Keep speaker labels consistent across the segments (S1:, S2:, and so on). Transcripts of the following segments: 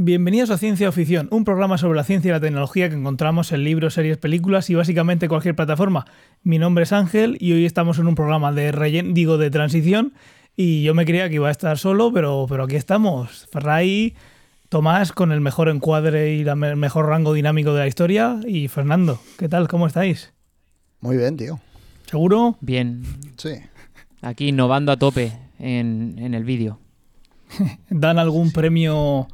S1: Bienvenidos a Ciencia o Ficción, un programa sobre la ciencia y la tecnología que encontramos en libros, series, películas y básicamente cualquier plataforma. Mi nombre es Ángel y hoy estamos en un programa de rellen, digo, de transición y yo me creía que iba a estar solo, pero, pero aquí estamos. Ferray, Tomás con el mejor encuadre y el me mejor rango dinámico de la historia y Fernando, ¿qué tal? ¿Cómo estáis?
S2: Muy bien, tío.
S1: ¿Seguro?
S3: Bien.
S2: Sí.
S3: Aquí innovando a tope en, en el vídeo.
S1: ¿Dan algún premio...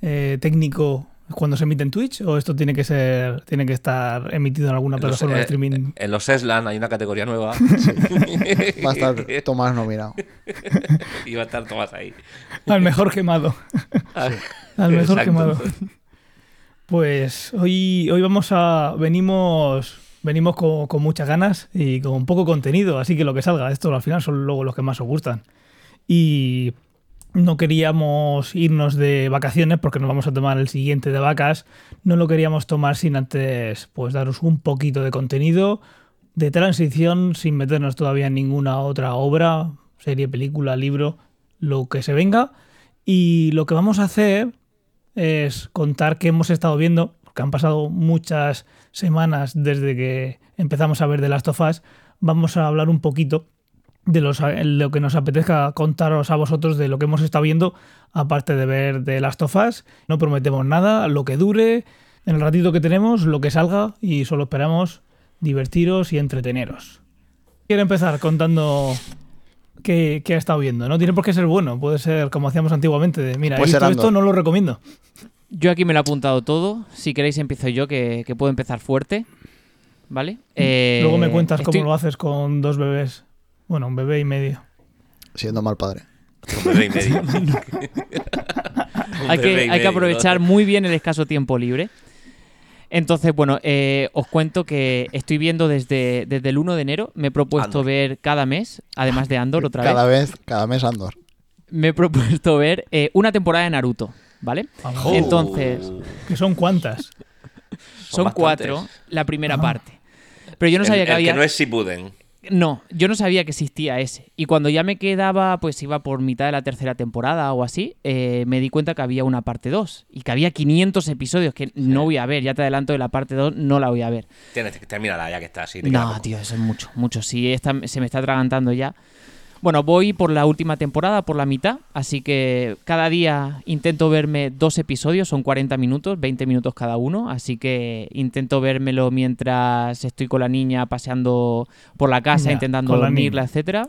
S1: Eh, técnico cuando se emite en Twitch o esto tiene que ser tiene que estar emitido en alguna
S4: En los,
S1: plataforma de
S4: eh,
S1: streaming
S4: En los Eslan hay una categoría nueva
S2: Va a estar Tomás nominado.
S4: y va a estar Tomás ahí.
S1: al mejor quemado
S4: A ver,
S1: al mejor
S4: Exacto.
S1: quemado pues hoy hoy vamos a venimos venimos con, con muchas ganas y con poco contenido así que lo que salga esto al final son luego los que más os gustan y no queríamos irnos de vacaciones porque nos vamos a tomar el siguiente de vacas. No lo queríamos tomar sin antes pues daros un poquito de contenido de transición sin meternos todavía en ninguna otra obra, serie, película, libro, lo que se venga. Y lo que vamos a hacer es contar qué hemos estado viendo, porque han pasado muchas semanas desde que empezamos a ver The Last of Us. Vamos a hablar un poquito de los- lo que nos apetezca contaros a vosotros de lo que hemos estado viendo, aparte de ver de Last of Us. No prometemos nada, lo que dure, en el ratito que tenemos, lo que salga, y solo esperamos divertiros y entreteneros. Quiero empezar contando qué, qué ha estado viendo. No tiene por qué ser bueno, puede ser como hacíamos antiguamente, de mira, he
S2: Puede
S1: visto
S2: ser
S1: esto,
S2: Andor.
S1: no lo recomiendo.
S3: Yo aquí me lo he apuntado todo. Si queréis empiezo yo, que, que puedo empezar fuerte. ¿Vale? Eh,
S1: Mm. Luego me cuentas
S3: estoy-
S1: cómo lo haces con dos bebés. Bueno, un bebé y medio.
S2: Siendo mal padre.
S4: un bebé y medio. Un
S3: Hay
S4: bebé y
S3: que, hay que
S4: medio,
S3: aprovechar
S4: ¿no?
S3: muy bien el escaso tiempo libre. Entonces, bueno, eh, os cuento que estoy viendo desde, desde el 1 de enero. Me he propuesto
S4: Andor.
S3: ver cada mes, además de Andor otra vez.
S2: cada vez. cada mes Andor.
S3: Me he propuesto ver eh, una temporada de Naruto, ¿vale?
S4: ¡Jo!
S3: Entonces,
S1: ¿Que son cuántas?
S3: Son,
S4: bastantes.
S3: cuatro, la primera
S1: Ah.
S3: parte. Pero yo no
S4: El-
S3: sabía
S4: el
S3: que había.
S4: no es Shippuden.
S3: No, yo no sabía que existía ese. Y cuando ya me quedaba, pues iba por mitad de la tercera temporada o así, eh, me di cuenta que había una parte 2 y que había 500 episodios que no voy a ver. Ya te adelanto que la parte 2 no la voy a ver.
S4: Tienes que terminarla ya que está así. te queda
S3: No,
S4: poco.
S3: tío, eso es mucho, mucho. Sí, esta se me está atragantando ya. Bueno, voy por la última temporada, por la mitad, así que cada día intento verme dos episodios, son 40 minutos, 20 minutos cada uno, así que intento vérmelo mientras estoy con la niña paseando por la casa,
S1: Ya,
S3: intentando
S1: con la
S3: dormirla,
S1: niña.
S3: etcétera.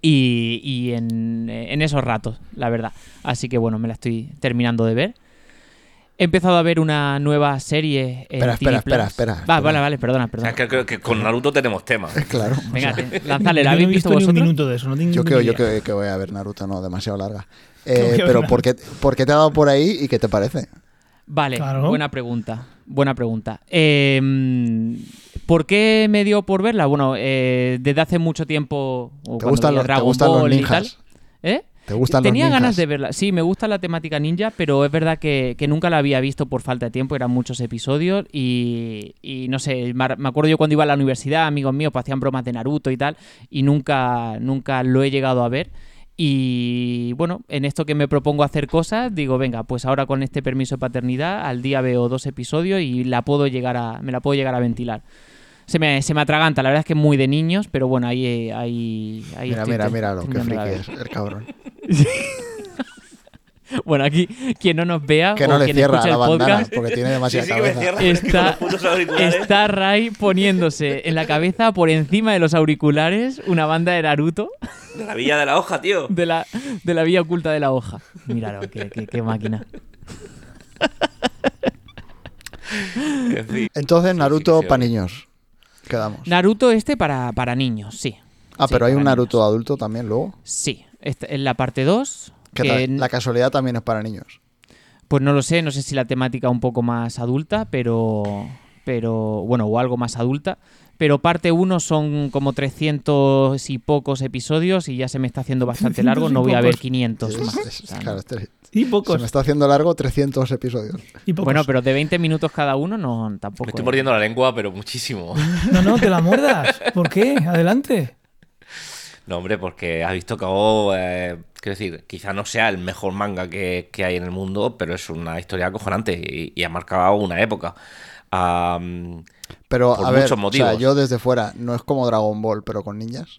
S3: Y, y en, en esos ratos, la verdad. Así que bueno, me la estoy terminando de ver. He empezado a ver una nueva serie. en
S2: Espera, espera,
S3: TV Plus.
S2: espera, espera,
S3: Va,
S2: espera.
S3: Vale, vale, perdona,
S4: O
S3: perdona.
S4: sea, que, creo que con Naruto tenemos tema.
S2: Claro.
S3: Venga, te- lanzadle,
S1: Yo no he
S3: ¿la habéis visto,
S1: visto ni un
S3: vosotros?
S1: minuto de eso. No tengo
S2: Yo
S1: ni
S2: creo, yo
S1: idea.
S2: creo que voy a ver Naruto, no, demasiado larga. Eh,
S1: Creo que
S2: pero
S1: no.
S2: ¿por qué, por qué te ha dado por ahí y qué te parece?
S3: Vale,
S1: Claro.
S3: buena pregunta. Buena pregunta. Eh, mm, ¿Por qué me dio por verla? Bueno, eh, desde hace mucho tiempo. o
S2: ¿Te
S3: cuando
S2: gustan,
S3: vi
S2: los, te
S3: Dragon
S2: gustan los
S3: Ball y tal.
S2: ninjas?
S3: ¿Eh?
S2: ¿Te gustan los
S3: Tenía
S2: ninjas?
S3: ganas de verla. Sí, me gusta la temática ninja, pero es verdad que, que nunca la había visto por falta de tiempo. Eran muchos episodios y, y no sé, me ar- me acuerdo yo cuando iba a la universidad, amigos míos, pues, hacían bromas de Naruto y tal, y nunca, nunca lo he llegado a ver. Y bueno, en esto que me propongo hacer cosas, digo, venga, pues ahora con este permiso de paternidad, al día veo dos episodios y la puedo llegar a, me la puedo llegar a ventilar. Se me, se me atraganta, la verdad es que es muy de niños, pero bueno, ahí, eh, ahí, ahí
S2: Mira,
S3: estoy
S2: mira,
S3: te-
S2: mira lo que
S3: terminándola
S2: friki
S3: de ver.
S2: es, el cabrón.
S3: Bueno, aquí quien no nos vea
S2: Que
S3: o
S2: no le
S3: quien
S2: cierra
S3: escucha
S2: la
S3: el
S2: bandana
S3: podcast,
S2: porque tiene demasiada cabeza.
S3: está, está Ray poniendo-se en la cabeza por encima de los auriculares una banda de Naruto
S4: De la Villa de la Hoja, tío.
S3: de la, de la vía oculta de la hoja. Míralo, qué, qué- qué máquina.
S4: En fin.
S2: Entonces,
S4: sí,
S2: Naruto
S4: sí.
S2: para niños. Quedamos.
S3: Naruto este para, para niños, sí.
S2: Ah,
S3: Sí,
S2: pero hay
S3: para
S2: un Naruto
S3: niños.
S2: adulto también luego.
S3: Sí, esta- en la parte 2.
S2: Que ta- la casualidad también es para niños.
S3: Pues no lo sé, no sé si la temática un poco más adulta, pero. Pero. Bueno, o algo más adulta. Pero parte 1 son como 300 y pocos episodios y ya se me está haciendo bastante largo.
S1: 300 y
S3: No voy a ver
S1: pocos.
S3: 500
S2: Es-
S3: más.
S2: es-
S3: O sea,
S2: claro,
S3: no.
S2: este-
S1: Y
S2: se me
S1: pocos.
S2: está haciendo largo 300 episodios.
S1: Y pocos.
S3: Bueno, pero de 20 minutos cada uno no tampoco.
S4: Me estoy
S3: es-
S4: mordiendo la lengua, pero muchísimo.
S1: No, no, te la muerdas. ¿Por qué? Adelante.
S4: No, hombre, porque has visto que oh, eh, quiero decir, quizá no sea el mejor manga que, que hay en el mundo, pero es una historia acojonante y, y ha marcado una época. Ah, mm,
S2: Pero
S4: Por
S2: a ver,
S4: muchos
S2: o sea,
S4: motivos.
S2: yo desde fuera, no es como Dragon Ball, pero con ninjas.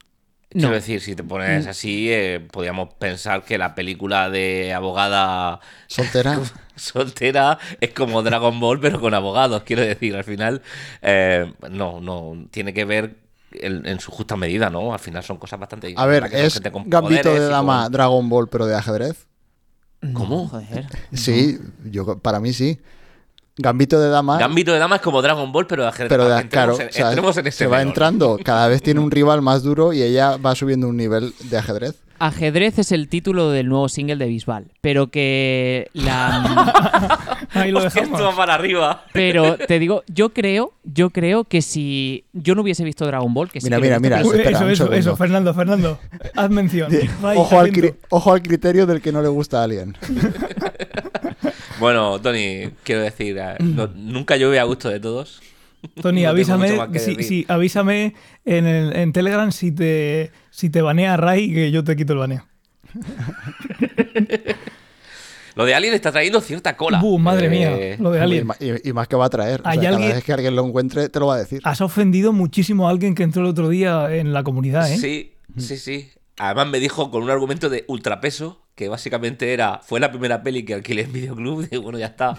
S3: No. Mm.
S4: Quiero decir, si te pones así, eh, podríamos pensar que la película de abogada
S2: Soltera.
S4: soltera es como Dragon Ball, pero con abogados. Quiero decir, al final, eh, no, no, tiene que ver en, en su justa medida, ¿no? Al final son cosas bastante
S2: A ver,
S4: que son
S2: es
S4: gente con
S2: Gambito
S4: poderes
S2: de
S4: y
S2: Dama,
S4: con-
S2: Dragon Ball, pero de ajedrez.
S4: ¿Cómo?
S3: Joder.
S2: Sí, yo para mí sí. Gambito de Dama,
S4: Gambito de Dama es como Dragon Ball, pero de ajedrez.
S2: Ah. pero de-
S4: Entremos
S2: claro,
S4: en-
S2: o sea,
S4: entremos en
S2: se
S4: este
S2: va
S4: melón.
S2: entrando, cada vez tiene un rival más duro y ella va subiendo un nivel de ajedrez.
S3: Ajedrez es el título del nuevo single de Bisbal, pero que la
S1: Ahí lo
S4: Hostia, esto va
S1: dejamos.
S4: para arriba.
S3: pero te digo, yo creo, yo creo que si yo no hubiese visto Dragon Ball, que sí
S2: Mira,
S3: que lo
S2: mira,
S3: he visto,
S2: mira.
S3: pero-
S1: Uy,
S2: espera,
S1: eso,
S2: un
S1: eso,
S2: segundo.
S1: eso, Fernando, Fernando. Haz mención. Vai,
S2: Ojo al,
S1: atento.
S2: cri- ojo al criterio del que no le gusta a alguien.
S4: Bueno, Tony, quiero decir, eh, no- nunca llueve a gusto de todos.
S1: Mm. Tony,
S4: No tengo
S1: avísame,
S4: mucho más que
S1: si,
S4: decir.
S1: si- avísame en, el- en Telegram si te, si te banea Rai, que yo te quito el baneo.
S4: Lo de Alien está trayendo cierta cola.
S1: Buh, madre
S4: Eh,
S1: mía, lo de
S2: Y
S1: alguien.
S2: ma- Y, y más que va a traer. O
S1: Hay
S2: sea, cada
S1: alguien-
S2: vez que alguien lo encuentre, te lo va a decir.
S1: Has ofendido muchísimo a alguien que entró el otro día en la comunidad, ¿eh?
S4: Sí, sí, sí. Además me dijo con un argumento de ultrapeso, que básicamente era, fue la primera peli que alquilé en videoclub, y bueno, ya está.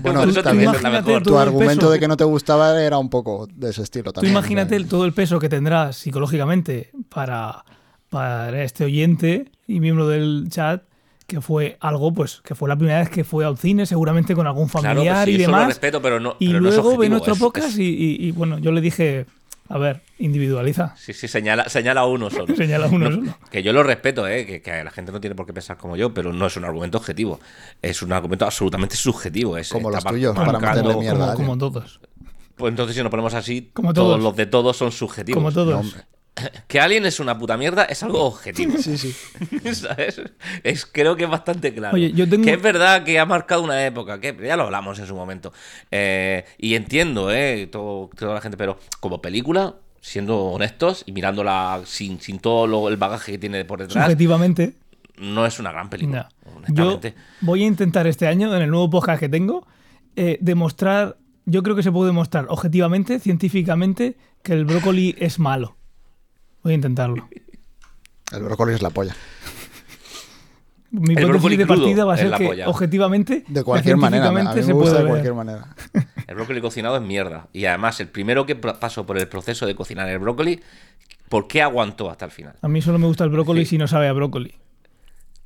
S2: Bueno,
S4: Por
S2: también-
S4: eso tiene que ser
S1: Imagínate
S4: la mejor.
S1: tú-
S2: Tu
S1: todo el
S2: argumento
S1: peso.
S2: de que no te gustaba era un poco de ese estilo
S1: Tú
S2: también.
S1: imagínate
S2: el
S1: el- todo el peso que tendrá psicológicamente para, para este oyente y miembro del chat, que fue algo, pues, que fue la primera vez que fue al cine, seguramente con algún
S4: Claro,
S1: familiar
S4: pues sí,
S1: y
S4: eso lo
S1: demás.
S4: respeto, pero no-
S1: y
S4: pero no es
S1: luego ve
S4: objetivo,
S1: nuestro
S4: es-
S1: podcast
S4: es-
S1: y, y- y, bueno, yo le dije, a ver, individualiza.
S4: Sí, sí, señala, señala a uno solo.
S1: Señala uno
S4: No,
S1: solo.
S4: Que yo lo respeto, ¿eh? que, que la gente no tiene por qué pensar como yo, pero no es un argumento objetivo. Es un argumento absolutamente subjetivo. Es,
S2: Como
S4: está
S2: los
S4: mar-
S2: tuyos, para
S4: marcando-
S2: meterle
S1: Como-
S2: mierda.
S1: como,
S2: dale.
S1: como todos.
S4: Pues entonces si nos ponemos así,
S1: Como
S4: todos.
S1: todos.
S4: los de todos son subjetivos.
S1: Como todos.
S2: hombre.
S4: Que alguien es una puta mierda es algo objetivo.
S2: Sí, sí.
S4: ¿Sabes? Es, creo que es bastante claro.
S1: Oye, yo tengo-
S4: Que es verdad que ha marcado una época, que ya lo hablamos en su momento. Eh, y entiendo, ¿eh? Todo, toda la gente, pero como película, siendo honestos y mirándola sin, sin todo lo- el bagaje que tiene por detrás,
S1: Subjetivamente.
S4: no es una gran película.
S1: No. Yo
S4: Honestamente.
S1: voy a intentar este año, en el nuevo podcast que tengo, eh, demostrar, yo creo que se puede demostrar objetivamente, científicamente, que el brócoli es malo. Voy a intentarlo.
S2: El brócoli es la polla.
S1: Mi
S4: El
S1: hipótesis
S4: brócoli
S1: de
S4: crudo
S1: partida va a
S4: es
S1: ser
S4: la
S1: que
S4: polla.
S1: objetivamente,
S2: De cualquier manera. A mí
S1: científicamente
S2: me
S1: se
S2: gusta
S1: puede
S2: de
S1: ver.
S2: cualquier manera.
S4: El brócoli cocinado es mierda. Y además, el primero que pro- pasó por el proceso de cocinar el brócoli, ¿por qué aguantó hasta el final?
S1: A mí solo me gusta el brócoli
S4: Sí.
S1: si no sabe a brócoli.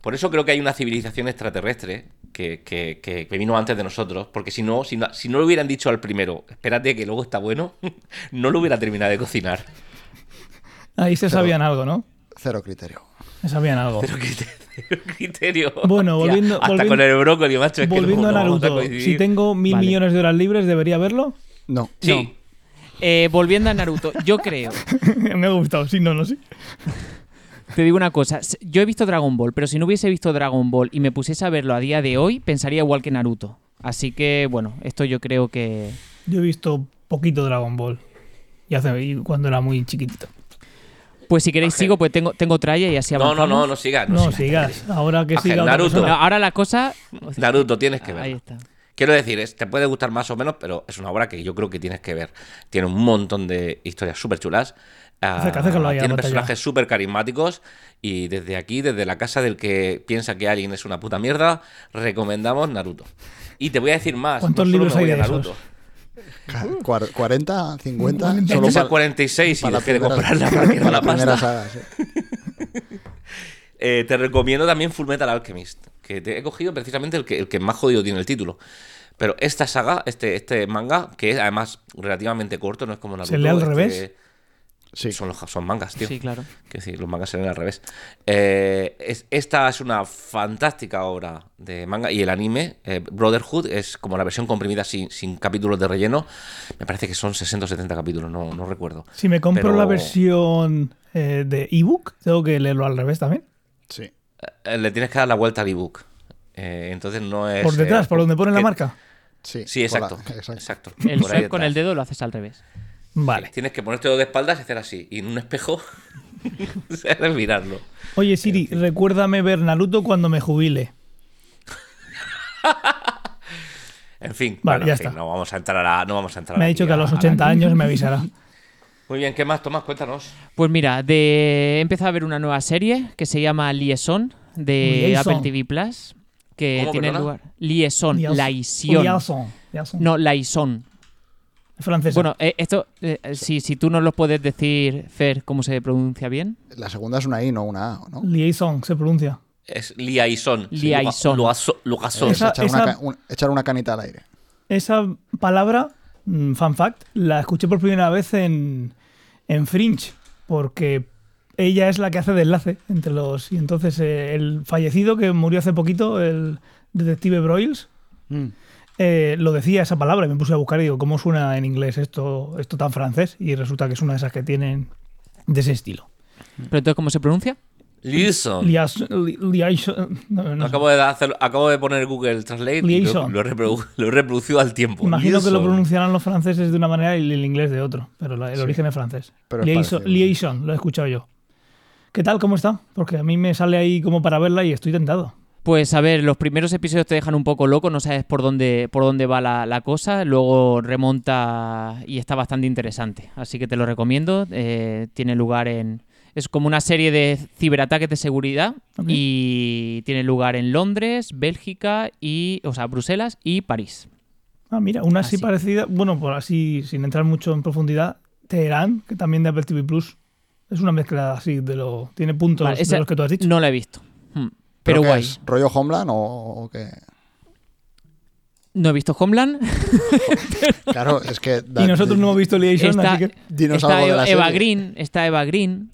S4: Por eso creo que hay una civilización extraterrestre que, que- que- que vino antes de nosotros, porque si no, si no, si no le hubieran dicho al primero, espérate que luego está bueno, no lo hubiera terminado de cocinar.
S1: Ahí se sabían algo, ¿no?
S2: Cero criterio.
S1: Se sabían algo.
S4: Pero qué te- pero qué criterio.
S1: Bueno,
S4: Hostia,
S1: volviendo-
S4: Hasta
S1: volviendo-
S4: con el brócoli, macho, es que no-
S1: Volviendo a
S4: no vamos
S1: Naruto,
S4: coincidir.
S1: si tengo mil
S3: Vale.
S1: millones de horas libres, ¿debería verlo?
S2: No.
S4: Sí,
S3: No. Eh, volviendo a Naruto, yo creo,
S1: me ha gustado, sí, no, no, sí.
S3: te digo una cosa, s- yo he visto Dragon Ball, pero si no hubiese visto Dragon Ball y me pusiese a verlo a día de hoy, pensaría igual que Naruto. Así que bueno, esto yo creo que
S1: Yo he visto poquito Dragon Ball. Y hace y cuando era muy chiquitito.
S3: pues si queréis sigo, pues tengo tengo tralla y así
S4: no,
S3: avanzamos.
S4: no, no, no sigas. Ah, No,
S1: No,
S4: sigas.
S1: sigas. Ahora que
S4: Ángel,
S1: siga otra
S4: Naruto.
S1: persona.
S3: No, ahora la cosa
S4: Naruto, tienes que
S3: Ahí
S4: verlo.
S3: está.
S4: Quiero decir, es- te puede gustar más o menos, pero es una obra que yo creo que tienes que ver. Tiene un montón de historias súper chulas. ah,
S1: Acerca, acércalo ahí a la
S4: tiene
S1: pantalla.
S4: personajes súper carismáticos. Y desde aquí, desde la casa del que piensa que alguien es una puta mierda, recomendamos Naruto. Y te voy a decir más. no
S1: ¿Cuántos
S4: solo
S1: libros
S4: me voy
S1: hay
S4: a
S1: de esos?
S4: Naruto.
S2: Cuar- 40, 50,
S1: Cuarenta.
S2: solo
S4: Este es el
S2: para,
S4: 46 y
S2: para la
S4: dejé de
S2: primera-
S4: comprarla para que no
S2: para
S4: la
S2: la primera saga.
S4: pasta.
S2: sí.
S4: Eh, te recomiendo también Fullmetal Alchemist, que te he cogido precisamente el que, el que más jodido tiene el título. Pero esta saga, este, este manga, que es además relativamente corto, no es como Naruto.
S1: ¿Se lee al
S4: este-
S1: revés?
S2: Sí.
S4: Son, los, son mangas, tío.
S3: Sí, claro.
S4: Que sí, los mangas se leen al revés. Eh, es- esta es una fantástica obra de manga y el anime, eh, Brotherhood, es como la versión comprimida sin, sin capítulos de relleno. Me parece que son 60 o 70 capítulos, no, no recuerdo.
S1: Si me compro
S4: Pero-
S1: la versión eh, de ebook, tengo que leerlo al revés también.
S2: Sí.
S4: Eh, le tienes que dar la vuelta al ebook. Eh, entonces no es.
S1: Por detrás,
S4: eh,
S1: por donde pone la
S4: que-
S1: marca.
S2: Sí,
S4: Sí,
S2: por la-
S4: exacto. exacto.
S3: El
S4: por ahí
S3: sol con
S4: detrás.
S3: el dedo lo haces al revés.
S1: Vale.
S4: Tienes que ponerte de espaldas y hacer así. Y en un espejo Debes mirarlo.
S1: Oye, Siri, recuérdame ver Naruto cuando me jubile.
S4: En fin,
S1: Vale, ya
S4: en fin,
S1: está.
S4: no vamos a entrar a. No vamos a entrar
S1: Me ha
S4: aquí
S1: dicho que a los
S4: la-
S1: 80 años me avisará.
S4: Muy bien, ¿qué más, Tomás? Cuéntanos.
S3: Pues mira, de... he empezado a ver una nueva serie que se llama Liaison de
S1: Liaison.
S3: Apple TV Plus. Que
S4: ¿Cómo,
S3: tiene
S4: perdona?
S3: lugar. Liaison,
S1: Liaison.
S3: Laisión.
S1: Liaison, liaison.
S3: No, Laison.
S1: Es francesa.
S3: Bueno, eh, esto, eh, si, si tú nos lo puedes decir, Fer, cómo se pronuncia bien.
S2: La segunda es una I, no una A, ¿no?
S1: Liaison se pronuncia.
S4: Es Liaison. Sí,
S3: Liaison.
S4: Luazo- Luazo-
S2: Es
S1: Esa-
S2: echar, una
S1: esa-
S2: ca- un- echar una canita al aire.
S1: Esa palabra, mm, fun fact, la escuché por primera vez en, en Fringe, porque ella es la que hace de enlace entre los. Y entonces eh, el fallecido que murió hace poquito, el detective Broyles, eh, lo decía esa palabra y me puse a buscar y digo, ¿cómo suena en inglés esto, esto tan francés? Y resulta que es una de esas que tienen de ese estilo.
S3: Pero entonces, ¿cómo se pronuncia?
S4: Liaison.
S1: Lias- li- liaison- no, no sé.
S4: Acabo de, hacer- acabo de poner Google Translate y lo,
S1: Liaison.
S4: lo, reprodu- lo he reproducido al tiempo.
S2: Pues,
S1: Imagino que lo
S4: Liaison.
S1: pronunciarán los franceses de una manera y el inglés de otro, pero la- el origen es francés.
S2: Pero es
S1: liaison,
S2: parecido.
S1: liaison, lo he escuchado yo. ¿Qué tal? ¿Cómo está? Porque a mí me sale ahí como para verla y estoy tentado.
S3: Pues a ver, los primeros episodios te dejan un poco loco, no sabes por dónde, por dónde va la, la cosa, luego remonta y está bastante interesante. Así que te lo recomiendo. eh, tiene lugar en. Es como una serie de ciberataques de seguridad
S1: Ok.
S3: y tiene lugar en Londres, Bélgica y. O sea, Bruselas y París.
S1: Ah, mira, una así,
S3: Así.
S1: parecida, bueno, por así, sin entrar mucho en profundidad, Teherán, que también de Apple TV Plus, es una mezcla así de lo. Tiene puntos
S3: Vale, esa
S1: de los que tú has dicho.
S3: No la he visto. Hmm. Pero,
S2: qué
S3: guay.
S2: es? ¿Rollo Homeland o, o qué?
S3: No he visto Homeland.
S2: Claro, es que.
S1: y nosotros no hemos visto Liaison,
S3: Está,
S1: así que.
S2: Dinos
S3: está
S2: algo de la
S3: Eva
S2: serie.
S3: Green. Está Eva Green.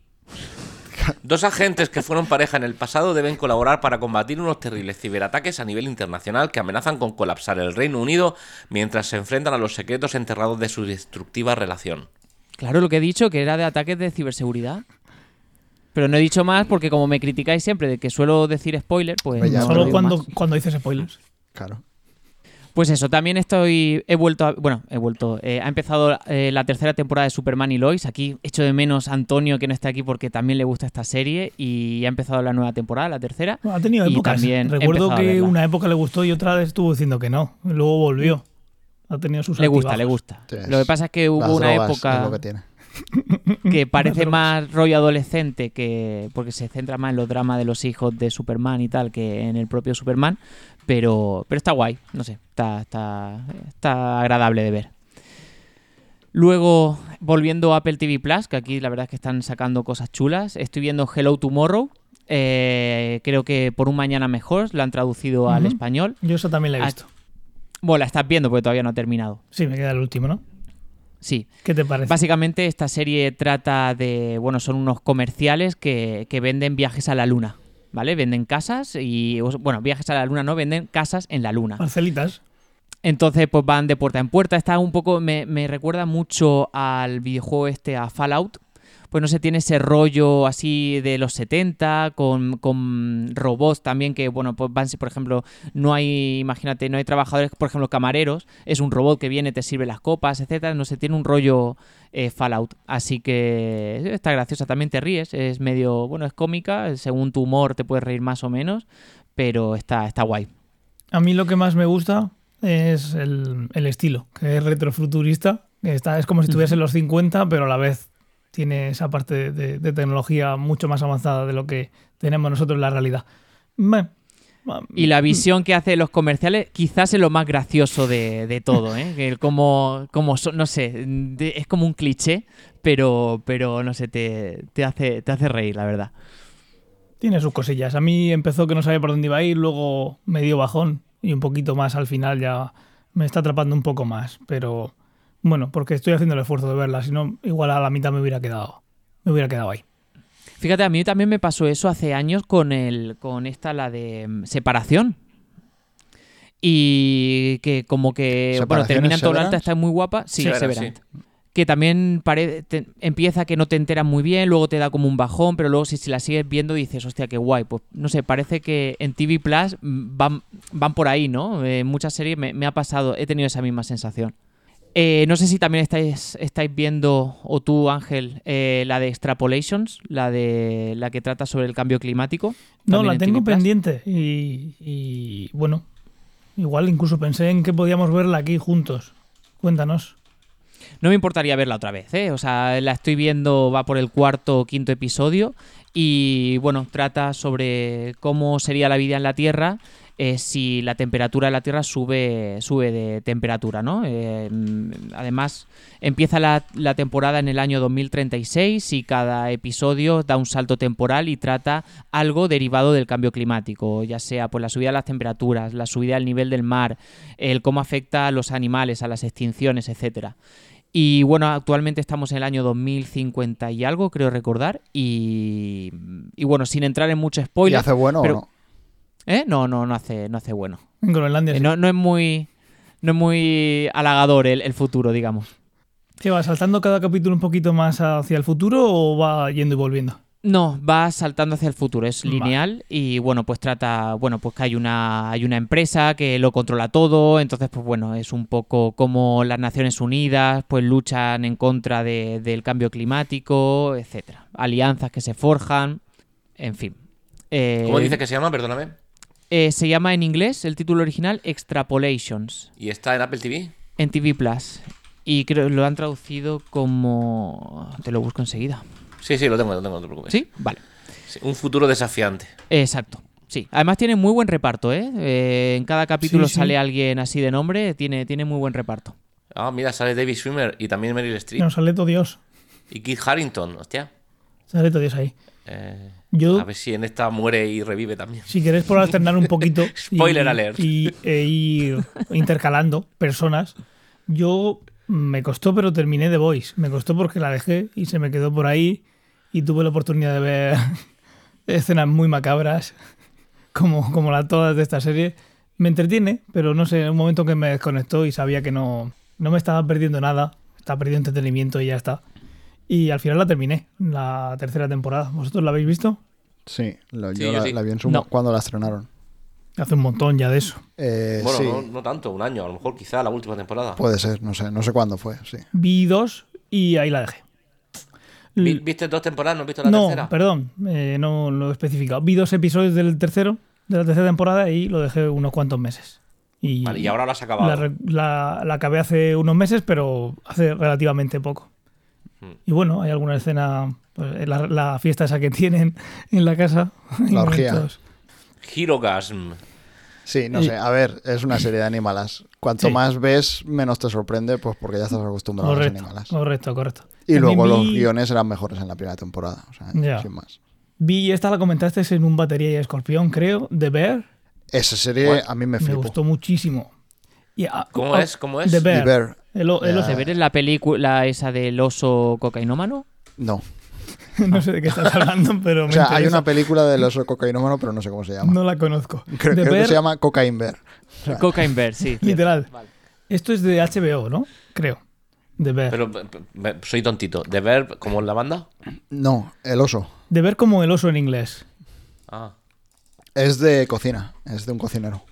S4: Dos agentes que fueron pareja en el pasado deben colaborar para combatir unos terribles ciberataques a nivel internacional que amenazan con colapsar el Reino Unido mientras se enfrentan a los secretos enterrados de su destructiva relación.
S3: Claro, lo que he dicho, que era de ataques de ciberseguridad. Pero no he dicho más porque como me criticáis siempre de que suelo decir spoiler, pues...
S2: Hombre, ya,
S3: no
S2: pero
S1: Solo
S3: digo
S1: cuando,
S3: más.
S1: cuando dices spoilers.
S2: Claro.
S3: Pues eso, también estoy... He vuelto a... Bueno, he vuelto. eh, ha empezado eh, la tercera temporada de Superman y Lois. Aquí echo de menos a Antonio, que no está aquí porque también le gusta esta serie. Y ha empezado la nueva temporada, la tercera.
S1: Bueno, ha tenido
S3: Y
S1: épocas.
S3: también he
S1: Recuerdo
S3: empezado a
S1: que
S3: verla.
S1: una época le gustó y otra estuvo diciendo que no. y Luego volvió. Ha tenido sus
S3: Le gusta,
S1: Pues altibajos.
S3: le gusta.
S2: Sí, es-
S3: Lo que pasa es que
S2: Las
S3: hubo una
S2: drogas es
S3: época...
S2: lo que tiene.
S3: que parece
S1: drogas.
S3: más rollo adolescente que porque se centra más en los dramas de los hijos de Superman y tal que en el propio Superman, pero pero está guay, no sé, está está está agradable de ver. Luego volviendo a Apple TV Plus, que aquí la verdad es que están sacando cosas chulas. Estoy viendo Hello Tomorrow, eh, creo que por un mañana mejor la han traducido al
S1: Ujú.
S3: español.
S1: Yo eso también la he
S3: Ah,
S1: visto.
S3: Bueno, la estás viendo porque todavía no ha terminado.
S1: Sí, me queda el último, ¿no?
S3: Sí.
S1: ¿Qué te parece?
S3: Básicamente esta serie trata de, bueno, son unos comerciales que, que venden viajes a la luna, ¿vale? Venden casas y, bueno, viajes a la luna no, venden casas en la luna.
S1: Parcelitas.
S3: Entonces, pues van de puerta en puerta. Está un poco, me, me recuerda mucho al videojuego este, a Fallout. Pues no sé, tiene ese rollo así de los 70, con, con robots también que, bueno, pues van, si, por ejemplo, no hay, imagínate, no hay trabajadores, por ejemplo, camareros, es un robot que viene, te sirve las copas, etcétera. No sé, tiene un rollo eh, Fallout. Así que eh, está graciosa, también te ríes, es medio, bueno, es cómica, según tu humor te puedes reír más o menos, pero está, está guay.
S1: A mí lo que más me gusta es el, el estilo, que es retrofuturista. que Está, es como si estuviese en los 50, pero a la vez tiene esa parte de, de- de tecnología mucho más avanzada de lo que tenemos nosotros en la realidad. Meh.
S3: Y la visión que hace de los comerciales quizás es lo más gracioso de, de todo, ¿eh? Que el como, como son- no sé, de- es como un cliché, pero, pero no sé, te, te hace, te hace reír, la verdad.
S1: Tiene sus cosillas. A mí empezó que no sabía por dónde iba a ir, luego me dio bajón y un poquito más al final ya me está atrapando un poco más. Pero bueno, porque estoy haciendo el esfuerzo de verla, si no, igual a la mitad me hubiera quedado. Me hubiera quedado ahí.
S3: Fíjate, a mí también me pasó eso hace años con, el, con esta, la de mm, separación. Y que como que, bueno,
S2: ¿Separación
S3: termina
S2: es
S3: en todo lo alto,
S2: Severance?
S3: está muy guapa. Sí,
S4: Severance,
S3: Severance. que también pare- te- empieza que no te enteras muy bien, luego te da como un bajón, pero luego si, si la sigues viendo dices, hostia, qué guay. Pues no sé, parece que en TV Plus Eh, mm, van, van por ahí, ¿no? En muchas series me, me ha pasado, he tenido esa misma sensación. Eh, no sé si también estáis, estáis viendo, o tú, Ángel, eh, la de Extrapolations, la de la que trata sobre el cambio climático.
S1: No,
S3: también
S1: la
S3: en
S1: tengo
S3: TV Plus.
S1: pendiente y, y, bueno, igual incluso pensé en que podíamos verla aquí juntos. Cuéntanos.
S3: No me importaría verla otra vez, ¿eh? O sea, la estoy viendo, va por el cuarto o quinto episodio. Y bueno, trata sobre cómo sería la vida en la Tierra eh, si la temperatura de la Tierra sube, sube de temperatura, ¿no? Eh, mm, además, empieza la, la temporada en el año 2036 y cada episodio da un salto temporal y trata algo derivado del cambio climático, ya sea por la subida de las temperaturas, la subida del nivel del mar, el cómo afecta a los animales, a las extinciones, etcétera. Y bueno, actualmente estamos en el año 2050 y algo, creo recordar. Y, y bueno, sin entrar en mucho
S2: ¿Y
S3: spoiler.
S2: hace bueno
S3: pero-
S2: o no?
S3: ¿Eh? No, no, no hace, no hace bueno.
S1: En Groenlandia.
S3: Eh,
S1: sí.
S3: No, no es muy. No es muy halagador el, el futuro, digamos.
S1: ¿Qué va saltando cada capítulo un poquito más hacia el futuro o va yendo y volviendo?
S3: No, va saltando hacia el futuro, es
S1: Vale.
S3: lineal y bueno, pues trata, bueno, pues que hay una, hay una empresa que lo controla todo, entonces pues bueno, es un poco como las Naciones Unidas pues luchan en contra de- del cambio climático, etcétera, alianzas que se forjan, en fin. Eh,
S4: ¿Cómo dice que se llama? Perdóname.
S3: eh, se llama en inglés el título original Extrapolations
S4: ¿Y está en Apple TV?
S3: en TV Plus y creo lo han traducido como te lo busco enseguida.
S4: Sí, Pues sí, lo tengo, lo tengo, no te preocupes.
S3: Sí, vale.
S4: Sí, un futuro desafiante.
S3: Exacto. Sí. Además tiene muy buen reparto, ¿eh? Eh, en cada capítulo
S1: Sí, sí.
S3: sale alguien así de nombre, tiene, tiene muy buen reparto.
S4: Ah, mira, sale David Swimmer y también Meryl Streep
S1: No, sale todo Dios.
S4: y Kit Harrington, hostia.
S1: Sale todo Dios ahí.
S4: Eh,
S1: Yo-
S4: A ver si en esta muere y revive también.
S1: Si queréis por alternar un poquito. y-
S4: Spoiler alert.
S1: Y, e ir intercalando personas. Yo me costó, pero terminé The Voice. Me costó porque la dejé y se me quedó por ahí. Y tuve la oportunidad de ver escenas muy macabras, como, como las todas de esta serie. Me entretiene, pero no sé, en un momento que me desconectó y sabía que no, no me estaba perdiendo nada. Estaba perdiendo entretenimiento y ya está. Y al final la terminé, la tercera temporada. ¿Vosotros la habéis visto?
S2: Sí, lo-
S4: Sí,
S2: yo
S4: yo
S2: la,
S4: sí.
S2: la vi en su-
S3: No.
S2: cuando la estrenaron.
S1: Hace un montón ya de eso.
S2: Eh,
S4: Bueno,
S2: sí,
S4: no, no tanto, un año, a lo mejor quizá la última temporada.
S2: puede ser, no sé, no sé cuándo fue, sí.
S1: Vi dos y ahí la dejé.
S4: Vi- ¿Viste dos temporadas? ¿No has visto la
S1: no,
S4: tercera?
S1: perdón, eh, no lo he especificado. Vi dos episodios del tercero, de la tercera temporada y lo dejé unos cuantos meses. Y,
S4: Vale, y ahora la has acabado.
S1: la, re- la- la acabé hace unos meses, pero hace relativamente poco.
S4: Mm.
S1: Y bueno, hay alguna escena, pues, la, la fiesta esa que tienen en la casa. hay
S2: La orgía.
S1: momentos-
S4: Hirogasm.
S2: Sí, no
S1: Y-
S2: sé, a ver, es una serie de animalas. Cuanto
S1: Sí.
S2: más ves, menos te sorprende, pues porque ya estás acostumbrado a
S1: Correcto,
S2: las animalas.
S1: correcto, correcto.
S2: Y
S1: También
S2: luego los
S1: vi-
S2: guiones eran mejores en la primera temporada, o sea,
S1: Ya.
S2: sin más.
S1: Vi, esta la comentaste en un Batería y Escorpión, creo, de Bear.
S2: Esa serie
S4: What?
S2: a mí me
S1: Me,
S2: flipó.
S1: gustó muchísimo. Y ah, a-
S4: ¿Cómo
S1: a-
S4: es? ¿Cómo es?
S1: The
S2: Y
S1: Bear.
S2: ver,
S1: El, o- el
S2: Ya.
S1: oso.
S4: Ah.
S3: ¿De ver en la película esa del oso cocainómano?
S2: no.
S1: no sé de qué estás hablando, pero
S2: O
S1: me
S2: sea, hay
S1: interesa.
S2: una película del oso cocainómano, pero no sé cómo se llama.
S1: No la conozco.
S2: Creo,
S1: The
S2: creo que
S1: Bear,
S2: se llama Cocaine Bear.
S3: Cocaine Bear, sí. cierto.
S1: Literal.
S3: Vale.
S1: Esto es de HBO, ¿no? Creo. De ver.
S4: Pero pe- pe- soy tontito. ¿De ver como en la banda?
S2: No, el oso.
S1: De ver como el oso en inglés.
S4: Ah.
S2: Es de cocina, es de un cocinero.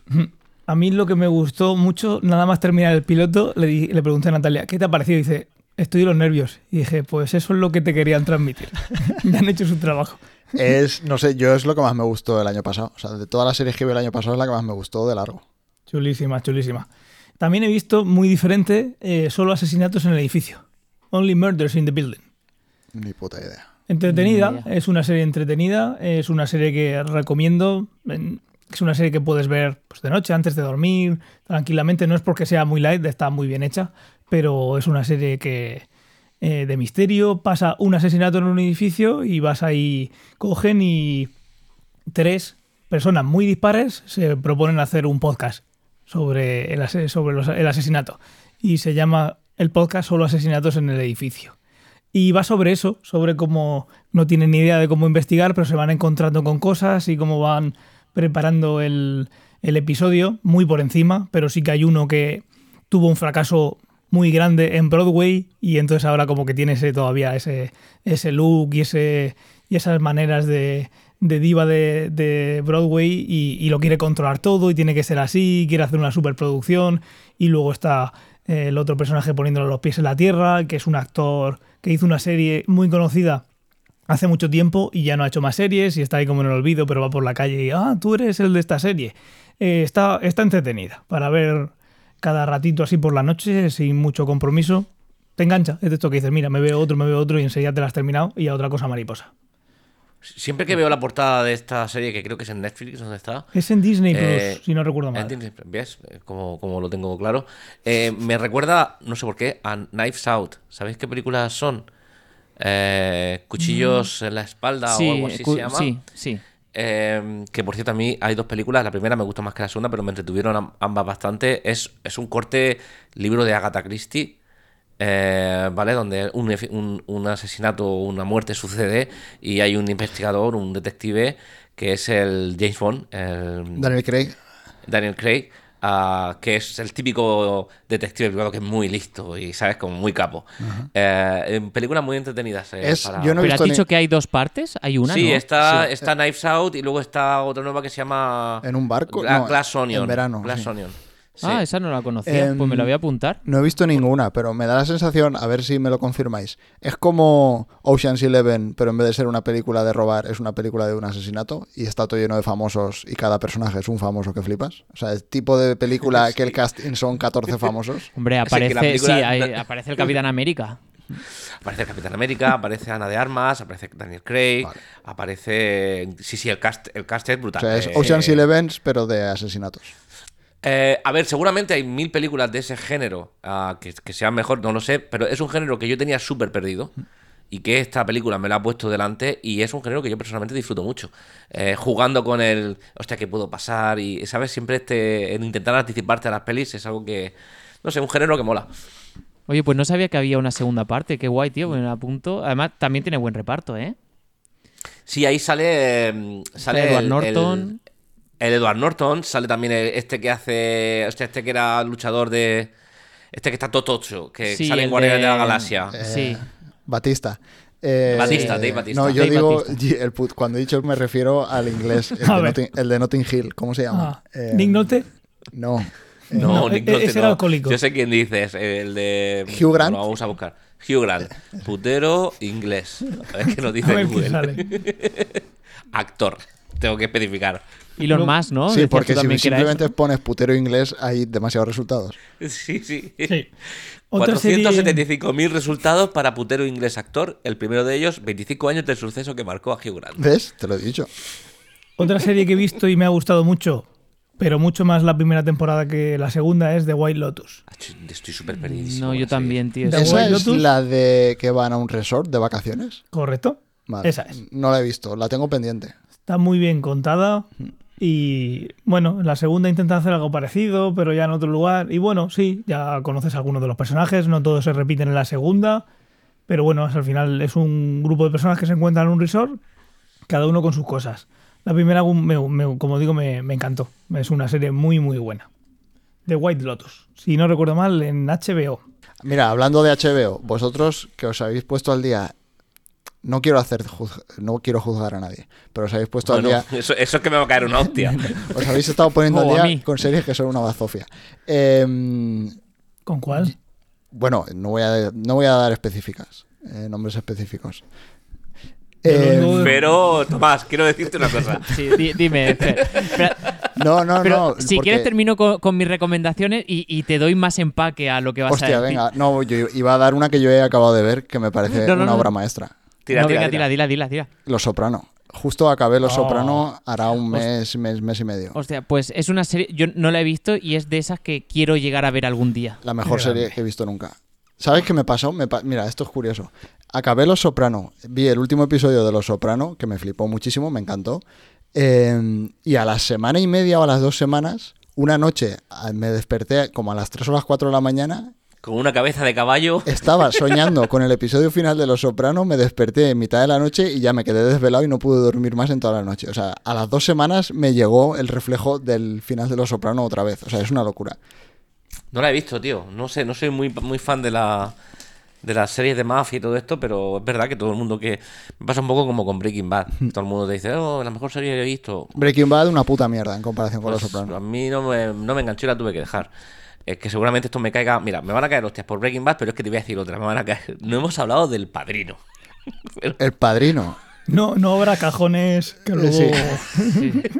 S1: A mí lo que me gustó mucho, nada más terminar el piloto, le, di- le pregunté a Natalia, ¿qué te ha parecido? Y dice, estoy de los nervios. Y dije, pues eso es lo que te querían transmitir. Me han hecho su trabajo.
S2: Es, no sé, yo es lo que más me gustó del año pasado. O sea, de todas las series que vi el año pasado es la que más me gustó de largo.
S1: Chulísima, chulísima. También he visto, muy diferente, eh, solo asesinatos en el edificio. Only murders in the building.
S2: Ni puta idea.
S3: Ni
S1: Entretenida,
S3: idea.
S1: es una serie entretenida, es una serie que recomiendo, en- es una serie que puedes ver pues, de noche, antes de dormir, tranquilamente, no es porque sea muy light, está muy bien hecha, pero es una serie que eh, de misterio, pasa un asesinato en un edificio y vas ahí, cogen y tres personas muy dispares se proponen hacer un podcast sobre el, ase- sobre los- el asesinato y se llama el podcast Solo asesinatos en el edificio. Y va sobre eso, sobre cómo no tienen ni idea de cómo investigar, pero se van encontrando con cosas y cómo van preparando el, el episodio muy por encima, pero sí que hay uno que tuvo un fracaso muy grande en Broadway y entonces ahora como que tiene ese, todavía ese, ese look y, ese, y esas maneras de, de diva de, de Broadway y, y lo quiere controlar todo y tiene que ser así, quiere hacer una superproducción y luego está el otro personaje poniéndole los pies en la tierra, que es un actor que hizo una serie muy conocida hace mucho tiempo y ya no ha hecho más series y está ahí como en el olvido, pero va por la calle y, ah, tú eres el de esta serie. Eh, está, está entretenida para ver cada ratito así por la noche, sin mucho compromiso. Te engancha, es de esto que dices, mira, me veo otro, me veo otro y enseguida te la has terminado y a otra cosa mariposa.
S4: Siempre que veo la portada de esta serie, que creo que es en Netflix, donde está.
S1: Es en Disney Plus,
S4: Eh,
S1: si no recuerdo
S4: en
S1: mal.
S4: Disney Plus, ¿Ves? Eh, Como, como lo tengo claro. Eh, me recuerda, no sé por qué, a Knives Out. ¿Sabéis qué películas son? Eh, Cuchillos en la espalda o algo así
S3: cu-
S4: se llama.
S3: sí, sí.
S4: Eh, que por cierto, a mí hay dos películas. La primera me gusta más que la segunda, pero me entretuvieron am- ambas bastante. Es, es un corte libro de Agatha Christie, eh, ¿vale? Donde un, efe- un- un asesinato o una muerte sucede y hay un investigador, un detective, que es el James Bond, el
S2: Daniel Craig.
S4: Daniel Craig, ah, que es el típico detective privado que es muy listo y, ¿sabes? Como muy capo. Eh, en películas muy entretenidas. eh,
S2: Es-
S4: para-
S2: yo no he
S3: Pero has
S2: visto ni-
S3: dicho que hay dos partes, hay una.
S4: sí,
S3: ¿no?
S4: está,
S2: Sí.
S4: está Knives Out y luego está otra nueva que se llama.
S2: ¿En un barco?
S4: Gla-
S2: No,
S4: Glass
S2: en
S4: Onion.
S2: verano,
S4: Glass
S2: sí.
S4: Onion. Sí. Em,
S3: Ah, esa no la conocía. pues me la voy a apuntar.
S2: No he visto ninguna, pero me da la sensación, a ver si me lo confirmáis. Es como Ocean's Eleven, pero en vez de ser una película de robar, es una película de un asesinato y está todo lleno de famosos y cada personaje es un famoso que flipas. O sea, el tipo de película que el casting son 14 famosos.
S3: Hombre,
S4: Es que la
S3: aparece,
S4: película-
S3: sí, hay- aparece el Capitán América.
S4: Aparece el Capitán América, aparece Ana de Armas, aparece Daniel Craig,
S2: Vale.
S4: aparece. Sí, sí, el cast, el cast es
S2: O
S4: brutal.
S2: sea, es
S4: Eh,
S2: Ocean's Eleven, pero de asesinatos.
S4: Eh, a ver, seguramente hay mil películas de ese género ah, que, que sean mejor, no lo sé, pero es un género que yo tenía súper perdido y que esta película me la ha puesto delante y es un género que yo personalmente disfruto mucho. Eh, jugando con el, hostia, ¿qué puedo pasar? Y, ¿sabes? Siempre este, el intentar anticiparte a las pelis es algo que, no sé, un género que mola.
S3: Oye, pues no sabía que había una segunda parte. Qué guay, tío. Bueno, apunto. Además, también tiene buen reparto, ¿eh?
S4: Sí, ahí sale. eh, sale
S3: Edward
S4: el-
S3: Norton.
S4: El, el Edward Norton, sale también el- este que hace. Hostia, este que era luchador de. Este que está totocho, que
S3: Sí,
S4: sale en
S3: el
S4: Guardianes de...
S3: de-
S4: la Galaxia.
S2: Eh,
S3: Sí.
S2: Batista. Eh,
S4: Batista, Dave Batista.
S2: No, yo
S3: Dave
S2: digo,
S3: Batista.
S2: el put- cuando he dicho me refiero al inglés, el de,
S1: A ver.
S2: Notting, el de Notting Hill, ¿cómo se llama?
S1: Ah,
S2: Eh,
S1: Nick Nolte,
S2: No.
S4: No,
S1: No,
S4: Nick
S1: e-
S4: Nolte
S1: ese era
S4: no.
S1: alcohólico.
S4: Yo sé quién dices, el de.
S2: Hugh Grant.
S4: Lo vamos a buscar. Hugh Grant, putero inglés. A ver qué nos dice
S1: a ver
S4: Google.
S1: quién sale.
S4: Actor, tengo que especificar. Eh,
S3: Elon Musk, ¿no?
S2: Sí,
S3: Decías tú
S2: porque si
S3: también que era eso.
S2: simplemente pones putero inglés hay demasiados resultados.
S4: Sí, sí.
S1: Sí. Otra serie-
S4: 475.000 resultados para putero inglés actor. El primero de ellos, 25 años del suceso que marcó a Hugh Grant.
S2: ¿Ves? Te lo he dicho.
S1: Otra serie que he visto y me ha gustado mucho, pero mucho más la primera temporada que la segunda, es The White Lotus.
S4: Estoy- Ah, Estoy súper perdidísimo.
S3: No, yo
S4: sí.
S3: también, tío.
S1: The
S3: Sí.
S2: ¿Esa
S1: White
S2: es
S1: Lotus?
S2: la de que van a un resort de vacaciones?
S1: ¿Correcto?
S2: Vale.
S1: Esa es.
S2: No la he visto, la tengo pendiente.
S1: Está muy bien contada. Y bueno, la segunda intenta hacer algo parecido, pero ya en otro lugar. Y bueno, sí, ya conoces a algunos de los personajes, no todos se repiten en la segunda. Pero bueno, es- al final es un grupo de personas que se encuentran en un resort, cada uno con sus cosas. La primera, me- me- como digo, me, me encantó. Es una serie muy, muy buena. The White Lotus. Si no recuerdo mal, en HBO.
S2: Mira, hablando de HBO, vosotros que os habéis puesto al día, no quiero hacer juz- no quiero juzgar a nadie, pero os habéis puesto
S4: Bueno,
S2: al día,
S4: eso, eso es que me va a caer una hostia.
S2: os habéis estado poniendo
S3: O a
S2: al
S3: mí.
S2: día con series que son una bazofia. Em,
S1: ¿Con cuál?
S2: bueno, no voy a, no voy a dar específicas, eh, nombres específicos.
S1: Yo lo
S2: Em,
S1: único-
S4: Pero, Tomás, quiero decirte una cosa.
S3: Sí, di- dime, Fer. Espera,
S2: no, no,
S3: Pero
S2: no.
S3: si
S2: porque-
S3: quieres termino con, con mis recomendaciones y, y te doy más empaque a lo que vas
S2: Hostia,
S3: a decir.
S2: venga, no, yo iba a dar una que yo he acabado de ver que me parece
S3: No, no,
S2: una
S3: no.
S2: obra maestra.
S4: Tira,
S3: no,
S4: tira,
S3: venga,
S4: tira.
S3: tira, tira, tira, tira.
S2: Los Soprano. Justo acabé Los
S1: Oh.
S2: Soprano hará un mes, mes, mes y medio.
S3: Hostia, pues es una serie, yo no la he visto y es de esas que quiero llegar a ver algún día.
S2: La mejor
S1: Qué
S2: serie
S1: grande.
S2: que he visto nunca. ¿Sabes qué me pasó? Me pa- Mira, esto es curioso. Acabé Los Soprano, vi el último episodio de Los Soprano, que me flipó muchísimo, me encantó. Eh, y a la semana y media o a las dos semanas, una noche a- me desperté como a las 3 o las 4 de la mañana
S4: Con una cabeza de caballo.
S2: Estaba soñando con el episodio final de Los Sopranos, me desperté en mitad de la noche y ya me quedé desvelado y no pude dormir más en toda la noche. O sea, a las dos semanas me llegó el reflejo del final de Los Sopranos otra vez. O sea, es una locura.
S4: No la he visto, tío. No sé, no soy muy, muy fan de la de las series de mafia y todo esto, pero es verdad que todo el mundo que me pasa un poco como con Breaking Bad. Todo el mundo te dice, "Oh, la mejor serie que he visto."
S2: Breaking Bad, una puta mierda en comparación con
S4: Pues,
S2: Los Sopranos.
S4: a mí no me, no me enganchó y la tuve que dejar. eh, que seguramente esto me caiga. Mira, me van a caer hostias por Breaking Bad, pero es que te voy a decir otra. Me van a caer. No hemos hablado del padrino.
S2: El padrino.
S1: No, no habrá cajones que luego.
S2: Sí.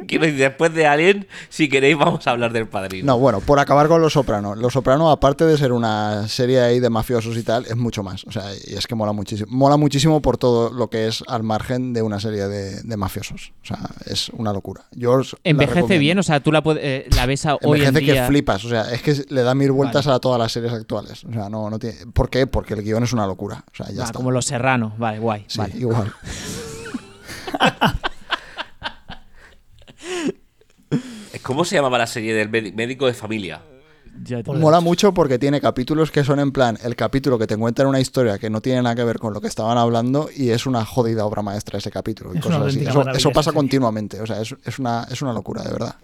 S4: Quiero decir, después de Alien, si queréis, vamos a hablar del padrino.
S2: No, bueno, por acabar con Los Sopranos. Los Sopranos, aparte de ser una serie ahí de mafiosos y tal, es mucho más. O sea, y es que mola muchísimo. Mola muchísimo por todo lo que es al margen de una serie de, de mafiosos. O sea, es una locura. Yo os la
S3: Envejece
S2: recomiendo.
S3: bien, o sea, tú la, puedes- eh, la ves a- hoy en
S2: Envejece que
S3: día.
S2: flipas. O sea, es que le da mil vueltas a todas las series actuales. O sea, no, no tiene... ¿Por qué? Porque el guión es una locura. O sea, ya
S3: Ah,
S2: está.
S3: como los serranos, vale, guay.
S2: Sí,
S3: vale.
S2: igual.
S4: ¿Cómo se llamaba la serie del médi- médico de familia?
S3: Ya te-
S2: Mola mucho porque tiene capítulos que son en plan el capítulo que te cuentan una historia que no tiene nada que ver con lo que estaban hablando y es una jodida obra maestra ese capítulo. y
S1: Es una
S2: cosas así.
S1: auténtica
S2: Eso,
S1: maravilla
S2: eso pasa
S1: esa serie.
S2: continuamente, o sea, es, es una, es una locura, de verdad.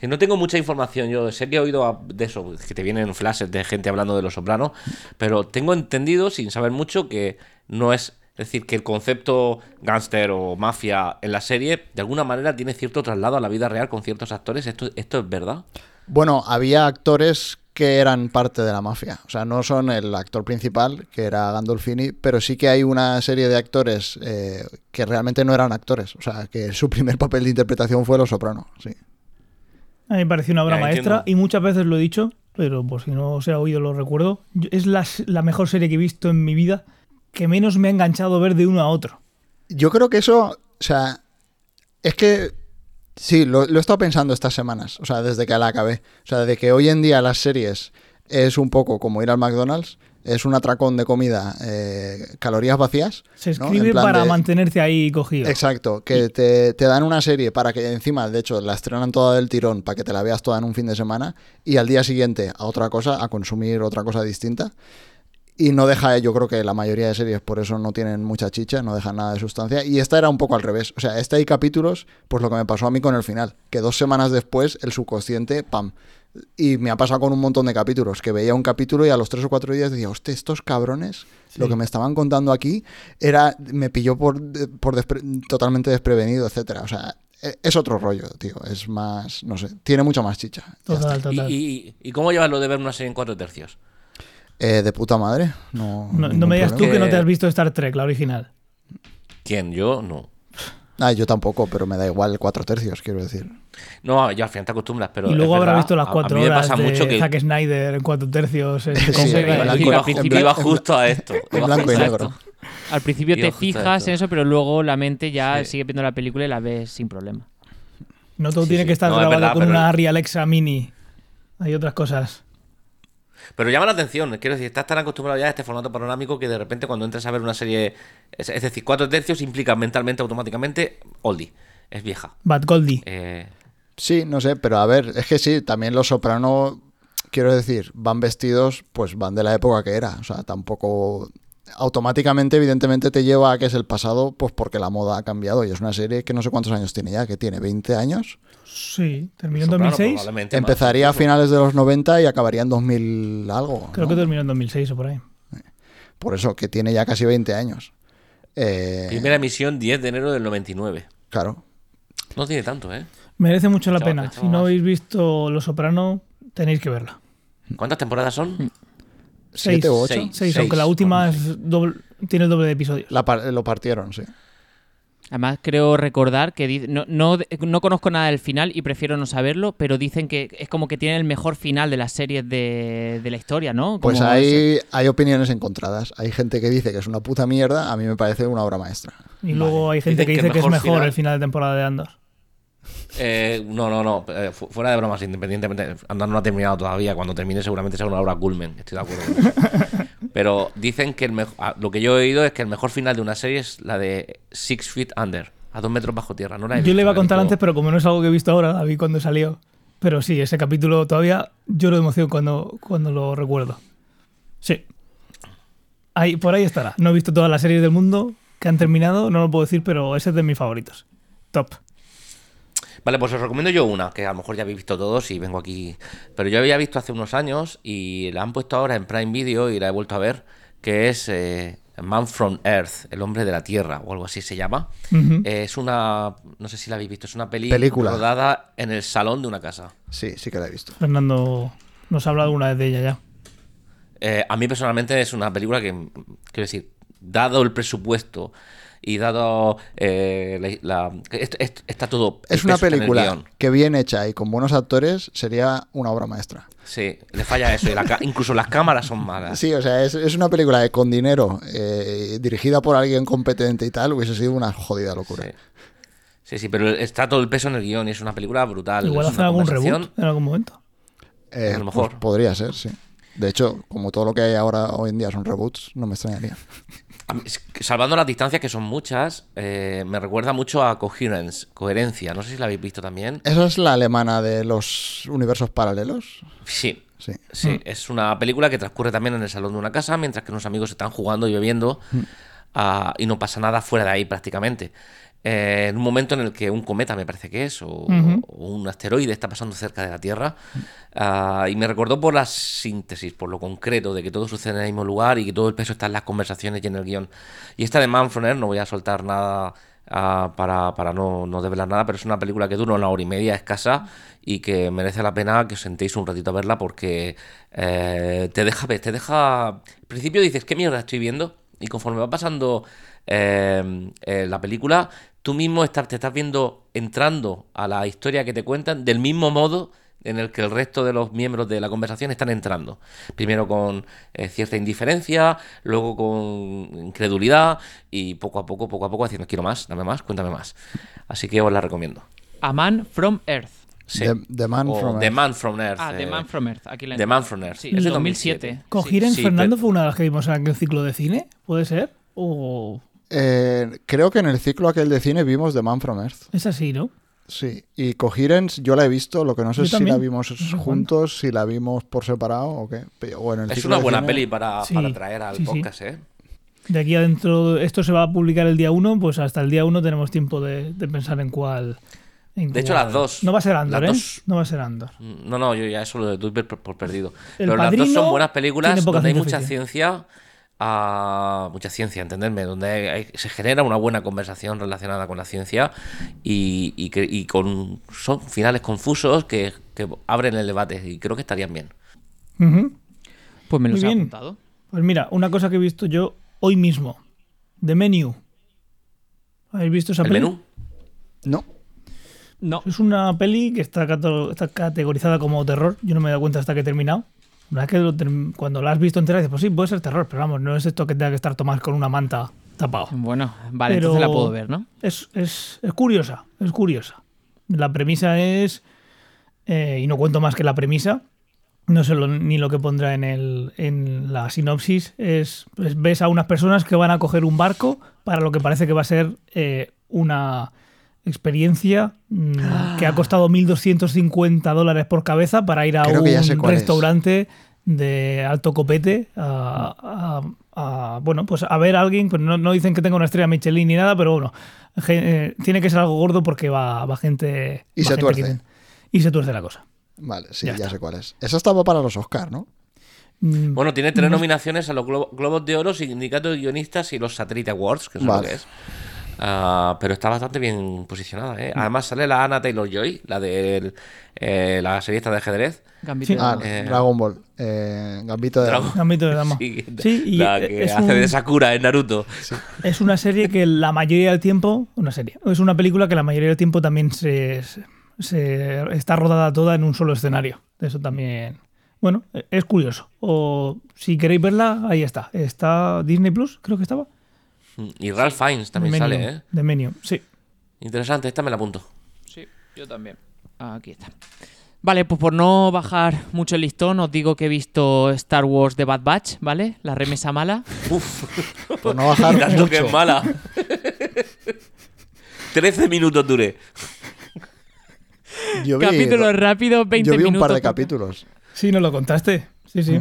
S4: Si no tengo mucha información, yo sé que he oído a- de eso, que te vienen flashes de gente hablando de los sopranos, pero tengo entendido, sin saber mucho, que no es. Es decir, que el concepto gángster o mafia en la serie, de alguna manera, tiene cierto traslado a la vida real con ciertos actores. ¿Esto, esto es verdad?
S2: Bueno, había actores que eran parte de la mafia, o sea, no son el actor principal, que era Gandolfini, pero sí que hay una serie de actores eh, que realmente no eran actores, o sea, que su primer papel de interpretación fue Los Soprano, sí.
S1: A mí me pareció una obra
S4: Ya,
S1: maestra
S4: entiendo.
S1: y muchas veces lo he dicho, pero por si no se ha oído lo recuerdo. Yo- Es la, s- la mejor serie que he visto en mi vida que menos me ha enganchado ver de uno a otro.
S2: Yo creo que eso, o sea, es que sí, lo, lo he estado pensando estas semanas, o sea, desde que la acabé. O sea, de que hoy en día las series es un poco como ir al McDonald's, es un atracón de comida, eh, calorías vacías.
S1: Se
S2: ¿no?
S1: escribe
S2: En plan
S1: para
S2: de-
S1: mantenerte ahí cogido.
S2: Exacto, que te, te dan una serie para que encima, de hecho, la estrenan toda del tirón para que te la veas toda en un fin de semana y al día siguiente a otra cosa, a consumir otra cosa distinta. Y no deja, yo creo que la mayoría de series por eso no tienen mucha chicha, no dejan nada de sustancia. Y esta era un poco al revés. O sea, esta hay capítulos, pues lo que me pasó a mí con el final, que dos semanas después el subconsciente, pam. Y me ha pasado con un montón de capítulos, que veía un capítulo y a los tres o cuatro días decía, hostia, estos cabrones, lo que me estaban contando aquí era, me pilló por, de- por despre- totalmente desprevenido, etcétera. O sea, e- es otro rollo, tío. Es más, no sé, tiene mucha más chicha. Ya está.
S1: Total,
S4: ¿Y,
S1: total.
S4: y, y cómo llevas lo de ver una serie en cuatro tercios?
S2: Eh, de puta madre. No,
S1: no, no
S2: ningún
S1: me digas tú
S2: problema.
S1: que no te
S4: Eh,
S1: has visto Star Trek, la original.
S4: ¿Quién? Yo no.
S2: Ah, yo tampoco, pero me da igual cuatro tercios, quiero decir.
S4: No, yo al final te acostumbras, pero.
S1: y luego
S4: es
S1: habrá
S4: verdad,
S1: visto las
S4: a-
S1: cuatro
S4: a mí me
S1: horas
S4: pasa
S1: de
S4: mucho que.
S1: Zack Snyder en cuatro tercios. en
S2: Sí,
S1: con-
S2: en
S1: eh,
S2: blanco-
S4: iba-
S3: en
S4: iba,
S3: blanco-
S4: justo- iba justo a esto.
S2: En
S4: iba
S2: blanco y
S4: justo a
S2: negro.
S4: esto.
S3: Al principio
S4: Yo
S3: te
S4: justo
S3: fijas
S4: esto.
S3: en eso, pero luego la mente ya
S4: Sí.
S3: sigue viendo la película y la ves sin problema.
S1: No todo
S4: Sí,
S1: tiene
S4: sí.
S1: que estar
S4: No, es
S1: grabado
S4: verdad,
S1: con
S4: pero-
S1: una Arri Alexa Mini. Hay otras cosas.
S4: Pero llama la atención, quiero decir, estás tan acostumbrado ya a este formato panorámico que de repente cuando entras a ver una serie, es, es decir, cuatro tercios implica mentalmente, automáticamente, oldie, es vieja.
S1: Bad Goldie.
S4: Eh,
S2: Sí, no sé, pero a ver, es que sí, también los soprano, quiero decir, van vestidos, pues van de la época que era. O sea, tampoco. Automáticamente, evidentemente, te lleva a que es el pasado, pues porque la moda ha cambiado. Y es una serie que no sé cuántos años tiene ya, que tiene 20 años.
S1: Sí, terminó en
S4: Soprano
S1: 2006.
S4: probablemente más.
S2: Empezaría a finales de los 90 y acabaría en 2000 algo.
S1: Creo
S2: ¿no?
S1: que terminó en 2006 o por ahí.
S2: Por eso, que tiene ya casi 20 años. Eh,
S4: Primera emisión 10 de enero del 99.
S2: Claro.
S4: No tiene tanto, ¿eh?
S1: Merece mucho la
S4: Echaba-
S1: pena.
S4: echaba
S1: Si no
S4: más.
S1: habéis visto Los Soprano, tenéis que verla.
S4: ¿Cuántas temporadas son?
S1: Seis.
S2: ¿Siete u ocho?
S4: Seis.
S1: Seis, aunque la última es doble- tiene el doble de episodios.
S2: La par- lo partieron, sí.
S3: Además, creo recordar que dice- no, no, no conozco nada del final y prefiero no saberlo, pero dicen que es como que tiene el mejor final de las series de, de la historia, ¿no?
S2: Pues
S3: Como
S2: hay,
S3: ese-
S2: hay opiniones encontradas. Hay gente que dice que es una puta mierda, a mí me parece una obra maestra.
S1: Y luego hay gente que
S4: Dicen que
S1: dice que, es
S4: mejor
S1: mejor
S4: final.
S1: el final de temporada de Andor.
S4: Eh, no, no, no. eh, fu- fuera de bromas, independientemente. Andar no ha terminado todavía. Cuando termine, seguramente será una obra culmen. Estoy de acuerdo. con eso. Pero dicen que el mejo- ah, lo que yo he oído es que el mejor final de una serie es la de Six Feet Under, a dos metros bajo tierra. No la he
S1: Yo
S4: visto,
S1: le iba a
S4: la he
S1: contar
S4: visto-
S1: antes, pero como no es algo que he visto ahora, la vi cuando salió. Pero sí, ese capítulo todavía lloro de emoción cuando, cuando lo recuerdo. Sí. Ahí, por ahí estará. No he visto todas las series del mundo que han terminado, no lo puedo decir, pero ese es de mis favoritos. Top.
S4: Vale, pues os recomiendo yo una, que a lo mejor ya habéis visto todos y vengo aquí. Pero yo había visto hace unos años y la han puesto ahora en Prime Video y la he vuelto a ver, que es eh, Man from Earth, el hombre de la Tierra o algo así se llama.
S1: Ujú.
S4: Eh, es una, no sé si la habéis visto, es una peli
S2: Película.
S4: rodada en el salón de una casa.
S2: Sí, sí que la he visto.
S1: Fernando Nos ha hablado una vez de ella ya.
S4: Eh, a mí personalmente es una película que, mm, quiero decir, dado el presupuesto y dado eh, la, la- que est- est- está todo...
S2: Es una
S4: espeso en el
S2: película
S4: guión.
S2: que bien hecha y con buenos actores sería una obra maestra.
S4: Sí, le falla eso. y la ca- incluso las cámaras son malas.
S2: Sí, o sea, es, es una película que con dinero, eh, dirigida por alguien competente y tal, hubiese sido una jodida locura.
S4: Sí. Sí, sí, pero está todo el peso en el guión y es una película brutal.
S1: Igual
S4: es
S1: hacer
S4: una
S1: algún
S4: conversación.
S1: reboot en algún momento.
S2: Eh,
S4: A lo mejor.
S2: pues podría ser, sí. De hecho, como todo lo que hay ahora hoy en día son reboots, no me extrañaría.
S4: A mí, es que, Salvando las distancias, que son muchas, eh, me recuerda mucho a Coherence, Coherencia. No sé si la habéis visto también.
S2: ¿Esa es la alemana de los universos paralelos?
S4: Sí,
S2: Sí.
S4: sí. Es una película que transcurre también en el salón de una casa, mientras que unos amigos están jugando y bebiendo ah, y no pasa nada fuera de ahí prácticamente. Eh, en un momento en el que un cometa, me parece que es, o, o un asteroide está pasando cerca de la Tierra. ah, y me recordó por la síntesis, por lo concreto, de que todo sucede en el mismo lugar y que todo el peso está en las conversaciones y en el guión. Y esta de Manfroner, no voy a soltar nada ah, para, para no, no desvelar nada, pero es una película que dura una hora y media escasa y que merece la pena que os sentéis un ratito a verla porque eh, te deja ver, te deja... Al principio dices, ¿qué mierda estoy viendo? Y conforme va pasando eh, eh, la película, tú mismo estás, te estás viendo entrando a la historia que te cuentan del mismo modo en el que el resto de los miembros de la conversación están entrando. Primero con eh, cierta indiferencia, luego con incredulidad y poco a poco, poco a poco haciendo quiero más, dame más, cuéntame más. Así que os la recomiendo.
S3: A Man from Earth.
S4: Sí.
S2: The, The Man
S4: O
S2: from
S4: The
S2: Earth.
S4: Man from Earth.
S3: Ah, The
S4: eh,
S3: Man from Earth. Aquí la
S4: The Man from Earth.
S3: Sí,
S4: Es de
S3: 2007.
S4: 2007.
S1: ¿Con
S4: Sí,
S1: Hiren
S4: sí,
S1: Fernando
S4: pero-
S1: fue una de las que vimos en aquel ciclo de cine? ¿Puede ser? O...
S2: Eh, creo que en el ciclo aquel de cine vimos The Man from Earth.
S1: Es así, ¿no?
S2: Sí. Y Coherence yo la he visto, lo que no sé
S1: Yo
S2: es
S1: también.
S2: si la vimos
S1: No sé
S2: juntos, si la vimos por separado o qué. Pe- o en el
S4: Es
S2: ciclo
S4: una
S2: de
S4: buena
S2: cine-
S4: peli para,
S1: Sí,
S4: para traer al
S1: sí, sí.
S4: podcast, ¿eh?
S1: De aquí adentro, esto se va a publicar el día 1, pues hasta el día 1 tenemos tiempo de, de pensar en cuál. en
S4: De hecho,
S1: cuál.
S4: las dos.
S1: No va a ser Andor,
S4: Las
S1: ¿eh?
S4: dos.
S1: No va a ser Andor.
S4: No, no, yo ya eso lo doy por, por perdido.
S1: El
S4: Pero las dos
S1: Padrino
S4: son buenas películas
S1: tiene poca
S4: donde hay
S1: ciencia
S4: mucha ciencia. ah, mucha ciencia, entenderme, donde hay- hay- se genera una buena conversación relacionada con la ciencia y, y que- y con son finales confusos que, que abren el debate y creo que estarían bien.
S1: Ujú.
S3: Pues me los
S1: Muy
S3: he
S1: bien.
S3: apuntado.
S1: Pues mira, una cosa que he visto yo hoy mismo: The Menu. ¿Habéis visto esa
S4: ¿El
S1: peli?
S4: menú?
S2: No.
S3: No.
S1: Es una peli que está, cato- está categorizada como terror. Yo no me he dado cuenta hasta que he terminado. La verdad es que lo term- cuando la has visto entera dices, pues sí, puede ser terror, pero vamos, no es esto que tenga que estar Tomás con una manta
S3: Mm.
S1: tapado.
S3: Bueno, vale,
S1: Pero-
S3: entonces la puedo ver, ¿no?
S1: Es, es- es curiosa, es curiosa. La premisa es, eh, y no cuento más que la premisa, no sé lo- ni lo que pondrá en, el, en la sinopsis, es pues, ves a unas personas que van a coger un barco para lo que parece que va a ser eh, una experiencia mm, que
S2: Ah.
S1: ha costado 1.250 dólares por cabeza para ir a
S2: Creo
S1: un
S2: que ya sé cuál es.
S1: restaurante de alto copete a, a- a- bueno, pues a ver a alguien, pues no, no dicen que tenga una estrella Michelin ni nada, pero bueno, gen- eh, tiene que ser algo gordo porque va, va gente...
S2: Y
S1: va
S2: se
S1: gente
S2: tuerce.
S1: que- y se tuerce la cosa.
S2: Vale, sí,
S1: Ya
S2: ya,
S1: está.
S2: sé cuál es. Esa estaba para los Oscars, ¿no?
S1: Mm,
S4: Bueno, tiene tres nominaciones a los Globo- Globos de Oro, Sindicato de Guionistas y los Satellite Awards, que no sé
S2: Vale.
S4: lo que es. Ah, pero está bastante bien posicionada,
S1: Mm.
S4: ¿eh? Además sale la Anna Taylor-Joy, la de la seriesta de ajedrez.
S3: Gambito
S1: Sí.
S3: de
S2: Ah,
S3: Dama.
S4: Eh,
S2: Dragon Ball. Eh, Gambito de
S4: Dragon-
S1: Gambito de dama.
S4: Sí,
S1: Sí, y
S4: la
S1: e-
S4: que
S1: es
S4: hace
S1: un-
S4: de Sakura en Naruto.
S1: Es una serie que la mayoría del tiempo, una serie, es una película que la mayoría del tiempo también se, se- se- está rodada toda en un solo escenario. Eso también, bueno, e- es curioso. O si queréis verla, ahí está. Está Disney Plus, creo que estaba.
S4: Y Ralph Fiennes también
S1: The Menu,
S4: sale, ¿eh?
S1: The Menu, sí.
S4: Interesante, esta me la apunto.
S3: Sí, yo también. Ah, Aquí está. Vale, pues por no bajar mucho el listón, os digo que he visto Star Wars The Bad Batch, ¿vale? La remesa mala.
S2: Ball. Por Pues no bajar
S4: Tanto que
S2: mucho.
S4: es mala. 13 minutos duré.
S2: Yo vi,
S3: Capítulos rápidos, 20
S2: yo vi un
S3: minutos.
S2: par de
S3: por-
S2: capítulos.
S1: Sí, nos lo contaste. Sí, sí.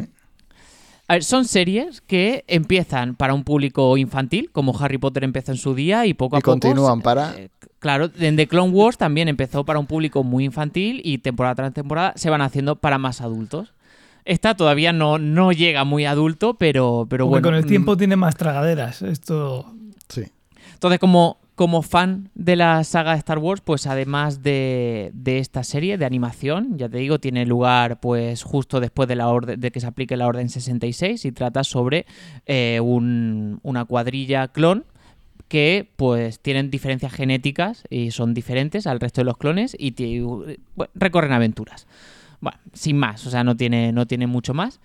S3: A ver, son series que empiezan para un público infantil, como Harry Potter empezó en su día y poco a
S2: Y
S3: poco.
S2: continúan para-
S3: eh, claro, en The Clone Wars también empezó para un público muy infantil y temporada tras temporada se van haciendo para más adultos. Esta todavía no, no llega muy adulto, pero, pero
S1: Porque
S3: bueno.
S1: con el
S3: mm,
S1: tiempo tiene más tragaderas. Esto.
S2: Sí.
S3: Entonces, como, como fan de la saga de Star Wars, pues además de, de esta serie de animación, ya te digo, tiene lugar pues justo después de, la orden, de que se aplique la Orden 66 y trata sobre eh, un- una cuadrilla clon que pues tienen diferencias genéticas y son diferentes al resto de los clones y ti- bueno, recorren aventuras. Bueno, sin más, o sea, no tiene, no tiene mucho más.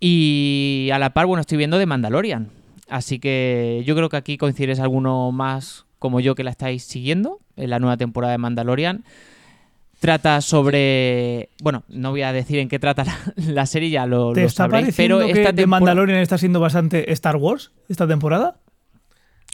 S3: Y a la par, bueno, estoy viendo de Mandalorian. Así que yo creo que aquí coincidiréis alguno más como yo que la estáis siguiendo en la nueva temporada de Mandalorian. Trata sobre. Bueno, no voy a decir en qué trata la, la serie, ya lo,
S1: ¿Te
S3: lo
S1: está
S3: sabréis,
S1: pareciendo
S3: pero
S1: que
S3: esta
S1: The
S3: tempora-
S1: Mandalorian está siendo bastante Star Wars esta temporada?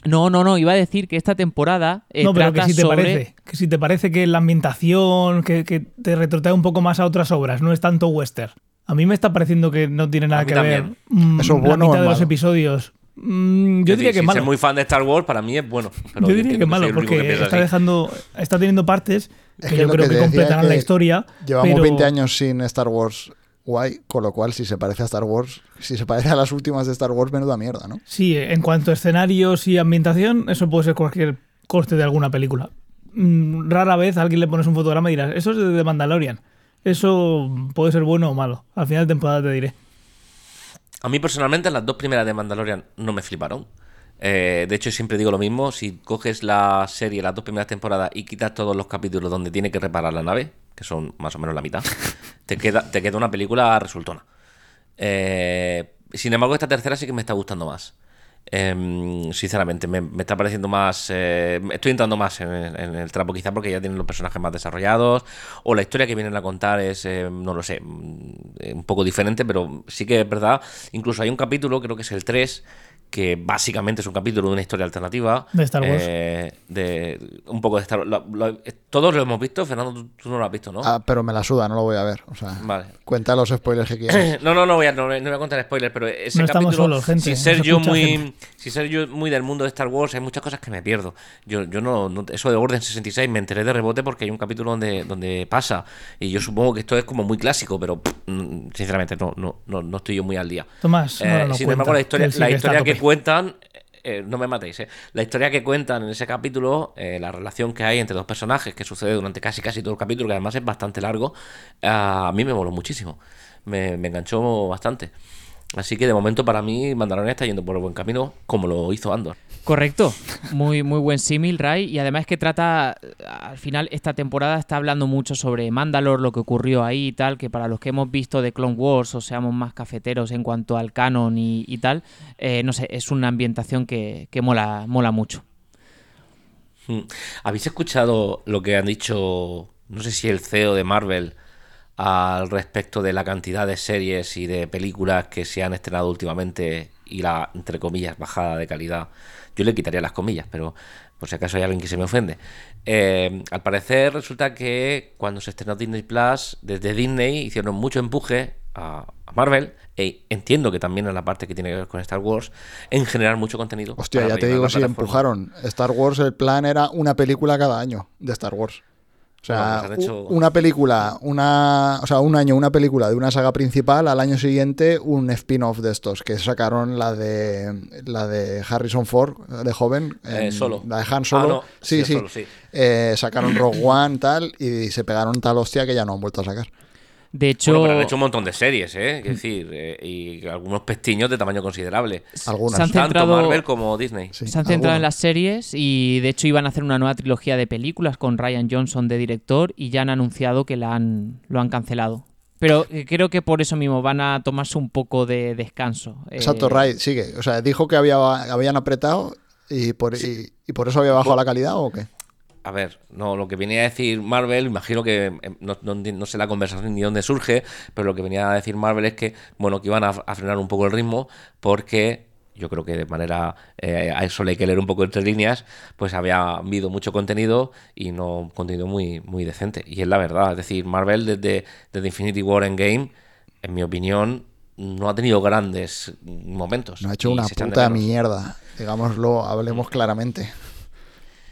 S3: No, no, no, iba a decir que esta temporada. eh,
S1: no, pero que
S3: trata
S1: si te
S3: sobre-
S1: parece. Que si te parece que la ambientación, que, que te retrotrae un poco más a otras obras, no es tanto western. A mí me está pareciendo que no tiene nada
S4: mí
S1: que ver
S4: también.
S1: mm,
S2: ¿Eso es
S1: la
S2: bueno o
S1: mitad de
S2: es
S1: los
S2: malo?
S1: episodios. Mm, yo
S4: Es
S1: diría
S4: decir,
S1: que
S4: si
S1: malo.
S4: ser muy fan de Star Wars para mí es bueno. Pero
S1: yo diría que
S4: entiendo
S1: malo,
S4: soy el único
S1: porque
S4: piensa
S1: está
S4: así.
S1: dejando, está teniendo partes que
S2: Es que
S1: yo
S2: lo
S1: creo que,
S2: que te decía
S1: completarán
S2: que
S1: la historia.
S2: Llevamos
S1: pero-
S2: 20 años sin Star Wars guay, con lo cual si se parece a Star Wars, si se parece a las últimas de Star Wars, menuda mierda, ¿no?
S1: Sí, en cuanto a escenarios y ambientación, eso puede ser cualquier corte de alguna película. Mm, Rara vez a alguien le pones un fotograma y dirás, eso es de The Mandalorian. Eso puede ser bueno o malo. Al final de temporada te diré.
S4: A mí personalmente las dos primeras de Mandalorian no me fliparon. Eh, de hecho, siempre digo lo mismo, si coges la serie, las dos primeras temporadas y quitas todos los capítulos donde tiene que reparar la nave, que son más o menos la mitad, te queda, te queda una película resultona. Eh, sin embargo, esta tercera sí que me está gustando más. Em, sinceramente, me, me está pareciendo más. eh, estoy entrando más en, el- en el trapo, quizá porque ya tienen los personajes más desarrollados. O la historia que vienen a contar es, eh, no lo sé, mm, eh, un poco diferente, pero sí que es verdad. Incluso hay un capítulo, creo que es el 3, que básicamente es un capítulo de una historia alternativa.
S1: De Star Wars.
S4: eh, de, un poco de Star Wars. Lo- lo- todos lo hemos visto, Fernando, tú, tú no lo has visto, ¿no?
S2: Ah, pero me la suda, no lo voy a ver. O sea,
S4: Vale.
S2: cuenta los spoilers que quieras.
S4: No, no, no voy a, no, no voy a contar spoilers, pero ese
S1: No estamos
S4: capítulo,
S1: solos, gente,
S4: sin
S1: nos
S4: ser yo
S1: escucha
S4: muy,
S1: gente.
S4: sin ser yo muy del mundo de Star Wars, hay muchas cosas que me pierdo. Yo, yo no, no- eso de Orden 66 me enteré de rebote porque hay un capítulo donde, donde pasa y yo supongo que esto es como muy clásico, pero pff, mm, sinceramente no, no, no, no estoy yo muy al día.
S1: Tomás,
S4: Eh,
S1: ahora no
S4: sin
S1: cuenta,
S4: embargo, la historia,
S1: que sí
S4: la
S1: que está a
S4: historia que
S1: tope.
S4: cuentan, eh, no me matéis, eh. la historia que cuentan en ese capítulo, eh, la relación que hay entre dos personajes que sucede durante casi casi todo el capítulo, que además es bastante largo, a mí me moló muchísimo, me, me enganchó bastante. Así que de momento para mí Mandalorian está yendo por el buen camino como lo hizo Andor.
S3: Correcto. Muy, muy buen símil, Ray. Y además que trata, al final, esta temporada está hablando mucho sobre Mandalore, lo que ocurrió ahí y tal, que para los que hemos visto de Clone Wars o seamos más cafeteros en cuanto al canon y, y tal, eh, no sé, es una ambientación que, que mola, mola mucho.
S4: Mm. ¿Habéis escuchado lo que han dicho, no sé si el CEO de Marvel, al respecto de la cantidad de series y de películas que se han estrenado últimamente y la, entre comillas, bajada de calidad? Yo le quitaría las comillas, pero por si acaso hay alguien que se me ofende. Eh, al parecer resulta que cuando se estrenó Disney Plus, desde Disney hicieron mucho empuje a, a Marvel, e entiendo que también en la parte que tiene que ver con Star Wars, en generar mucho contenido.
S2: Hostia,
S4: para
S2: ya te
S4: rellenar
S2: digo,
S4: la
S2: si
S4: plataforma.
S2: empujaron. Star Wars, el plan era una película cada año de Star Wars. O
S4: Bueno,
S2: sea,
S4: pues han hecho-
S2: u- una película, una, o sea, un año una película de una saga principal, al año siguiente un spin-off de estos, que sacaron la de la de Harrison Ford de joven,
S4: Eh,
S2: en-
S4: Solo.
S2: la de Han
S4: Ah,
S2: Solo,
S4: no,
S2: sí,
S4: sí,
S2: sí,
S4: Solo, sí.
S2: Eh, sacaron Rogue One tal y se pegaron tal hostia que ya no han vuelto a sacar.
S3: De hecho,
S4: Bueno, pero han hecho un montón de series, ¿eh? Es decir, eh, y algunos pestiños de tamaño considerable.
S2: Algunas.
S3: se han
S4: Tanto
S3: centrado...
S4: Marvel como Disney.
S2: Sí,
S3: Se han centrado
S2: algunas.
S3: en las series y de hecho iban a hacer una nueva trilogía de películas con Ryan Johnson de director y ya han anunciado que la han, lo han cancelado. Pero eh, creo que por eso mismo van a tomarse un poco de descanso. Eh,
S2: Exacto, Ray, sigue. O sea, dijo que había, habían apretado y por, y, y por eso había bajado la calidad o qué?
S4: A ver, no, lo que venía a decir Marvel, imagino que eh, no, no enti- no sé la conversación ni dónde surge, pero lo que venía a decir Marvel es que, bueno, que iban a, a frenar un poco el ritmo porque yo creo que de manera, eh, a eso le hay que leer un poco entre líneas, pues había habido mucho contenido y no contenido muy, muy decente. Y es la verdad, es decir, Marvel desde, desde Infinity War Endgame, en mi opinión, no ha tenido grandes mm, momentos.
S2: No ha hecho
S4: y
S2: una
S4: se echan de
S2: puta
S4: menos.
S2: mierda. Digámoslo, hablemos claramente.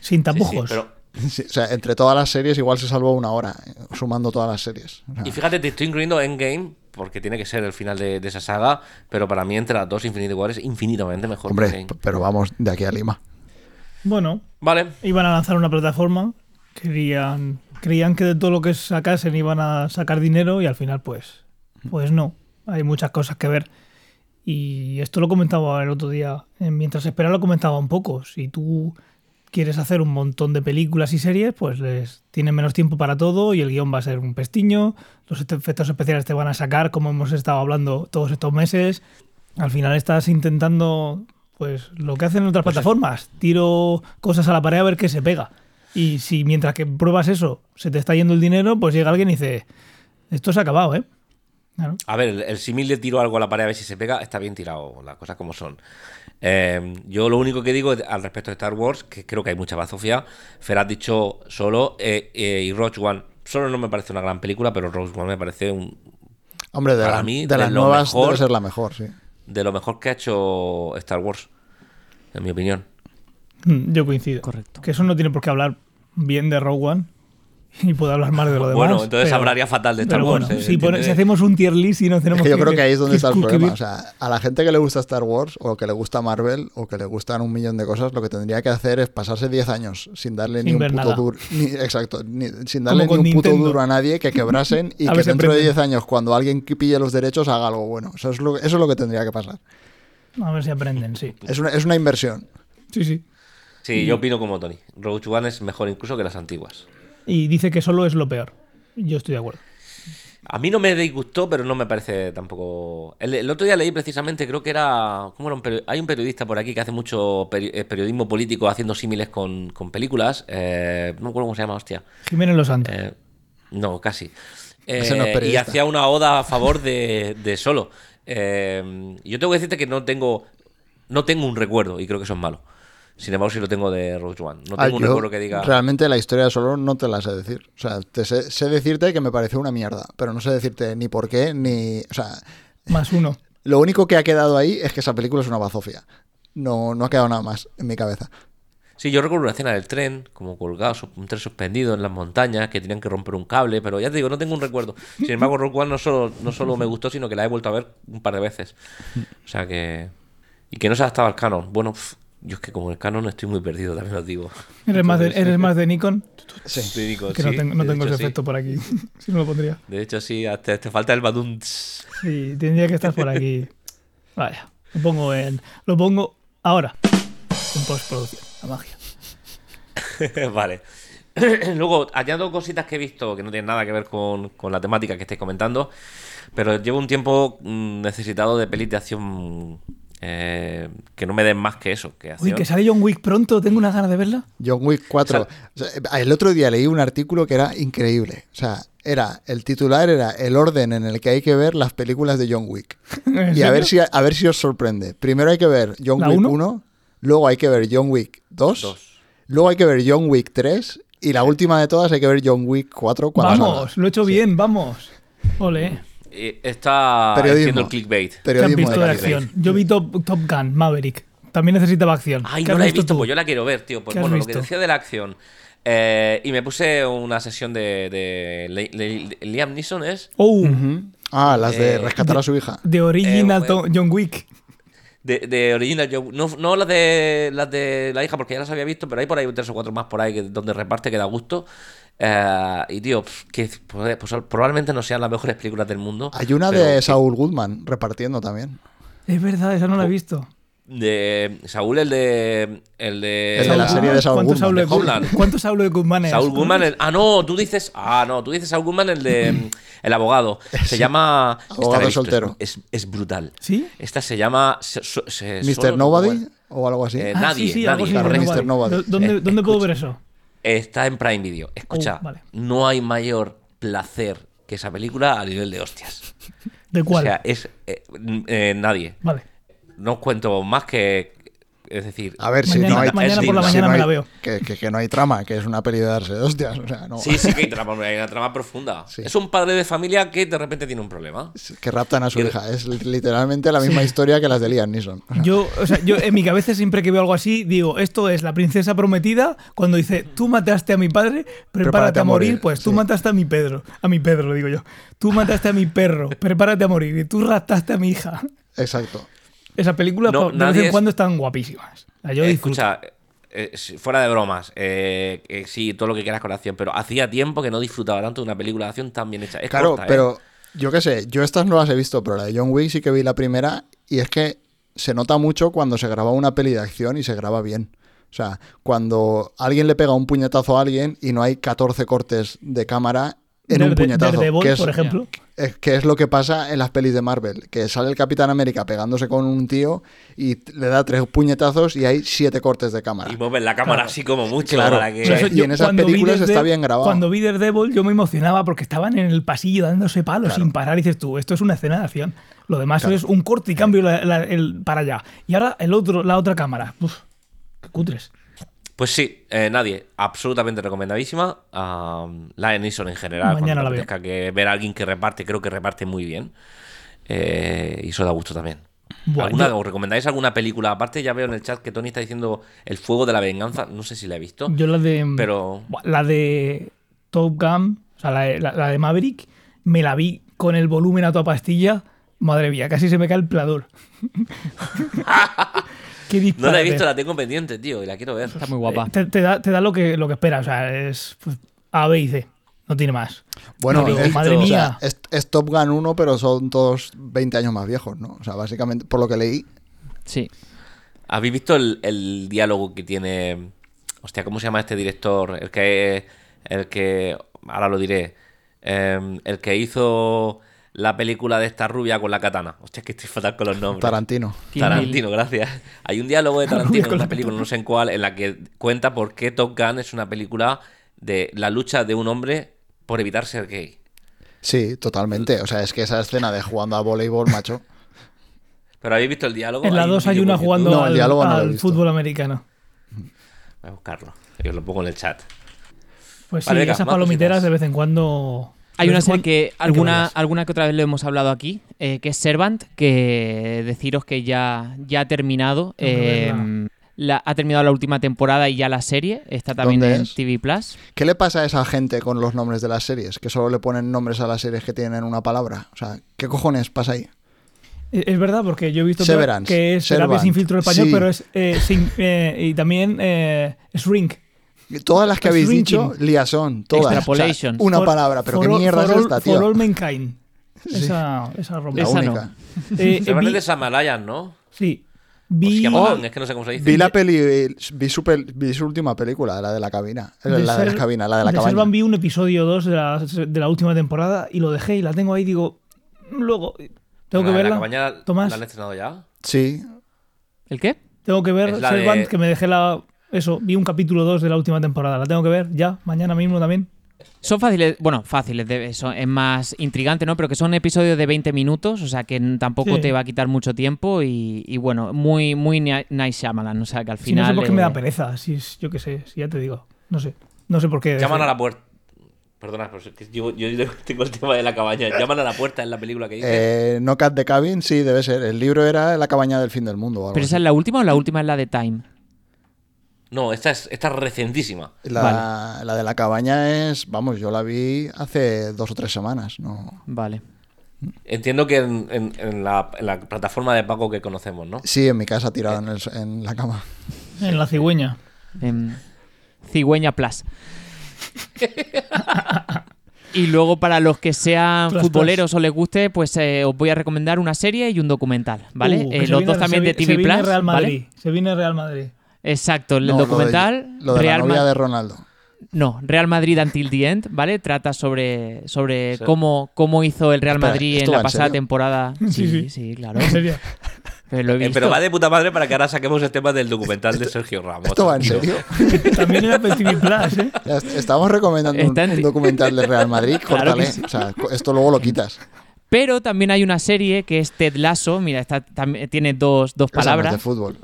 S1: Sin
S4: Sí, sí,
S1: tapujos.
S4: pero-
S2: Sí, o sea, entre todas las series igual se salvó una hora, eh, sumando todas las series. O sea,
S4: Y fíjate, te estoy incluyendo Endgame, porque tiene que ser el final de, de esa saga, pero para mí entre las dos Infinity War es infinitamente mejor. que
S2: hombre,
S4: Endgame.
S2: p- pero vamos de aquí a Lima.
S1: Bueno,
S4: Vale.
S1: iban a lanzar una plataforma, querían, creían que de todo lo que sacasen iban a sacar dinero y al final pues, pues no, hay muchas cosas que ver. Y esto lo comentaba el otro día, eh, mientras esperaba lo comentaba un poco, si tú quieres hacer un montón de películas y series, pues les tienen menos tiempo para todo y el guión va a ser un pestiño, los efectos especiales te van a sacar como hemos estado hablando todos estos meses. Al final estás intentando pues lo que hacen en otras plataformas, tiro cosas a la pared a ver qué se pega. Y si mientras que pruebas eso se te está yendo el dinero, pues llega alguien y dice, esto se ha acabado, ¿eh? Claro.
S4: A ver, el, el símil de tiro algo a la pared a ver si se pega está bien tirado, las cosas como son. Eh, yo lo único que digo al respecto de Star Wars, que creo que hay mucha bazofia, Fer has dicho solo eh, eh, y Rogue One. Solo no me parece una gran película, pero Rogue One me parece un,
S2: Hombre, de,
S4: Para
S2: la-
S4: mí,
S2: de
S4: de
S2: las
S4: lo
S2: nuevas
S4: mejor.
S2: debe ser la mejor, sí.
S4: de lo mejor que ha hecho Star Wars, en mi opinión.
S1: Mm, Yo coincido.
S3: Correcto.
S1: Que eso no tiene por qué hablar bien de Rogue One y puedo hablar mal de lo demás.
S4: bueno, entonces
S1: pero-
S4: hablaría fatal de Star
S1: pero
S4: Wars.
S1: bueno,
S4: eh,
S1: si, pone-
S4: ¿entiendes?
S1: si hacemos un tier list y no tenemos
S2: Es que yo creo que ahí es donde está el
S1: escribir-
S2: problema. O sea, a la gente que le gusta Star Wars o que le gusta Marvel o que le gustan un millón de cosas, lo que tendría que hacer es pasarse 10 años sin darle
S1: Sin
S2: ni un
S1: ver
S2: puto
S1: nada.
S2: duro. ni- exacto, ni- sin darle ni
S1: con
S2: un puto
S1: Nintendo.
S2: duro a nadie que quebrasen y
S1: A
S2: que
S1: ver si
S2: dentro de
S1: aprenden.
S2: 10 años, cuando alguien que pille los derechos, haga algo bueno. Eso es lo, eso es lo que tendría que pasar.
S1: A ver si aprenden, sí.
S2: Es una, es una inversión.
S1: Sí, sí.
S4: Sí, yo opino como Tony. Rogue One es mejor incluso que las antiguas.
S1: Y dice que solo es lo peor. Yo estoy de acuerdo.
S4: A mí no me disgustó, pero no me parece tampoco. El, el otro día leí precisamente, creo que era. ¿Cómo era un peri- Hay un periodista por aquí que hace mucho peri- eh, periodismo político haciendo símiles con, con películas. eh, no me acuerdo cómo se llama, hostia.
S1: Jiménez Los Santos.
S4: Eh, no, casi.
S2: Ese no es
S4: Eh, y
S2: periodista.
S4: hacía una oda a favor de, de solo. Eh, yo tengo que decirte que no tengo. No tengo un recuerdo, y creo que eso es malo. Sin embargo, sí lo tengo de Rogue One. No tengo
S2: Ah,
S4: un
S2: yo
S4: recuerdo que diga.
S2: Realmente la historia de Solo no te la sé decir. O sea, te sé, sé decirte que me pareció una mierda, pero no sé decirte ni por qué, ni. O sea,
S1: Más uno.
S2: Lo único que ha quedado ahí es que esa película es una bazofia. No, no ha quedado nada más en mi cabeza.
S4: Sí, yo recuerdo una escena del tren, como colgado, sus- un tren suspendido en las montañas, que tenían que romper un cable, pero ya te digo, no tengo un recuerdo. Sin embargo, Rogue One no solo, no solo me gustó, sino que la he vuelto a ver un par de veces. O sea que. Y que no se adaptaba al canon. Bueno, pf, yo es que como el canon estoy muy perdido, también os digo.
S1: Eres más de, eres más de Nikon.
S2: Sí.
S4: Te digo,
S1: Que no
S4: sí,
S1: tengo, no
S4: de
S1: tengo
S4: hecho,
S1: ese
S4: sí.
S1: efecto por aquí. si no lo pondría.
S4: De hecho, sí, hasta te falta el badum. tss.
S1: Sí, tendría que estar por aquí. Vaya. Lo pongo en. Lo pongo ahora. En postproducción. La magia.
S4: vale. Luego, añado cositas que he visto que no tienen nada que ver con, con la temática que estáis comentando, pero llevo un tiempo mm, necesitado de pelis de acción eh, que no me den más que eso. Que
S1: Uy,
S4: acción.
S1: que sale John Wick pronto. Tengo unas ganas de verla.
S2: John Wick 4. O sea, el otro día leí un artículo que era increíble. O sea, era el titular era el orden en el que hay que ver las películas de John Wick.
S1: ¿En
S2: Y a ver
S1: serio?
S2: si a ver si os sorprende. Primero hay que ver John
S1: ¿La
S2: Wick
S1: uno?
S2: 1, luego hay que ver John Wick 2,
S4: Dos.
S2: luego hay que ver John Wick 3 y la última de todas hay que ver John Wick 4 cuando
S1: Vamos,
S2: salga.
S1: lo he hecho bien, vamos. Ole.
S4: Eh, está
S2: Periodismo.
S4: haciendo el clickbait.
S1: ¿Qué han
S2: Periodismo
S1: visto de
S2: calidad.
S1: acción? Yo vi Top, Top Gun, Maverick. También necesitaba acción.
S4: Ay,
S1: ¿Qué
S4: no
S1: has
S4: la he visto,
S1: tú?
S4: pues yo la quiero ver, tío. Pues
S1: ¿Qué has
S4: bueno, lo que
S1: visto?
S4: decía de la acción. eh, y me puse una sesión de, de- le- le- le- Liam Neeson, ¿es?
S1: Oh,
S2: Ujú. Ah, las de
S4: Eh,
S2: rescatar a su hija.
S1: de original
S4: Eh,
S1: To- John Wick.
S4: De, de original Joe- No, no las de las de la hija, porque ya las había visto, pero hay por ahí tres o cuatro más por ahí que, donde reparte que da gusto. Eh, y tío, pf, que pues, pues, probablemente no sean las mejores películas del mundo.
S2: Hay una
S4: pero
S2: de Saul Goodman repartiendo también.
S1: Es verdad, esa no
S4: Oh.
S1: la he visto.
S4: de Saúl, el de. El de.
S2: El de la serie de Saul
S1: ¿Cuántos
S2: Goodman,
S1: hablo
S2: de
S1: de Gu-
S4: Homeland.
S1: ¿Cuántos hablo de Goodman es?
S4: Saul Goodman, el- ah, no, tú dices, ah, no, tú dices Saul Goodman, el de el abogado. Se llama esta la he
S2: Abogado
S4: visto, es-
S2: soltero.
S4: Es, es brutal.
S1: ¿Sí?
S4: Esta se llama se- so- se-
S2: Mr.
S4: solo-
S2: Nobody o algo así.
S4: Eh,
S1: Ah,
S4: nadie,
S1: sí, sí,
S4: nadie,
S1: algo así,
S2: claro,
S1: Mr.
S2: Mr. Nobody.
S1: ¿Dó- ¿Dónde,
S4: Eh,
S1: dónde puedo
S4: escucha.
S1: ver eso?
S4: Está en Prime Video. Escucha,
S1: Oh, vale.
S4: no hay mayor placer que esa película a nivel de hostias.
S1: ¿De cuál?
S4: O sea, es eh, n- eh, nadie.
S1: vale.
S4: No os cuento más que es decir,
S2: A ver, si
S1: Mañana-
S2: no hay
S1: mañana
S2: si
S4: por la
S2: no
S1: mañana me
S2: hay-
S1: la veo.
S2: Que, que- que no hay trama, que es una peli de darse de hostias. O sea, no.
S4: sí, sí que hay trama, hombre, hay una trama profunda.
S2: Sí.
S4: Es un padre de familia que de repente tiene un problema.
S2: Que raptan a su
S4: Que-
S2: hija. Es literalmente la misma historia que las de Liam Neeson. O sea,
S1: Yo, o sea, yo en mi cabeza siempre que veo algo así, digo, esto es la princesa prometida cuando dice, tú mataste a mi padre, prepárate, a morir. Pues tú
S2: sí.
S1: mataste a mi Pedro, a mi Pedro, lo digo yo. Tú mataste a mi perro, prepárate a morir. Y tú raptaste a mi hija.
S2: Exacto.
S1: Esas películas
S4: No,
S1: pa- de vez
S4: nadie
S1: en
S4: es-
S1: cuando están guapísimas. O sea, Yo
S4: Eh,
S1: disfruto.
S4: escucha, eh, si- fuera de bromas, eh, eh, sí, todo lo que quieras con la acción, pero hacía tiempo que no disfrutaba tanto de una película de acción tan bien hecha. Es
S2: Claro,
S4: corta, ¿eh?
S2: pero yo qué sé, yo estas no las he visto, pero la de John Wick sí que vi la primera y es que se nota mucho cuando se graba una peli de acción y se graba bien. O sea, cuando alguien le pega un puñetazo a alguien y no hay 14 cortes de cámara en un
S1: Darede-
S2: puñetazo.
S1: Daredevil,
S2: que es,
S1: por ejemplo.
S2: es- que es lo que pasa en las pelis de Marvel, que sale el Capitán América pegándose con un tío y t- le da tres puñetazos y hay siete cortes de cámara.
S4: Y mueven la cámara así como mucho
S2: Claro.
S4: para que...
S2: O sea,
S1: Por eso
S2: y en esas
S1: cuando vi
S2: películas
S1: Daredevil-
S2: está bien grabado.
S1: Cuando vi Daredevil yo me emocionaba porque estaban en el pasillo dándose palos sin parar. Y dices tú, esto es una escena de acción. Lo demás es un corte y cambio la- la- el- para allá. Y ahora el otro, la otra cámara. Uf, qué cutres.
S4: Pues sí, eh, nadie. Absolutamente recomendadísima. la Neeson en general.
S1: Mañana la
S4: cuando te
S1: veo.
S4: apetezca que ver a alguien que reparte, creo que reparte muy bien. Eh, y eso da gusto también.
S1: Buah,
S4: ¿Alguna-
S1: yo-
S4: ¿Os recomendáis alguna película? Aparte, ya veo en el chat que Tony está diciendo El fuego de la venganza. No sé si la he visto.
S1: Yo la de. mm,
S4: Pero-
S1: Buah, La de Top Gun, o sea, la de, la- la de Maverick, me la vi con el volumen a toda pastilla. Madre mía, casi se me cae el plador. Qué
S4: No la he
S1: disparate.
S4: visto, la tengo pendiente, tío, y la quiero ver.
S3: Está muy guapa.
S1: Te, te da, te da lo, que, lo que espera, o sea, es pues, A, B y C. No tiene más.
S2: Bueno,
S1: No, digo,
S2: es,
S1: madre
S2: o
S1: mía.
S2: sea, es- es Top Gun 1, pero son todos 20 años más viejos, ¿no? O sea, básicamente, por lo que leí,
S3: Sí.
S4: ¿Habéis visto el, el diálogo que tiene. Hostia, ¿cómo se llama este director? El que. El que. Ahora lo diré. Em, el que hizo la película de esta rubia con la katana. Hostia, es que estoy fatal con los nombres.
S2: Tarantino.
S3: Kill Bill.
S4: Tarantino, gracias. Hay un diálogo de
S1: rubia
S4: Tarantino en
S1: con la
S4: una película, no sé en cuál, en la que cuenta por qué Top Gun es una película de la lucha de un hombre por evitar ser gay.
S2: Sí, totalmente. O sea, es que esa escena de jugando a voleibol, macho.
S4: Pero habéis visto el diálogo.
S1: En la
S4: un
S1: 2 hay
S4: vídeo
S1: una
S4: por YouTube.
S1: jugando
S2: No, el
S1: al,
S2: diálogo no lo he
S1: al
S2: visto.
S1: fútbol americano.
S4: Voy a buscarlo. Yo lo pongo en el chat.
S1: Pues sí,
S4: Vale, venga,
S1: esas
S4: más
S1: palomiteras
S4: cositas.
S1: de vez en cuando.
S3: Hay
S1: de
S3: una
S1: vez en
S3: serie
S1: cuando-
S3: que
S1: hay
S3: alguna,
S1: verlas.
S3: alguna que otra vez lo hemos hablado aquí, eh, que es Servant, que deciros que ya, ya ha terminado.
S1: Tengo que
S3: eh,
S1: verla.
S3: la- ha terminado la última temporada y ya la serie. Está también
S2: ¿Dónde
S3: en
S2: es?
S3: TV Plus.
S2: ¿Qué le pasa a esa gente con los nombres de las series? Que solo le ponen nombres a las series que tienen una palabra. O sea, ¿qué cojones pasa ahí?
S1: Eh, Es es verdad, porque yo he visto que-
S2: Severance,
S1: que es terapia
S2: Servant,
S1: sin filtro en español,
S2: sí.
S1: pero es. eh, sin- eh, y también eh, Shrink.
S2: Y Todas las que habéis
S1: Shrinking.
S2: dicho, liason, todas. O sea,
S3: Extrapolation.
S2: una
S1: For-
S2: palabra, pero
S1: for
S2: ¿qué
S1: all-
S2: mierda
S1: for
S2: es
S1: all-
S2: esta,
S1: For
S2: tío?
S1: All Mankind. Esa, esa rompe.
S2: La
S3: Esa no.
S2: única.
S1: Eh, eh,
S4: Se van
S1: vi-
S4: de Samalayan, ¿no?
S1: sí.
S4: O
S1: Vi.
S4: Shyamalan, es Pues que no sé cómo se dice.
S2: Vi la peli, vi su, pel- vi su última película, la de la cabina. La de,
S1: Ser-
S2: la cabina, la de la cabaña.
S1: Servant vi un episodio 2 de la, de la última temporada y lo dejé y la tengo ahí. Digo, luego, tengo que
S4: La de
S1: verla.
S4: La cabaña,
S1: Tomás,
S4: ¿La han estrenado ya?
S2: Sí,
S3: ¿El qué?
S1: tengo que ver
S4: es la
S1: Servant,
S4: de-
S1: que me dejé la. Eso, vi un capítulo 2 de la última temporada. La tengo que ver ya, mañana mismo también.
S3: Son fáciles, bueno, fáciles, de- son- es más intrigante, ¿no? Pero que son episodios de 20 minutos, o sea que n- tampoco
S1: Sí.
S3: te va a quitar mucho tiempo y, y bueno, muy, muy ni- Nice Shyamalan, o sea que al
S1: Si no
S3: final...
S1: sé por qué me
S3: eh,
S1: da pereza. Si es, yo qué sé, si ya te digo. No sé. No sé por qué.
S4: Llaman a la puerta. Perdona, pero es que yo, yo tengo el tema de la cabaña. Llaman a la puerta en la película que dice.
S2: Eh, no Cat de Cabin, sí, debe ser. El libro era La cabaña del fin del mundo. o algo
S3: ¿Pero esa
S2: así.
S3: es la última o la última es la de Time?
S4: No, esta es, esta es recentísima.
S2: la, la de la cabaña es, vamos, yo la vi hace dos o tres semanas. No.
S3: Vale.
S4: Entiendo que en, en- en la, en la plataforma de Paco que conocemos, ¿no?
S2: Sí, en mi casa tirada en, el- en la cama.
S1: En la cigüeña.
S3: Em, Cigüeña Plus. y luego para los que sean
S1: Plus,
S3: futboleros o les guste, pues eh, os voy a recomendar una serie y un documental, ¿vale?
S1: Uh, que
S3: Eh,
S1: se
S3: los
S1: viene-
S3: dos también
S1: se
S3: de
S1: vi-
S3: TV
S1: se viene
S3: Plus,
S1: Real
S3: ¿vale?
S1: Madrid. Se viene Real Madrid.
S3: Exacto, el
S2: No, lo de-
S3: documental
S2: Lo de, la
S3: Real
S2: novia
S3: Ma-
S2: de Ronaldo.
S3: No, Real Madrid Until the End, ¿vale? Trata sobre, sobre
S4: Sí.
S3: cómo, cómo hizo el Real
S2: Espera,
S3: Madrid
S2: ¿esto
S3: en
S2: va
S3: la
S2: en
S3: pasada
S2: serio?
S3: temporada. Sí,
S1: Sí,
S3: sí,
S1: sí.
S3: claro.
S1: En serio.
S3: Pero lo he
S4: Eh,
S3: visto.
S4: pero va de puta madre para que ahora saquemos el tema del documental de Sergio Ramos.
S2: ¿Esto va en
S4: tranquilo.
S2: serio?
S1: También era PTV Plus, ¿eh?
S2: Ya est- Estamos recomendando un,
S3: Está en-
S2: un documental del Real Madrid.
S3: Claro que
S2: Córtale.
S3: sí.
S2: O sea, co- esto luego lo quitas.
S3: Pero también hay una serie que es Ted Lasso. Mira, está, tam- tiene dos, dos
S2: Esa no es de
S3: palabras.
S2: fútbol.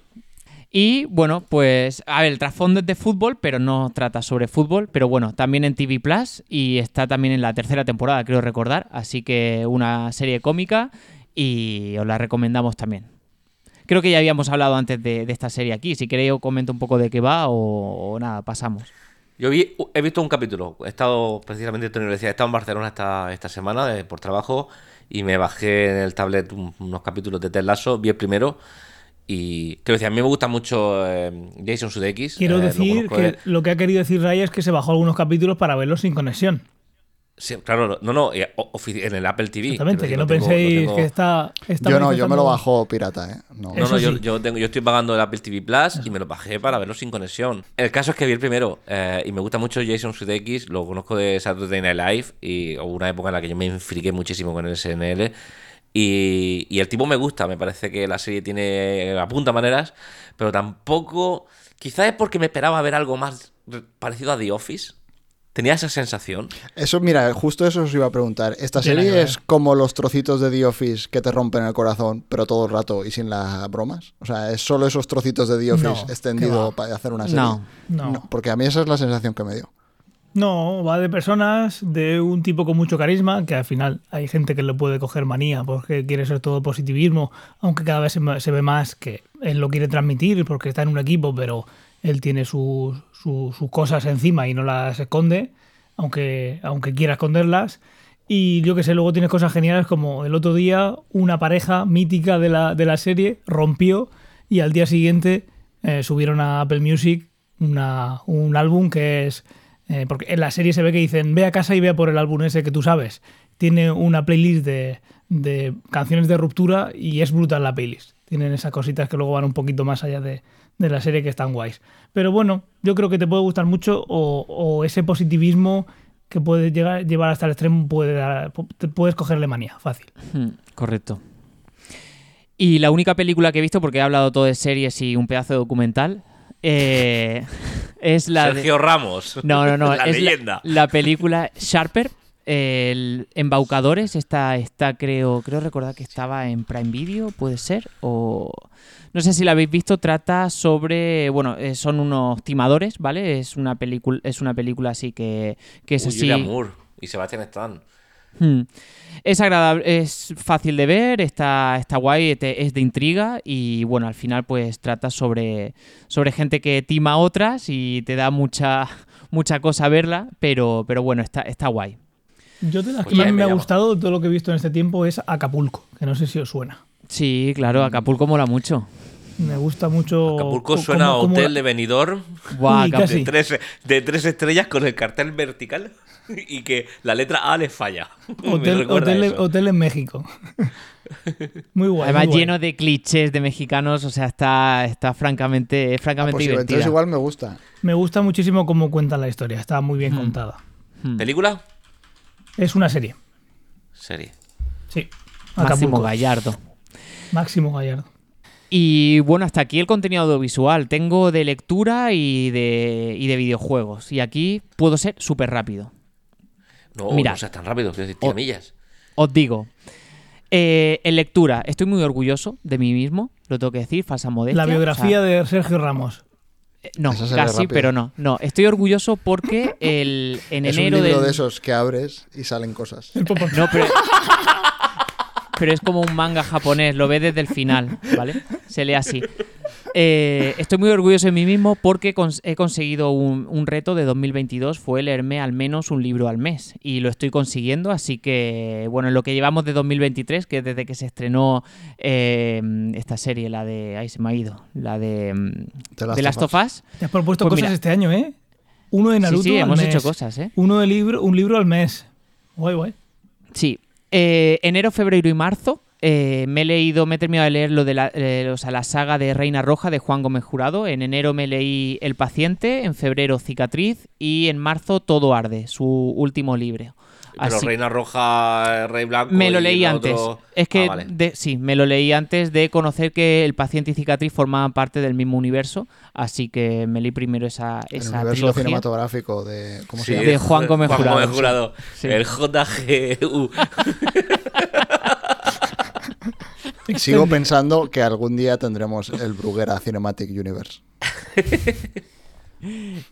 S3: Y bueno, pues, a ver, el trasfondo es de fútbol, pero no trata sobre fútbol. Pero bueno, también en TV Plus y está también en la tercera temporada, creo recordar. Así que una serie cómica y os la recomendamos también. Creo que ya habíamos hablado antes de, de esta serie aquí. Si queréis, os comento un poco de qué va o, o nada, pasamos.
S4: Yo vi, he visto un capítulo. He estado, precisamente, Tony lo decía, he estado en Barcelona esta, esta semana eh, por trabajo y me bajé en el tablet un- unos capítulos de Ted Lasso. Vi el primero Y creo que a mí me gusta mucho eh, Jason Sudeikis.
S1: Quiero
S4: eh, lo
S1: decir
S4: conozco
S1: que
S4: él.
S1: lo que ha querido decir Ray es que se bajó algunos capítulos para verlos sin conexión.
S4: Sí, claro, no, no, eh, o- ofici- en el Apple TV.
S1: Exactamente,
S4: quiero
S1: que
S4: decir,
S1: no
S4: tengo-
S1: penséis
S4: tengo-
S1: que está... está
S2: Yo no, yo me
S1: manifestando-
S2: lo bajo pirata, ¿eh? No.
S4: No,
S1: Eso
S4: no, yo,
S1: sí.
S4: yo, tengo, yo estoy pagando el Apple TV Plus y me lo bajé para verlo sin conexión. El caso es que vi el primero eh, y me gusta mucho Jason Sudeikis, lo conozco de Saturday Night Live y hubo una época en la que yo me enfriqué muchísimo con el SNL y, y el tipo me gusta, me parece que la serie tiene apunta maneras, pero tampoco... Quizás es porque me esperaba ver algo más re- parecido a The Office. Tenía esa sensación.
S2: Eso, mira, justo eso os iba a preguntar. Esta
S1: Tiene que
S2: serie
S1: ver.
S2: es como los trocitos de The Office que te rompen el corazón, pero todo el rato y sin las bromas. O sea, es solo esos trocitos de The Office
S1: No,
S2: extendido
S1: que va.
S2: para hacer una serie.
S3: No.
S1: No.
S2: porque a mí esa es la sensación que me dio.
S1: No, va de personas, de un tipo con mucho carisma, que al final hay gente que le puede coger manía porque quiere ser todo positivismo, aunque cada vez se, ma- se ve más que él lo quiere transmitir porque está en un equipo, pero él tiene sus, sus- sus cosas encima y no las esconde, aunque, aunque quiera esconderlas. Y yo que sé, luego tienes cosas geniales como el otro día una pareja mítica de la, de la serie rompió y al día siguiente eh, subieron a Apple Music una- un álbum que es... eh, porque en la serie se ve que dicen, ve a casa y vea por el álbum ese que tú sabes. Tiene una playlist de, de canciones de ruptura y es brutal la playlist. Tienen esas cositas que luego van un poquito más allá de, de la serie que están guays. Pero bueno, yo creo que te puede gustar mucho o, o ese positivismo que puede llegar, llevar hasta el extremo puede dar- pu- te puedes cogerle manía, fácil.
S3: Hmm, correcto. Y la única película que he visto, porque he hablado todo de series y un pedazo de documental, eh, es la de...
S4: Sergio Ramos.
S3: No, no, no.
S4: la
S3: es
S4: leyenda.
S3: La, película Sharper, el Embaucadores, está, está, creo, creo recordar que estaba en Prime Video, puede ser, o... No sé si la habéis visto, trata sobre, bueno, eh, son unos timadores, ¿vale? Es una película, es una película así que, que es
S4: Uy,
S3: así.
S4: Julia Moore y Sebastian Stan.
S3: Hmm. Es agradable, es fácil de ver, está, está guay, te- es de intriga y bueno, al final pues trata sobre, sobre gente que tima a otras y te da mucha, mucha cosa verla, pero, pero bueno, está, está guay.
S1: Yo de las
S4: Pues
S1: que más
S4: ya me
S1: me ha
S4: llamo.
S1: gustado, todo lo que he visto en este tiempo es Acapulco, que no sé si os suena.
S3: Sí, claro, Acapulco mola mucho.
S1: Me gusta mucho.
S4: Acapulco
S1: co-
S4: suena
S1: cómo-
S4: a
S1: cómo
S4: hotel
S1: la-
S4: de Benidorm
S3: Buah,
S1: Uy,
S3: Acapulco.
S1: casi.
S4: de tres, de tres estrellas con el cartel vertical y que la letra A le falla. Me
S1: Hotel,
S4: recuerda
S1: hotel-
S4: eso.
S1: hotel en México. muy guay.
S3: Además
S1: muy guay.
S3: lleno de clichés de mexicanos, o sea, está, está francamente, es
S2: Ah,
S3: francamente
S2: pues sí,
S3: divertida.
S2: entonces igual me gusta.
S1: Me gusta muchísimo cómo cuentan la historia. Está muy
S3: Mm.
S1: bien contada.
S3: Hmm.
S4: ¿Película?
S1: Es una serie.
S4: Serie.
S1: Sí.
S3: Máximo
S1: Acapulco.
S3: Gallardo.
S1: Máximo Gallardo.
S3: Y bueno, hasta aquí el contenido audiovisual. Tengo de lectura y de, y de videojuegos. Y aquí puedo ser súper rápido.
S4: No,
S3: Mira. Oh,
S4: no seas tan rápido, quiero decir, tira
S3: O-
S4: millas.
S3: Os digo, eh, en lectura estoy muy orgulloso de mí mismo, lo tengo que decir, falsa modestia.
S1: La biografía
S3: o sea,
S1: de Sergio Ramos.
S3: eh, No,
S2: Esa se lee
S3: casi,
S2: rápido.
S3: pero no. No, estoy orgulloso porque el, en
S2: Es un
S3: enero
S2: libro
S3: del-
S2: de esos que abres y salen cosas.
S1: El Pop-Up.
S3: No, pero... pero es como un manga japonés, lo ve desde el final, ¿vale? Se lee así. Eh, estoy muy orgulloso de mí mismo porque cons- he conseguido un, un reto de 2022, fue leerme al menos un libro al mes y lo estoy consiguiendo, así que bueno, en lo que llevamos de 2023, que desde que se estrenó eh, esta serie, la de... Ahí se me ha ido, la de... mm,
S2: The Last
S3: The Last
S2: of
S3: of Us.
S1: Te has propuesto
S3: Pues
S1: cosas
S3: mira.
S1: este año, ¿eh? Uno de Naruto
S3: Sí, sí,
S1: al
S3: hemos
S1: mes.
S3: hecho cosas, ¿eh?
S1: Uno de libro, un libro al mes. Guay, guay.
S3: Sí. Eh, enero, febrero y marzo. eh, me he leído, me he terminado de leer lo de la, eh, o sea, la saga de Reina Roja de Juan Gómez Jurado. En enero me leí El paciente, en febrero Cicatriz y en marzo Todo arde, su último libro.
S4: Pero
S3: Así-
S4: Reina Roja, Rey Blanco.
S3: ah, me lo
S4: y
S3: leí
S4: el
S3: antes.
S4: otro-
S3: Es que
S4: Ah, vale.
S3: de- sí, me lo leí antes de conocer que el paciente y cicatriz formaban parte del mismo universo, así que me leí primero esa,
S2: El
S3: esa
S2: universo
S3: trilogía.
S2: cinematográfico de. ¿Cómo se
S4: Sí,
S2: llama?
S3: de Juan Gómez Jurado, sí.
S4: Jurado.
S3: Sí.
S4: El JGU.
S2: Sigo pensando que algún día tendremos el Bruguera Cinematic Universe.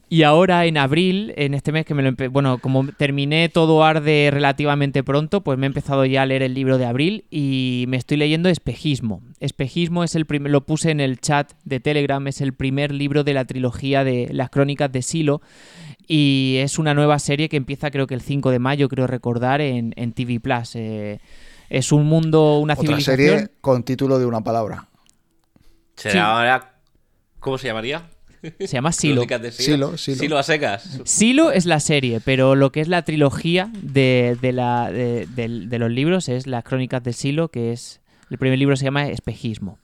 S3: Y ahora en abril, en este mes que me lo empe- bueno, como terminé todo arde relativamente pronto, pues me he empezado ya a leer el libro de abril y me estoy leyendo Espejismo. Espejismo es el primer, lo puse en el chat de Telegram, es el primer libro de la trilogía de las crónicas de Silo y es una nueva serie que empieza creo que el 5 de mayo, creo recordar, en, en TV Plus. Eh, es un mundo, una
S2: Otra
S3: civilización.
S2: serie con título de una palabra.
S4: Se
S3: Sí.
S4: llamaría- ¿Cómo se llamaría?
S3: Se llama Silo.
S4: Crónicas de
S2: Silo, Silo.
S4: a secas.
S3: Silo es la serie, pero lo que es la trilogía de, de la- de- del- de los libros es las crónicas de Silo, que es... El primer libro se llama Espejismo.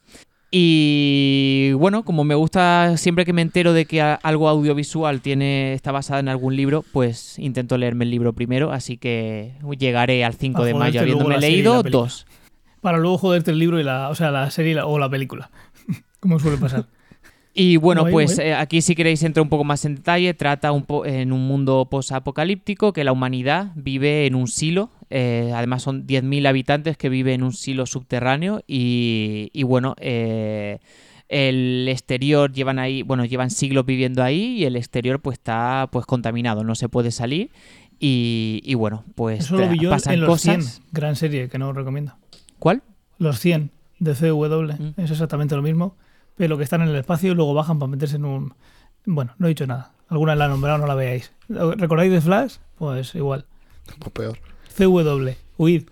S3: Y bueno, como me gusta siempre que me entero de que a- algo audiovisual tiene está basada en algún libro, pues intento leerme el libro primero, así que llegaré al 5
S1: A
S3: de
S1: joderte
S3: mayo habiéndome
S1: Ah, este luego la serie y la
S3: leído
S1: película.
S3: dos.
S1: Para luego joderte el libro y la, o sea, la serie y la- o la película. Como suele pasar.
S3: Y bueno,
S1: Guay,
S3: pues
S1: guay.
S3: eh, aquí si queréis entrar un poco más en detalle, trata un po- en un mundo posapocalíptico que la humanidad vive en un silo. eh, además son 10.000 habitantes que viven en un silo subterráneo y, y bueno, eh, el exterior llevan ahí, bueno, llevan siglos viviendo ahí y el exterior pues está pues contaminado, no se puede salir y, y bueno, pues
S1: Eso lo
S3: tra-
S1: vi yo
S3: pasan
S1: en Los
S3: cosas.
S1: 100, gran serie que no os recomiendo.
S3: ¿Cuál?
S1: Los 100 de CW
S3: Mm.
S1: es exactamente lo mismo, pero que están en el espacio y luego bajan para meterse en un... Bueno, no he dicho nada. Alguna la he nombrado, no la veáis. ¿Recordáis de Flash? Pues igual.
S2: Pues peor.
S1: CW, huid.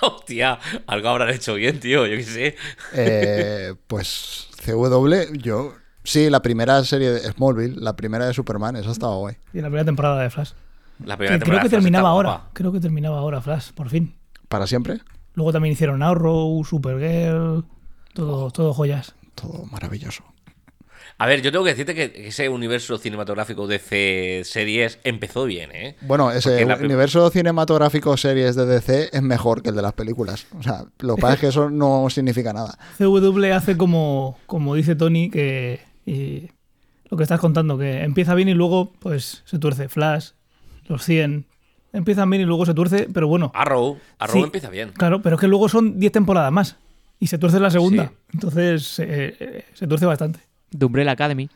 S4: Hostia, algo habrán hecho bien, tío, yo qué sé.
S2: Eh, pues CW, yo. Sí, la primera serie de Smallville, la primera de Superman, esa estaba guay.
S1: Y la primera temporada de Flash.
S4: La
S1: Que
S4: primera
S1: creo
S4: temporada
S1: que
S4: de Flash
S1: terminaba
S4: está
S1: ahora.
S4: guapa.
S1: Creo que terminaba ahora Flash, por fin.
S2: ¿Para siempre?
S1: Luego también hicieron Arrow, Supergirl, todo, todo joyas.
S2: Todo maravilloso.
S4: A ver, yo tengo que decirte que ese universo cinematográfico de C- series empezó bien, ¿eh?
S2: Bueno, ese
S4: Porque la prim-
S2: universo cinematográfico series de DC es mejor que el de las películas. O sea, lo que pasa es que eso no significa nada.
S1: CW hace como, como dice Tony, que y lo que estás contando, que empieza bien y luego pues se tuerce. Flash, los 100, empiezan bien y luego se tuerce, pero bueno,
S4: Arrow, Arrow
S1: Sí.
S4: empieza bien.
S1: claro, pero es que luego son 10 temporadas más y se tuerce la segunda.
S4: Sí.
S1: Entonces eh, eh, se tuerce bastante.
S3: De Umbrella Academy.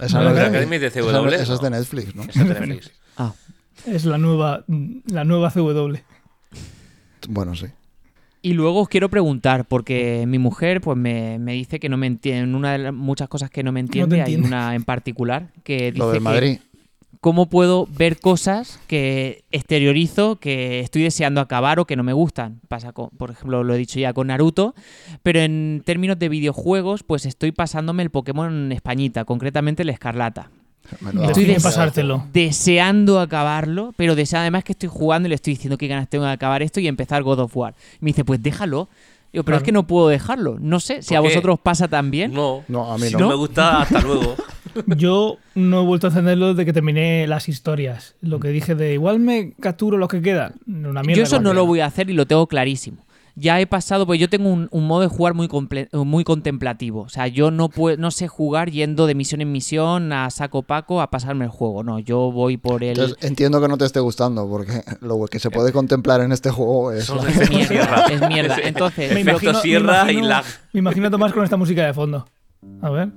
S2: Esa
S1: No, la
S2: de-
S4: Academy de
S2: esa-
S4: CW,
S2: esa es
S4: ¿no?
S2: de Netflix, ¿no?
S4: Esa de Netflix.
S3: Ah,
S1: Es la nueva, la nueva CW.
S2: Bueno, sí.
S3: Y luego os quiero preguntar, porque mi mujer pues me, me dice que no me entiende, en una de las muchas cosas que no me entiende, hay
S1: entiende.
S3: una en particular que dice
S2: Lo del
S3: que
S2: Madrid.
S3: cómo puedo ver cosas que exteriorizo, que estoy deseando acabar o que no me gustan. Pasa, con, por ejemplo, lo he dicho ya con Naruto, pero en términos de videojuegos, pues estoy pasándome el Pokémon Españita, concretamente el Escarlata.
S2: Menuda
S3: Estoy
S2: mierda.
S1: Deciden
S3: des-
S1: pasártelo.
S3: deseando acabarlo, pero deseando además que estoy jugando y le estoy diciendo que ganas tengo de acabar esto y empezar God of War. Y me dice, pues déjalo. Digo, pero
S1: Claro.
S3: es que no puedo dejarlo. No sé si
S4: ¿Por
S3: a
S4: qué?
S3: vosotros pasa también.
S4: No,
S2: No, a mí
S4: si
S2: no.
S4: no. me gusta, hasta luego.
S1: Yo no he vuelto a encenderlo desde que terminé las historias. Lo que dije de igual me capturo los que quedan. Una mierda
S3: Yo eso no
S1: cualquiera.
S3: lo voy a hacer y lo tengo clarísimo. Ya he pasado, pues yo tengo un, un modo de jugar muy, comple- muy contemplativo. O sea, yo no, pue- no sé jugar yendo de misión en misión a saco paco a pasarme el juego. No, yo voy por el...
S2: Entonces, entiendo que no te esté gustando, porque lo que se puede contemplar en este juego es.
S4: Son
S2: la-
S4: efectos
S3: mierda,
S4: sierra.
S3: es mierda.
S4: Ese-
S3: Entonces,
S4: efecto
S3: Me
S4: sierra y lag.
S1: me imagino a Tomás con esta música de fondo. A ver.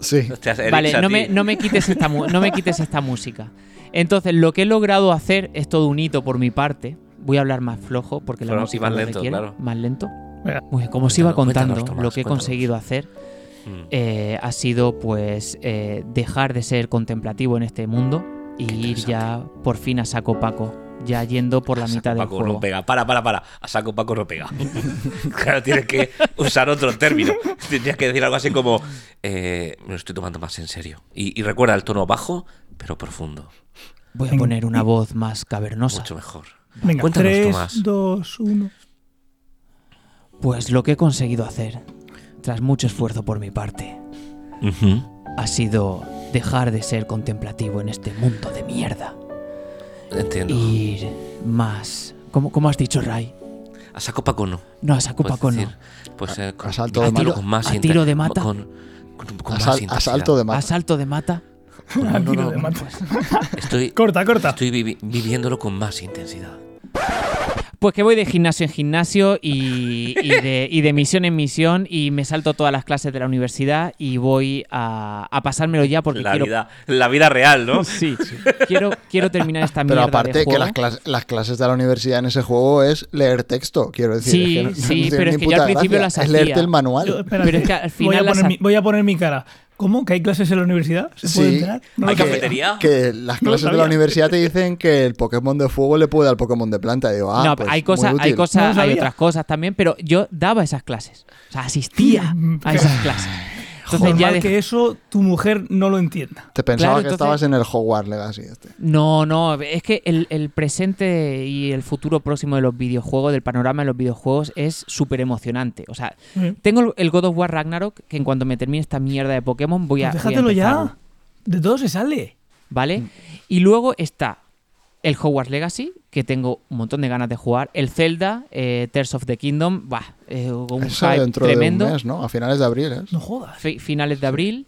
S2: Sí.
S4: Hostia, Eric
S3: Vale, no me,
S4: Satie.
S3: no me quites esta, mu- no me quites esta música. Entonces, lo que he logrado hacer es todo un hito por mi parte. Voy a hablar más flojo porque la
S4: Pero, y
S3: música
S4: más
S3: lo
S4: lento,
S3: requiere.
S4: claro.
S3: Más lento.
S1: Venga.
S3: Pues, como os iba
S4: Cuéntanos,
S3: contando,
S4: cuéntanos,
S3: lo que he
S4: Tomás,
S3: conseguido hacer
S4: Mm.
S3: eh, ha sido pues eh, dejar de ser contemplativo en este mundo y ir ya por fin a saco paco, ya yendo por la
S4: Saco
S3: mitad del
S4: Paco
S3: juego.
S4: no pega. Para, para, para. A saco Paco no pega. claro, tienes que usar otro término. Tendrías que decir algo así como: eh, Me lo estoy tomando más en serio. Y, y recuerda el tono bajo, pero profundo.
S3: Voy a poner una voz más cavernosa.
S4: Mucho mejor.
S1: Venga,
S4: Cuéntanos,
S1: 3,
S4: Tomás.
S1: 2, 1.
S3: Pues lo que he conseguido hacer, tras mucho esfuerzo por mi parte,
S4: Ujú.
S3: ha sido dejar de ser contemplativo en este mundo de mierda.
S4: Entiendo.
S3: Ir más. ¿Cómo, cómo has dicho, Ray?
S4: A saco Paco no.
S3: No, a saco
S4: Puedes
S3: paco no.
S4: decir, Pues eh, con,
S2: asalto
S4: a
S2: de
S4: tiro-
S2: mano.
S4: con más
S3: A
S4: inten-
S3: tiro de mata.
S4: Con, con- con más
S2: Asal-
S4: intensidad. Ah,
S2: asalto de mata.
S3: Asalto de mata.
S4: Con- no, no,
S1: de
S4: no.
S1: mata.
S4: Estoy,
S1: Corta, corta.
S4: estoy vivi- viviéndolo con más intensidad.
S3: Pues que voy de gimnasio en gimnasio y, y de, y de misión en misión y me salto todas las clases de la universidad y voy a, a pasármelo ya porque
S4: La
S3: quiero.
S4: vida, la vida real, ¿no?
S3: Sí, quiero, quiero terminar esta
S2: Pero
S3: mierda de
S2: aparte, que
S3: juego.
S2: las, clas- las clases de la universidad en ese juego es leer texto, quiero decir.
S3: Sí,
S2: es que no-
S3: sí,
S2: no tiene
S3: pero
S2: ni
S3: es que yo
S2: puta
S3: al principio
S2: gracia.
S3: las
S2: Es leerte
S3: hacía.
S2: el manual.
S1: Yo, espérate,
S3: Pero es que al final
S1: voy, a
S3: las
S1: poner
S3: ha-
S1: mi, voy a poner mi cara. ¿Cómo? ¿Que hay clases en la universidad? ¿Se puede enterar? No
S4: ¿Hay
S1: lo sé.
S4: cafetería?
S2: Que las
S1: No lo
S2: clases de la
S1: sabía.
S2: universidad te dicen que el Pokémon de fuego le puede al Pokémon de planta. Y digo, ah,
S3: no,
S2: pues,
S3: hay
S2: muy
S3: cosas, hay
S2: útil.
S1: No lo
S3: cosas, hay
S1: sabía.
S3: otras cosas también, pero yo daba esas clases. O sea, asistía a esas clases. Entonces ya
S1: Normal
S3: dejé-
S1: que eso tu mujer no lo entienda.
S2: Te pensaba
S3: Claro,
S2: que
S3: entonces-
S2: estabas en el Hogwarts Legacy. Este.
S3: No, no, es que el, el presente y el futuro próximo de los videojuegos, del panorama de los videojuegos, es súper emocionante. O sea,
S1: Pues
S3: tengo el- el God of War Ragnarok, que en cuanto me termine esta mierda de Pokémon voy a...
S1: Pues
S3: voy a
S1: déjatelo
S3: empezarlo,
S1: ya. De todo se sale.
S2: Mm.
S3: ¿Vale? Y luego está el Hogwarts Legacy, que tengo un montón de ganas de jugar. El Zelda, eh, Tears of the Kingdom, bah, eh, un
S2: Eso
S3: hype
S2: dentro
S3: tremendo.
S2: de un mes, ¿no? A finales de abril, ¿eh?
S1: No jodas.
S3: fi- finales de abril.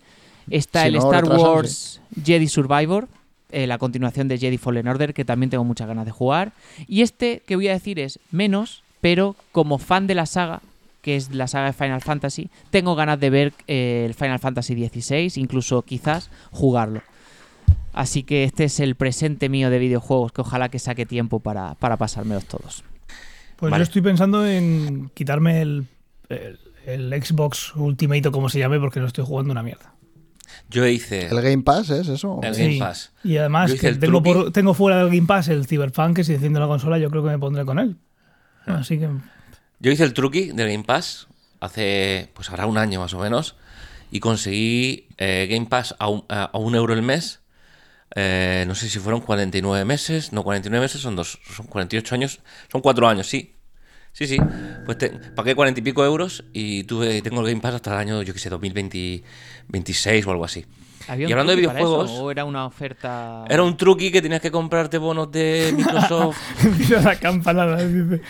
S3: Está
S2: Si
S3: el
S2: no,
S3: Star
S2: retrasan,
S3: Wars Jedi Survivor, eh, la continuación de Jedi Fallen Order, que también tengo muchas ganas de jugar. Y este que voy a decir es menos, pero como fan de la saga, que es la saga de Final Fantasy, tengo ganas de ver eh, el Final Fantasy XVI, incluso quizás jugarlo. Así que este es el presente mío de videojuegos, que ojalá que saque tiempo para, para pasármelos todos.
S1: Pues
S4: Vale.
S1: yo estoy pensando en quitarme el, el, el Xbox Ultimate o como se llame porque lo estoy jugando una mierda.
S4: Yo hice
S2: ¿El Game Pass es eso?
S4: El
S1: Sí.
S4: Game Pass.
S1: Y además
S4: Yo hice
S1: que
S4: el
S1: tengo, por-
S4: truqui.
S1: tengo fuera del Game Pass el Cyberpunk que si enciendo la consola yo creo que me pondré con él.
S4: Ah.
S1: Así que
S4: Yo hice el truqui del Game Pass hace, pues habrá un año más o menos, y conseguí eh, Game Pass a un, a- a un euro el mes. Eh, no sé si fueron 49 meses, no, 49 meses son dos, son 48 años, son 4 años, sí. Sí, sí, pues te- pagué 40 y pico euros y tuve, tengo el Game Pass hasta el año, yo qué sé, 2026 o algo así.
S3: ¿Había un
S4: Y hablando de
S3: truco para eso,
S4: videojuegos,
S3: ¿O era una oferta...?
S4: era un truqui que tenías que comprarte bonos de Microsoft.
S1: empieza la campanada. Dice,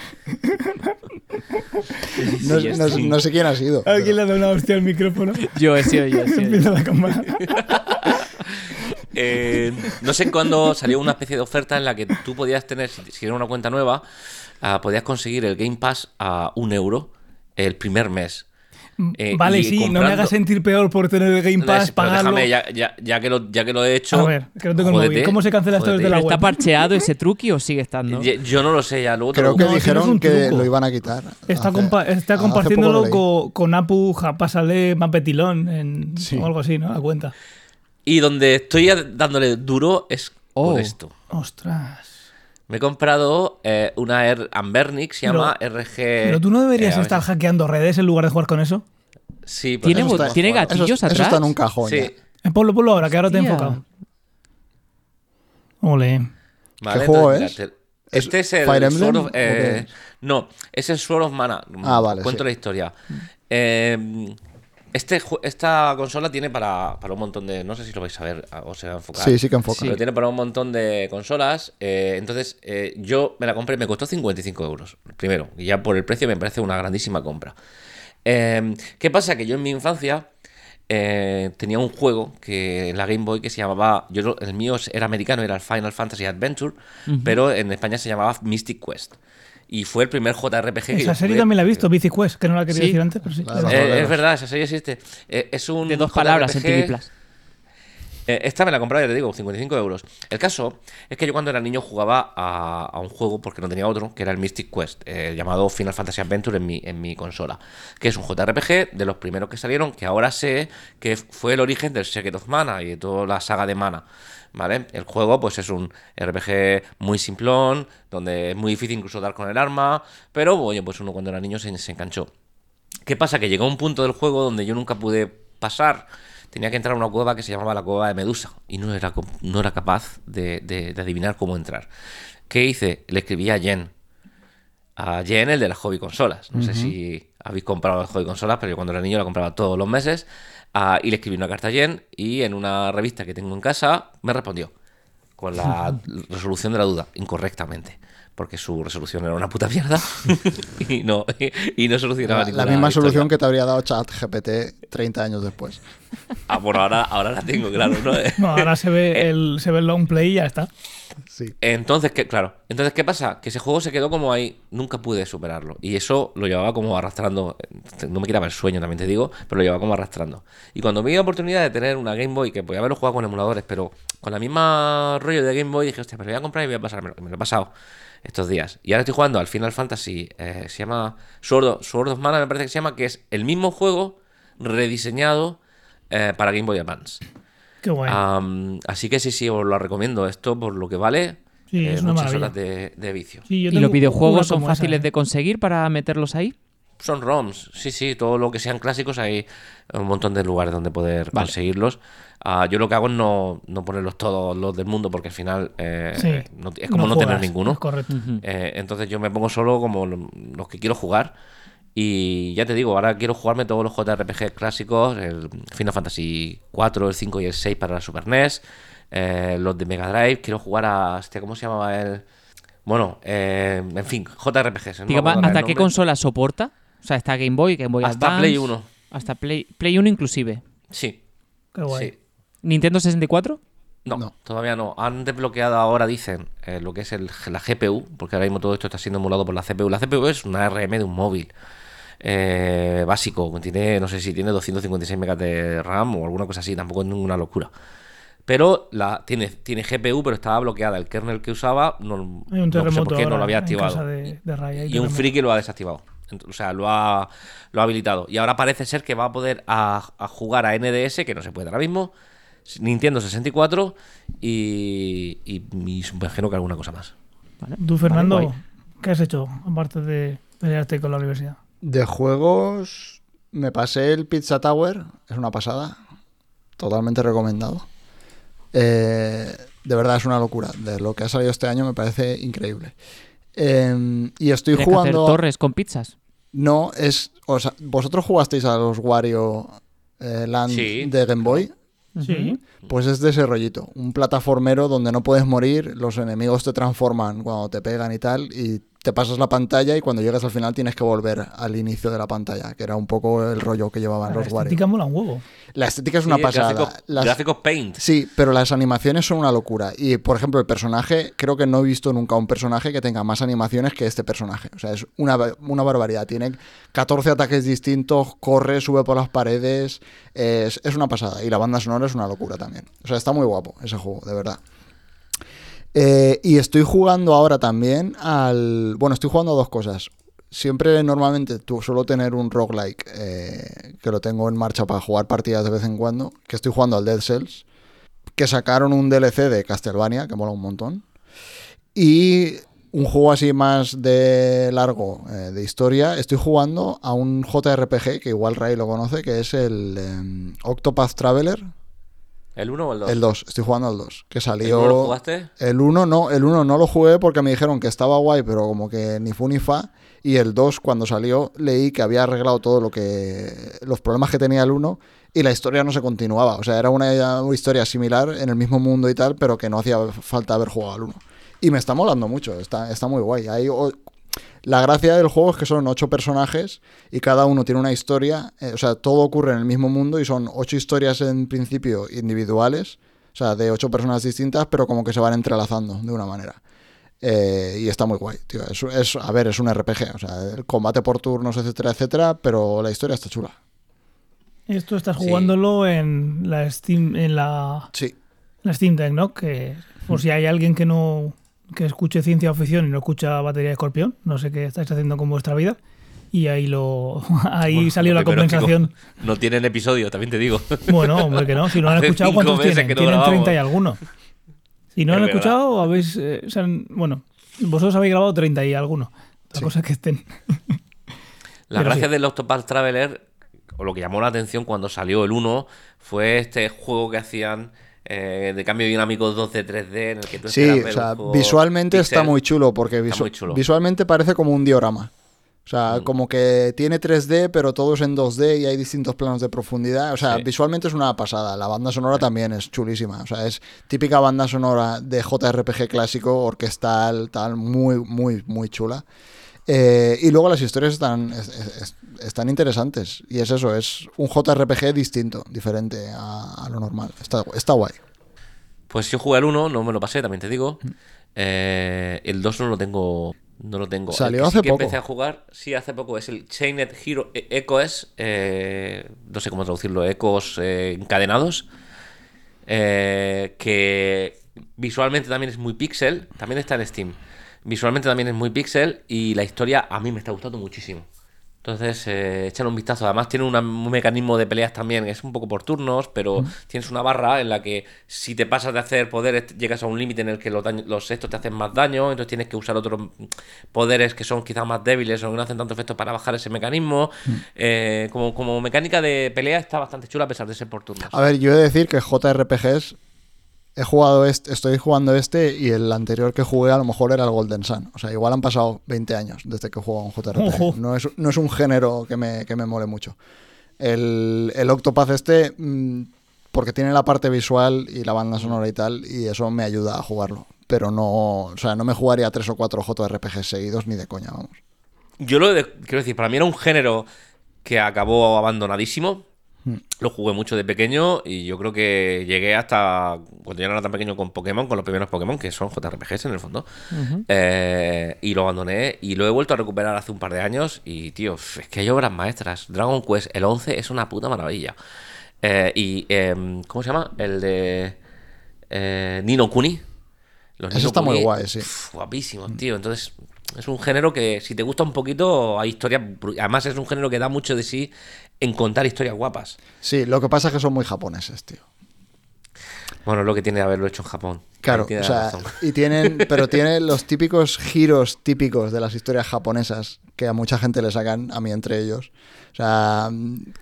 S2: No,
S4: Sí,
S2: no-
S4: sí.
S2: no sé quién ha sido.
S1: Alguien le ha dado una hostia al micrófono.
S3: Yo he sido yo, he sido yo.
S1: empieza la campanada.
S4: Eh, no sé cuándo salió una especie de oferta en la que tú podías tener, si, si era una cuenta nueva, ah, podías conseguir el Game Pass a un euro el primer mes. Eh,
S1: vale,
S4: y
S1: sí, no me
S4: comprando-
S1: hagas sentir peor por tener el Game Pass,
S4: Pero
S1: pagarlo.
S4: déjame, ya, ya- ya que lo, ya que lo he hecho.
S1: A ver, que no tengo el
S4: jódete,
S1: móvil. ¿Cómo se cancela esto
S4: jódete. Eh,
S1: desde la
S3: ¿Está
S1: web?
S3: parcheado ese truqui o sigue estando?
S4: Ye- Yo no lo sé, ya luego te
S2: Creo
S4: lo-
S2: que
S1: No, si no es
S2: dijeron
S1: un
S2: que
S1: truco.
S2: lo iban a quitar.
S1: Está,
S2: Hace-
S1: compa- está
S2: hace poco lo
S1: compartiéndolo
S2: leí.
S1: con, con Apu, Ja- Pásale, Mapetilón en,
S2: Sí.
S1: o algo así, ¿no? La cuenta.
S4: Y donde estoy a- dándole duro es
S3: Oh.
S4: por esto.
S1: Ostras.
S4: Me he comprado eh, una R Ambernic, se llama RG.
S1: Pero tú no deberías
S4: eh, a ver.
S1: estar hackeando redes en lugar de jugar con eso.
S4: Sí, pues
S3: ¿Tiene
S4: eso
S3: bot-
S4: está-
S3: tiene
S4: joder.
S2: Eso,
S3: gatillos
S2: eso
S3: atrás?
S2: está en un cajón. ya.
S4: Sí.
S1: Eh, Ponlo, ponlo ahora, que ahora te he
S3: Hostia.
S1: enfocado. Ole.
S4: Vale,
S2: juego
S4: entonces,
S2: es?
S4: mira, te- Este es el
S2: Fire
S4: Sword
S2: Emblem
S4: of,
S2: o
S4: eh,
S2: qué es?
S4: No, es el Sword of Mana.
S2: Ah, vale,
S4: Cuento
S2: sí.
S4: la historia. Eh, este, ju- esta consola tiene para, para un montón de. No sé si lo vais a ver a- o se va a enfocar.
S2: Sí, sí que enfoca.
S4: Pero tiene para un montón de consolas. eh, entonces, eh, yo me la compré, me costó 55 euros. Primero, y ya por el precio me parece una grandísima compra. Eh, ¿Qué pasa? Que yo en mi infancia eh, tenía un juego que en la Game Boy que se llamaba. Yo, lo- el mío era americano, era el Final Fantasy Adventure, pero en España se llamaba Mystic Quest. Y fue el primer JRPG que
S1: Esa
S4: yo
S1: serie
S4: jugué.
S1: también la he visto, Bici Quest, que no la quería
S3: Sí.
S1: decir antes, pero sí.
S2: La
S1: la
S2: de
S1: he
S2: los
S1: visto.
S4: Eh,
S2: roleros.
S4: es verdad, esa serie existe. Eh, es un
S3: de dos palabras en
S4: JRPG.
S3: TV Plus.
S4: Eh, esta me la compraba, ya te digo, 55 euros. El caso es que yo cuando era niño jugaba a, a un juego, porque no tenía otro, que era el Mystic Quest, eh, llamado Final Fantasy Adventure en mi, en mi consola, que es un JRPG de los primeros que salieron, que ahora sé que fue el origen del Secret of Mana y de toda la saga de Mana. ¿Vale? El juego pues es un RPG muy simplón, donde es muy difícil incluso dar con el arma, pero oye, pues uno cuando era niño se- se enganchó. ¿Qué pasa? Que llegó un punto del juego donde yo nunca pude pasar. Tenía que entrar a una cueva que se llamaba la cueva de Medusa y no era, co- no era capaz de, de- de adivinar cómo entrar. ¿Qué hice? Le escribí a Jen. A Jen, el de las hobby consolas. No sé si habéis comprado las hobby consolas, pero yo cuando era niño la compraba todos los meses. Ah, y le escribí una carta a Jen y en una revista que tengo en casa me respondió con la resolución de la duda incorrectamente. Porque su resolución era una puta mierda y no, y, no solucionaba
S2: La,
S4: ninguna
S2: la misma
S4: historia.
S2: solución que te habría dado ChatGPT 30 años después.
S4: Ah, bueno, ahora, ahora la tengo, claro, ¿no?
S1: No, ahora se
S4: Eh,
S1: ve el, se ve el long play y ya está.
S2: Sí.
S4: Entonces, ¿qué, claro. Entonces, ¿qué pasa? Que ese juego se quedó como ahí. Nunca pude superarlo. Y eso lo llevaba como arrastrando. No me quitaba el sueño, también te digo, pero lo llevaba como arrastrando. Y cuando me dio la oportunidad de tener una Game Boy, que podía haberlo jugado con emuladores, pero con la misma rollo de Game Boy, dije, hostia, me lo voy a comprar y voy a pasármelo. Y me lo he pasado estos días. Y ahora estoy jugando al Final Fantasy. eh, se llama Sword of, Sword of Mana, me parece que se llama, que es el mismo juego rediseñado. eh, para Game Boy Advance.
S1: Qué guay.
S4: Ah. Am, así que sí, sí, os lo recomiendo. Esto por lo que vale,
S1: Sí,
S4: eh,
S1: es una
S4: muchas
S1: maravilla.
S4: horas de, de vicio.
S1: Sí, yo
S3: ¿Y
S1: tengo
S3: los
S1: una
S3: videojuegos son
S1: como esa,
S3: fáciles
S1: ¿eh?
S3: de conseguir para meterlos ahí?
S4: Son ROMs, sí, sí, todo lo que sean clásicos hay un montón de lugares donde poder
S3: Vale.
S4: conseguirlos. Ah, yo lo que hago es no, no ponerlos todos los del mundo porque al final eh,
S1: Sí.
S4: eh, no- es como no, tener
S1: juegas,
S4: ninguno.
S1: es Correcto.
S4: Eh, entonces yo me pongo solo como lo- los que quiero jugar. Y ya te digo, ahora quiero jugarme todos los JRPG clásicos, el Final Fantasy 4, el 5 y el 6 para la Super NES, eh, los de Mega Drive, quiero jugar a... hostia, ¿Cómo se llamaba el...? Bueno, eh, en fin, JRPGs. no me
S3: Dígame,
S4: acuerdo ahora
S3: ¿hasta
S4: el
S3: qué
S4: nombre.
S3: consola soporta? O sea, está Game Boy, Game Boy
S4: Hasta
S3: Advance,
S4: Play 1.
S3: Hasta Play, Play 1 inclusive.
S4: Sí,
S1: Qué guay.
S4: sí.
S3: ¿Nintendo 64?
S4: No,
S2: No.
S4: todavía no. Han desbloqueado ahora, dicen, eh, lo que es el- la GPU, porque ahora mismo todo esto está siendo emulado por la CPU. La CPU es una RM de un móvil eh, básico. Tiene, no sé si tiene 256 megas de RAM o alguna cosa así, tampoco es ninguna locura. Pero la, tiene, tiene GPU, pero estaba bloqueada. El kernel que usaba no,
S1: Hay un
S4: no sé
S1: terremoto
S4: por qué no
S1: ahora
S4: lo había
S1: en
S4: activado.
S1: casa de- de Ray, hay
S4: y un
S1: terremoto.
S4: friki lo ha desactivado. Ent- O sea, lo ha, lo ha habilitado. Y ahora parece ser que va a poder a, a jugar a NDS, que no se puede ahora mismo, Nintendo 64 y, y, y imagino que alguna cosa más.
S3: Vale.
S1: Tú, Fernando,
S3: Vale, guay.
S1: ¿qué has hecho aparte de pelearte con la universidad?
S2: De juegos, me pasé el Pizza Tower, es una pasada, totalmente recomendado. Eh, de verdad es una locura, de lo que ha salido este año me parece increíble. Eh, y estoy
S3: Tienes que hacer
S2: jugando...
S3: torres con pizzas.
S2: No, es... o sea, ¿Vosotros jugasteis a los Wario eh, Land
S4: Sí.
S2: de Game Boy?
S1: Sí.
S2: Pues es de ese rollito, un plataformero donde no puedes morir, los enemigos te transforman cuando te pegan y tal, y te pasas la pantalla y cuando llegas al final tienes que volver al inicio de la pantalla, que era un poco el rollo que llevaban
S1: La
S2: los
S1: estética
S2: Wario.
S1: mola un huevo.
S2: La estética es una
S4: Sí,
S2: pasada.
S4: Gráficos,
S2: Las-
S4: gráficos Paint.
S2: Sí, pero las animaciones son una locura. Y, por ejemplo, el personaje, creo que no he visto nunca un personaje que tenga más animaciones que este personaje. O sea, es una, ba- una barbaridad. Tiene 14 ataques distintos, corre, sube por las paredes. Es, es una pasada. Y la banda sonora es una locura también. O sea, está muy guapo ese juego, de verdad. Eh, y estoy jugando ahora también al... Bueno, estoy jugando a dos cosas. Siempre normalmente tú suelo tener un roguelike eh, que lo tengo en marcha para jugar partidas de vez en cuando, que estoy jugando al Dead Cells, que sacaron un DLC de Castlevania, que mola un montón, y un juego así más de largo, eh, de historia, estoy jugando a un JRPG, que igual Ray lo conoce, que es el em, Octopath Traveler,
S4: ¿El 1 o el 2?
S2: el 2, estoy jugando al 2, que salió...
S4: lo jugaste?
S2: El 1 no, el 1 no lo jugué porque me dijeron que estaba guay, pero como que ni fu ni fa. Y el 2, cuando salió, leí que había arreglado todo lo que. los problemas que tenía el 1 y la historia no se continuaba. O sea, era una historia similar en el mismo mundo y tal, pero que no hacía falta haber jugado al 1. Y me está molando mucho, está, está muy guay. Hay o- la gracia del juego es que son ocho personajes y cada uno tiene una historia. eh, o sea, todo ocurre en el mismo mundo y son ocho historias en principio individuales. O sea, de ocho personas distintas, pero como que se van entrelazando de una manera. Eh, y está muy guay, tío. Es, es- a ver, es un RPG. O sea, el combate por turnos, etcétera, etcétera, pero la historia está chula.
S1: Esto estás
S4: Sí.
S1: jugándolo en la Steam, en la,
S2: Sí.
S1: la Steam Deck, ¿no? Que por
S4: Mm.
S1: si hay alguien que no que escuche ciencia o ficción y no escucha batería de escorpión, no sé qué estáis haciendo con vuestra vida. Y ahí lo ahí
S4: Bueno,
S1: salió
S4: lo
S1: la
S4: primero es que
S1: compensación.
S4: co- no tienen episodio, también te digo.
S1: Bueno, hombre que no, si no han
S4: Hace
S1: escuchado,
S4: cinco
S1: ¿cuántos
S4: meses
S1: tienen?
S4: que no
S1: tienen
S4: grabamos.
S1: 30 y alguno. Si no
S4: Es
S1: han
S4: verdad.
S1: escuchado, habéis eh, se han- bueno, vosotros habéis grabado 30 y alguno. La
S2: Sí.
S1: cosa es que estén.
S4: La
S1: Pero
S4: gracia
S1: sí.
S4: del Octopath Traveler, o lo que llamó la atención cuando salió el 1, fue este juego que hacían eh, de cambio dinámico 2D, 3D, en el que tú
S2: Sí,
S4: esperas
S2: o
S4: ver un
S2: sea,
S4: juego
S2: visualmente está
S4: pixel.
S2: muy chulo, porque
S4: Está
S2: visu-
S4: muy chulo.
S2: visualmente parece como un diorama. O sea,
S4: Mm.
S2: como que tiene 3D, pero todo es en 2D y hay distintos planos de profundidad. O sea,
S4: Sí.
S2: visualmente es una pasada. La banda sonora también es chulísima. O sea, es típica banda sonora de JRPG clásico, orquestal, tal, muy, muy, muy chula. Eh, y luego las historias están, es- es- es- están interesantes. Y es eso, es un JRPG distinto, diferente a, a lo normal. Está, está guay.
S4: Pues yo jugué al 1, no me lo pasé, también te digo.
S2: Mm.
S4: Eh, el 2 no lo tengo. No lo tengo. El
S2: Salió
S4: que sí
S2: hace
S4: que
S2: poco.
S4: empecé a jugar, sí, hace poco. Es el Chained Hero E- Echoes. eh, no sé cómo traducirlo. Ecos eh, encadenados. eh, que visualmente también es muy pixel. También está en Steam. Visualmente también es muy pixel. Y la historia a mí me está gustando muchísimo. Entonces, eh, echan un vistazo. Además, tiene una- un mecanismo de peleas también. Es un poco por turnos, pero tienes una barra en la que si te pasas de hacer poderes, llegas a un límite en el que los, daño- los estos te hacen más daño. Entonces tienes que usar otros poderes que son quizás más débiles o que no hacen tanto efecto para bajar ese mecanismo. Eh, como, como mecánica de pelea está bastante chula a pesar de ser por turnos.
S2: A ver, yo he de decir que JRPGs he jugado este, estoy jugando este y el anterior que jugué a lo mejor era el Golden Sun. O sea, igual han pasado 20 años desde que juego a un JRPG.
S1: Ojo.
S2: No es, no es un género que me, que me mole mucho. El, el Octopath este, mm, porque tiene la parte visual y la banda sonora y tal, y eso me ayuda a jugarlo. Pero no, o sea, no me jugaría tres o cuatro JRPG seguidos ni de coña, vamos.
S4: Yo lo de- quiero decir, para mí era un género que acabó abandonadísimo. Lo jugué mucho de pequeño y yo creo que llegué hasta cuando yo no era tan pequeño con Pokémon, con los primeros Pokémon, que son JRPGs en el fondo. Eh, y lo abandoné y lo he vuelto a recuperar hace un par de años. Y tío, es que hay obras maestras. Dragon Quest, el 11 es una puta maravilla. Eh, y, em, ¿cómo se llama? El de eh, Nino Kuni. Los
S2: Ese
S4: Ni no
S2: está muy
S4: Kuni,
S2: guay, sí. Mm.
S4: pf, guapísimos, tío. Entonces, es un género que, si te gusta un poquito, hay historias. bru- Además, es un género que da mucho de sí en contar historias guapas.
S2: Sí, lo que pasa es que son muy japoneses, tío.
S4: Bueno, es lo que tiene de haberlo hecho en Japón.
S2: Claro,
S4: Tiene
S2: o sea,
S4: razón.
S2: y tienen, pero tienen los típicos giros típicos de las historias japonesas que a mucha gente le sacan, a mí entre ellos. O sea,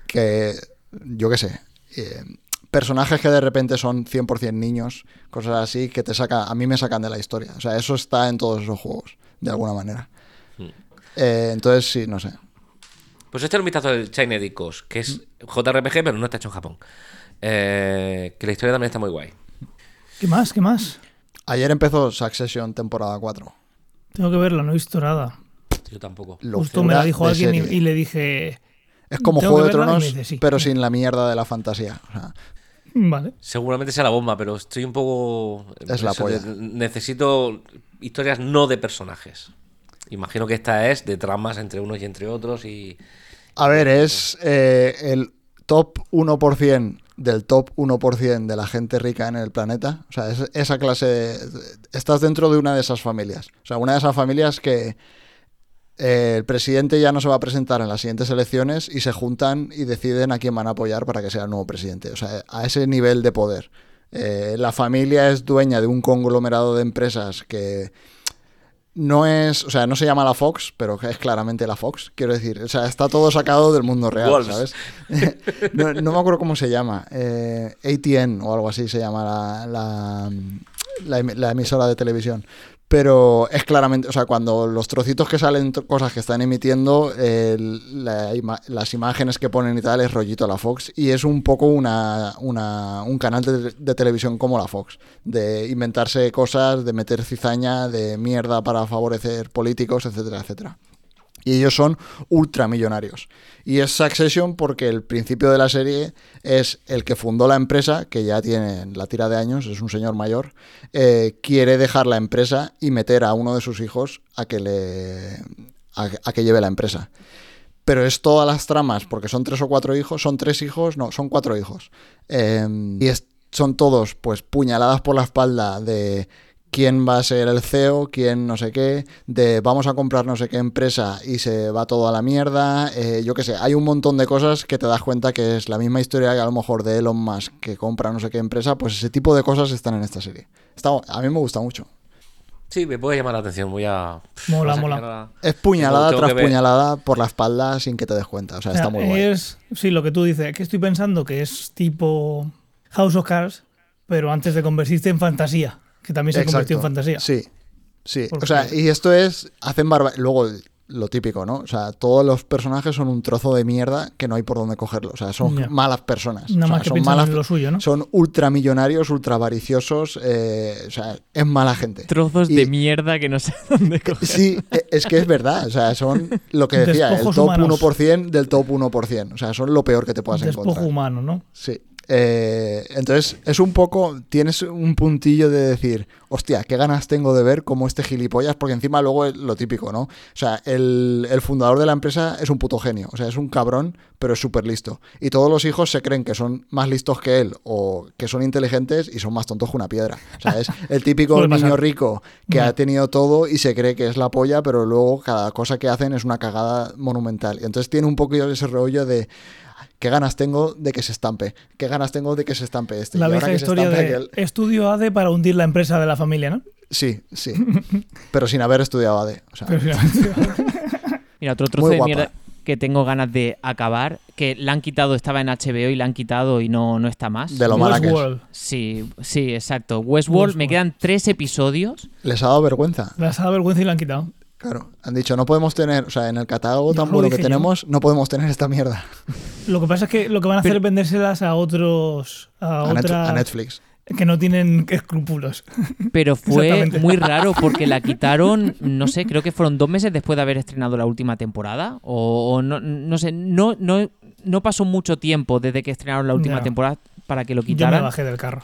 S2: que yo qué sé, eh, personajes que de repente son 100% niños, cosas así que te saca, a mí me sacan de la historia. O sea, eso está en todos esos juegos, de alguna manera.
S4: Hmm.
S2: Eh, entonces, sí, no sé.
S4: Pues este es un vistazo del Chained Echoes, que es JRPG, pero no está hecho en Japón. Eh, que la historia también está muy guay.
S1: ¿Qué más? ¿Qué más?
S2: Ayer empezó Succession temporada 4.
S1: Tengo que verla, no he visto nada.
S4: Yo tampoco.
S1: Justo me la
S2: Locura
S1: dijo
S2: de
S1: alguien y,
S2: serie.
S1: y le dije,
S2: Es como
S1: tengo
S2: Juego de
S1: que verla y me
S2: Tronos,
S1: dice, sí.
S2: pero sin la mierda de la fantasía. O sea,
S1: vale.
S4: Seguramente sea la bomba, pero estoy un poco.
S2: Es la
S4: eso de-
S2: polla.
S4: necesito historias no de personajes. Imagino que esta es de tramas entre unos y entre otros y.
S2: A ver, es eh, el top 1% del top 1% de la gente rica en el planeta. O sea, es esa clase... de- estás dentro de una de esas familias. O sea, una de esas familias que eh, el presidente ya no se va a presentar en las siguientes elecciones y se juntan y deciden a quién van a apoyar para que sea el nuevo presidente. O sea, a ese nivel de poder. Eh, la familia es dueña de un conglomerado de empresas que no es, o sea, no se llama la Fox, pero es claramente la Fox, quiero decir. O sea, está todo sacado del mundo real,
S4: Wolves.
S2: ¿sabes? no, no me acuerdo cómo se llama. eh, ATN o algo así se llama la, la, la em- la emisora de televisión. Pero es claramente, o sea, cuando los trocitos que salen, to- cosas que están emitiendo, eh, la ima- las imágenes que ponen y tal es rollito la Fox. Y es un poco una, una- un canal de, de televisión como la Fox. De inventarse cosas, de meter cizaña, de mierda para favorecer políticos, etcétera, etcétera. Y ellos son ultramillonarios. Y es Succession porque el principio de la serie es el que fundó la empresa, que ya tiene la tira de años, es un señor mayor, eh, quiere dejar la empresa y meter a uno de sus hijos a que le a- a que lleve la empresa pero es todas las tramas, porque son tres o cuatro hijos, son tres hijos, no, son cuatro hijos. Eh, y es- son todos, pues, puñaladas por la espalda de quién va a ser el CEO, quién no sé qué, de vamos a comprar no sé qué empresa y se va todo a la mierda, eh, yo qué sé, hay un montón de cosas que te das cuenta que es la misma historia que a lo mejor de Elon Musk que compra no sé qué empresa, pues ese tipo de cosas están en esta serie. Está- a mí me gusta mucho.
S4: Sí, me puede llamar la atención. Voy a.
S1: Mola,
S4: Vas a
S1: mola.
S4: quedar-
S2: Es puñalada
S4: Tengo- tengo
S2: tras
S4: que ver.
S2: puñalada por la espalda sin que te des cuenta, o sea,
S1: O sea,
S2: está muy guay.
S1: Es, sí, lo que tú dices, que estoy pensando que es tipo House of Cards, pero antes de convertirte en fantasía, que también se convirtió en
S2: Exacto.
S1: fantasía.
S2: Sí, sí.
S1: Porque-
S2: O sea, y esto es, hacen barba... Luego, lo típico, ¿no? O sea, todos los personajes son un trozo de mierda que no hay por dónde cogerlo. O sea, son
S1: Ya.
S2: malas personas.
S1: Nada
S2: O sea,
S1: más que
S2: son
S1: piensan
S2: malas...
S1: en lo suyo, ¿no?
S2: Son ultramillonarios, ultravariciosos, eh, o sea, es mala gente.
S3: Trozos
S2: Y-
S3: de mierda que no sé dónde coger.
S2: Sí, e- es que es verdad. O sea, son lo que decía, el
S1: Despojos
S2: top
S1: humanos.
S2: 1% del top 1%. O sea, son lo peor que te puedas
S1: Despojo
S2: encontrar.
S1: humano, ¿no?
S2: Sí. Eh, entonces, es un poco, tienes un puntillo de decir, hostia, qué ganas tengo de ver cómo este gilipollas, porque encima luego es lo típico, ¿no? O sea, el, el fundador de la empresa es un puto genio, o sea, es un cabrón, pero es súper listo. Y todos los hijos se creen que son más listos que él o que son inteligentes y son más tontos que una piedra. O sea, es el típico
S1: Puede pasar.
S2: niño rico que ha tenido todo y se cree que es la polla, pero luego cada cosa que hacen es una cagada monumental. Y entonces tiene un poquillo ese rollo de qué ganas tengo de que se estampe, qué ganas tengo de que se estampe este.
S1: La
S2: y ahora
S1: vieja
S2: que se
S1: historia
S2: estampe
S1: de
S2: aquel.
S1: estudio ADE para hundir la empresa de la familia, ¿no?
S2: Sí, sí. pero sin haber estudiado ADE. O sea,
S1: Pero finalmente-
S3: Mira, otro trozo
S2: Muy
S3: de
S2: guapa.
S3: mierda que tengo ganas de acabar, que la han quitado, estaba en HBO y la han quitado y no, no está más.
S2: De lo mala que es.
S1: Westworld.
S3: Sí, sí, exacto. Westworld, me
S1: Westworld.
S3: quedan tres episodios.
S2: les ha dado vergüenza.
S1: Las ha dado vergüenza y la han quitado.
S2: Claro, han dicho, no podemos tener, o sea, en el catálogo
S1: Ya
S2: tan
S1: lo
S2: bueno que
S1: dije yo.
S2: tenemos, no podemos tener esta mierda.
S1: Lo que pasa es que lo que van a hacer es vendérselas a otros. A,
S2: A, Net-
S1: otras
S2: a Netflix.
S1: que no tienen escrúpulos.
S3: Pero fue
S1: Exactamente.
S3: muy raro porque la quitaron, no sé, creo que fueron dos meses después de haber estrenado la última temporada. O, o no, no sé, no, no, no pasó mucho tiempo desde que estrenaron la última
S1: Ya.
S3: temporada para que lo
S1: Yo me
S3: quitaran.
S1: bajé del carro.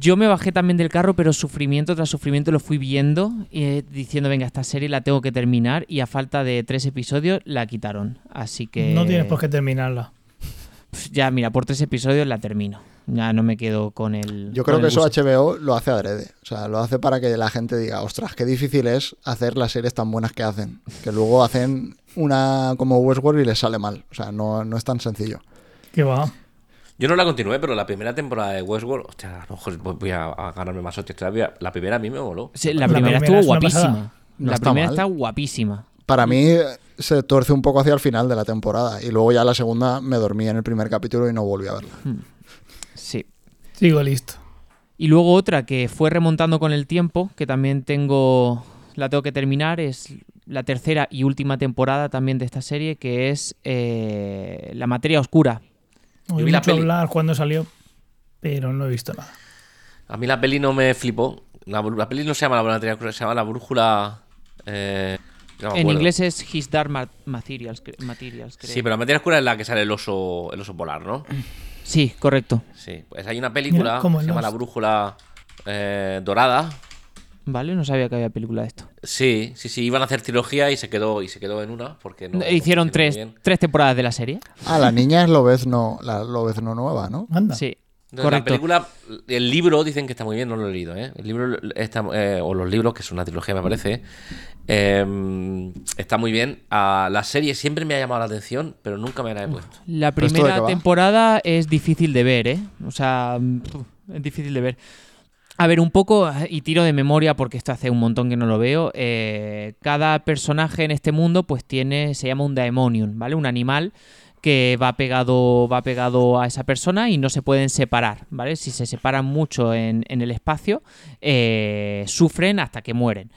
S3: Yo me bajé también del carro, pero sufrimiento tras sufrimiento lo fui viendo, eh, diciendo, venga, esta serie la tengo que terminar y a falta de tres episodios la quitaron. Así que...
S1: No tienes por qué terminarla.
S3: Pf, Ya, mira, por tres episodios la termino. Ya no me quedo con el...
S2: Yo
S3: con
S2: creo
S3: el
S2: que eso
S3: gusto.
S2: HBO lo hace adrede. O sea, lo hace para que la gente diga, ostras, qué difícil es hacer las series tan buenas que hacen. Que luego hacen una como Westworld y les sale mal. O sea, no, no es tan sencillo.
S1: Que va.
S4: Yo no la continué, pero la primera temporada de Westworld, hostia, a lo mejor voy voy a, a ganarme más hostias todavía. La primera a mí me voló.
S3: Sí,
S1: La
S3: la,
S1: primera
S3: primera, estuvo
S1: es una
S3: guapísima.
S1: pasada.
S2: No
S3: la
S2: está
S3: primera
S2: mal.
S3: está guapísima.
S2: Para mí eh, se torce un poco hacia el final de la temporada. Y luego ya la segunda me dormí en el primer capítulo y no volví a verla.
S3: Sí.
S1: Sigo listo.
S3: Y luego otra que fue remontando con el tiempo, que también tengo, la tengo que terminar, es la tercera y última temporada también de esta serie, que es eh, La materia oscura.
S1: Oí
S4: Yo vi la
S1: mucho
S4: peli.
S1: hablar cuando salió, pero no he visto nada.
S4: A mí la peli no me flipó. La, bru- la peli no se llama la brújula, se llama la brújula. eh, no me
S3: en
S4: acuerdo.
S3: inglés es His Dark Ma- Materials, cre- materials creo.
S4: Sí, pero la materia oscura es la que sale el oso, el oso polar, ¿no?
S3: Mm. Sí, correcto.
S4: Sí, pues hay una película
S1: Mira, como
S4: que se
S1: en
S4: llama La
S1: Lost.
S4: Brújula eh, Dorada.
S3: Vale, no sabía que había película de esto.
S4: Sí, sí, sí, iban a hacer trilogía y se quedó, y se quedó en una porque no.
S3: Hicieron
S4: no funcionó
S3: tres,
S4: bien.
S3: tres temporadas de la serie.
S2: Ah, la niña es Lobezno, la Lobezno nueva, ¿no?
S1: Anda.
S3: Sí.
S4: Entonces, La
S3: correcto.
S4: película, el libro dicen que está muy bien, no lo he leído, ¿eh? El libro está, eh, o los libros, que es una trilogía, me parece, eh, está muy bien. A la serie siempre me ha llamado la atención, pero nunca me la he puesto.
S3: La
S2: ¿Pero esto de qué
S3: primera
S2: va?
S3: temporada es difícil de ver, ¿eh? O sea, mm, pf, es difícil de ver. A ver, un poco, eh, y tiro de memoria porque esto hace un montón que no lo veo. eh, cada personaje en este mundo, pues tiene, se llama un daemonium, ¿vale? Un animal que va pegado, va pegado a esa persona y no se pueden separar, ¿vale? Si se separan mucho en, en el espacio, eh, sufren hasta que mueren.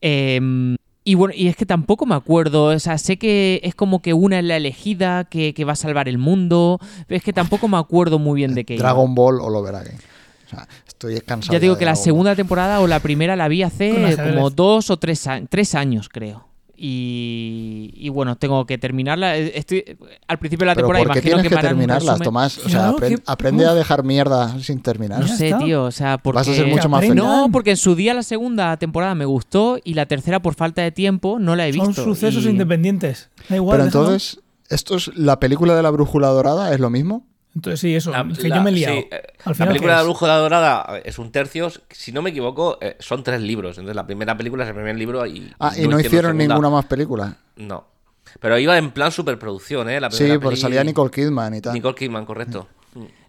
S3: Em, y bueno, y es que tampoco me acuerdo, o sea, sé que es como que una es la elegida, que, que va a salvar el mundo, pero es que tampoco me acuerdo muy bien de qué. iba.
S2: Dragon Ball o lo verá que- O sea, estoy cansado.
S3: Ya digo
S2: de
S3: que la
S2: Dragon Ball.
S3: segunda temporada o la primera la vi
S1: Con
S3: hace
S1: ajedrez.
S3: como dos o tres, a- tres años, creo. Y, y bueno, tengo que terminarla. Eh, Estoy, al principio de la
S2: Pero
S3: temporada
S2: ¿por qué
S3: imagino
S2: tienes
S3: que,
S2: que,
S3: harán un
S2: terminarlas,
S3: resumen.
S2: Tomás? O sea,
S1: Claro,
S2: apren-
S1: que-
S2: aprende a dejar mierda sin terminar.
S3: No
S1: Ya
S3: sé,
S1: está.
S3: tío, o sea, porque...
S2: Vas a ser mucho más
S1: Que
S2: feliz.
S1: aprenda.
S3: No, porque en su día la segunda temporada me gustó y la tercera por falta de tiempo no la he visto.
S1: Son sucesos
S3: y-
S1: independientes. Da igual.
S2: Pero
S1: déjalo.
S2: entonces, ¿esto es la película de la brújula dorada? ¿Es lo mismo?
S1: Entonces sí, eso.
S4: La-
S1: es que
S4: la-
S1: yo me he liado.
S4: sí, eh,
S1: Al
S4: la
S1: final,
S4: película
S1: ¿qué
S4: de
S1: es?
S4: Brujo de la Dorada es un tercio, si no me equivoco, eh, son tres libros. Entonces la primera película es el primer libro y.
S2: Ah, y no hicieron
S4: segunda.
S2: ninguna más película.
S4: No. Pero iba en plan superproducción, ¿eh? La
S2: Sí,
S4: primera
S2: porque
S4: peli-
S2: salía Nicole Kidman Mm. y tal.
S4: Nicole Kidman, correcto.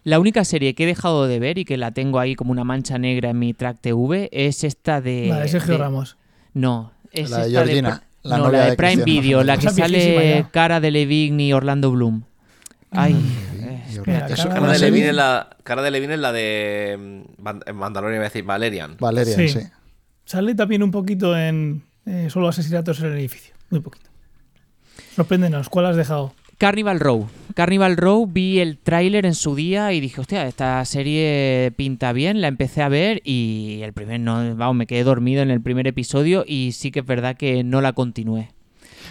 S3: La única serie que he dejado de ver y que la tengo ahí como una mancha negra en mi track TV es esta de.
S1: La de Sergio
S3: de-
S1: Ramos.
S3: No, es
S2: La de
S3: esta
S2: Georgina,
S3: Pri-
S2: la
S3: no,
S2: novia
S3: la de
S2: de
S3: Prime
S2: Cristiano
S3: Video, la que
S1: Esa viejísima
S3: sale
S1: ya.
S3: cara de Levine y Orlando Bloom. Ay, eh,
S1: Mira,
S2: Yo creo que
S1: cara
S2: eso-
S1: de
S4: Cara
S2: una
S4: de,
S2: serie-
S4: Levine es la, cara de Levine es la de mm, Van- eh, Mandalorian, iba a decir Valerian.
S2: Valerian,
S1: Sí.
S2: sí.
S1: Sale también un poquito en eh, solo asesinatos en el edificio. Muy poquito. Sorpréndenos, ¿cuál has dejado?
S3: Carnival Row. Carnival Row vi el tráiler en su día y dije, hostia, esta serie pinta bien, la empecé a ver y el primer no, vamos, me quedé dormido en el primer episodio y sí que es verdad que no la continué.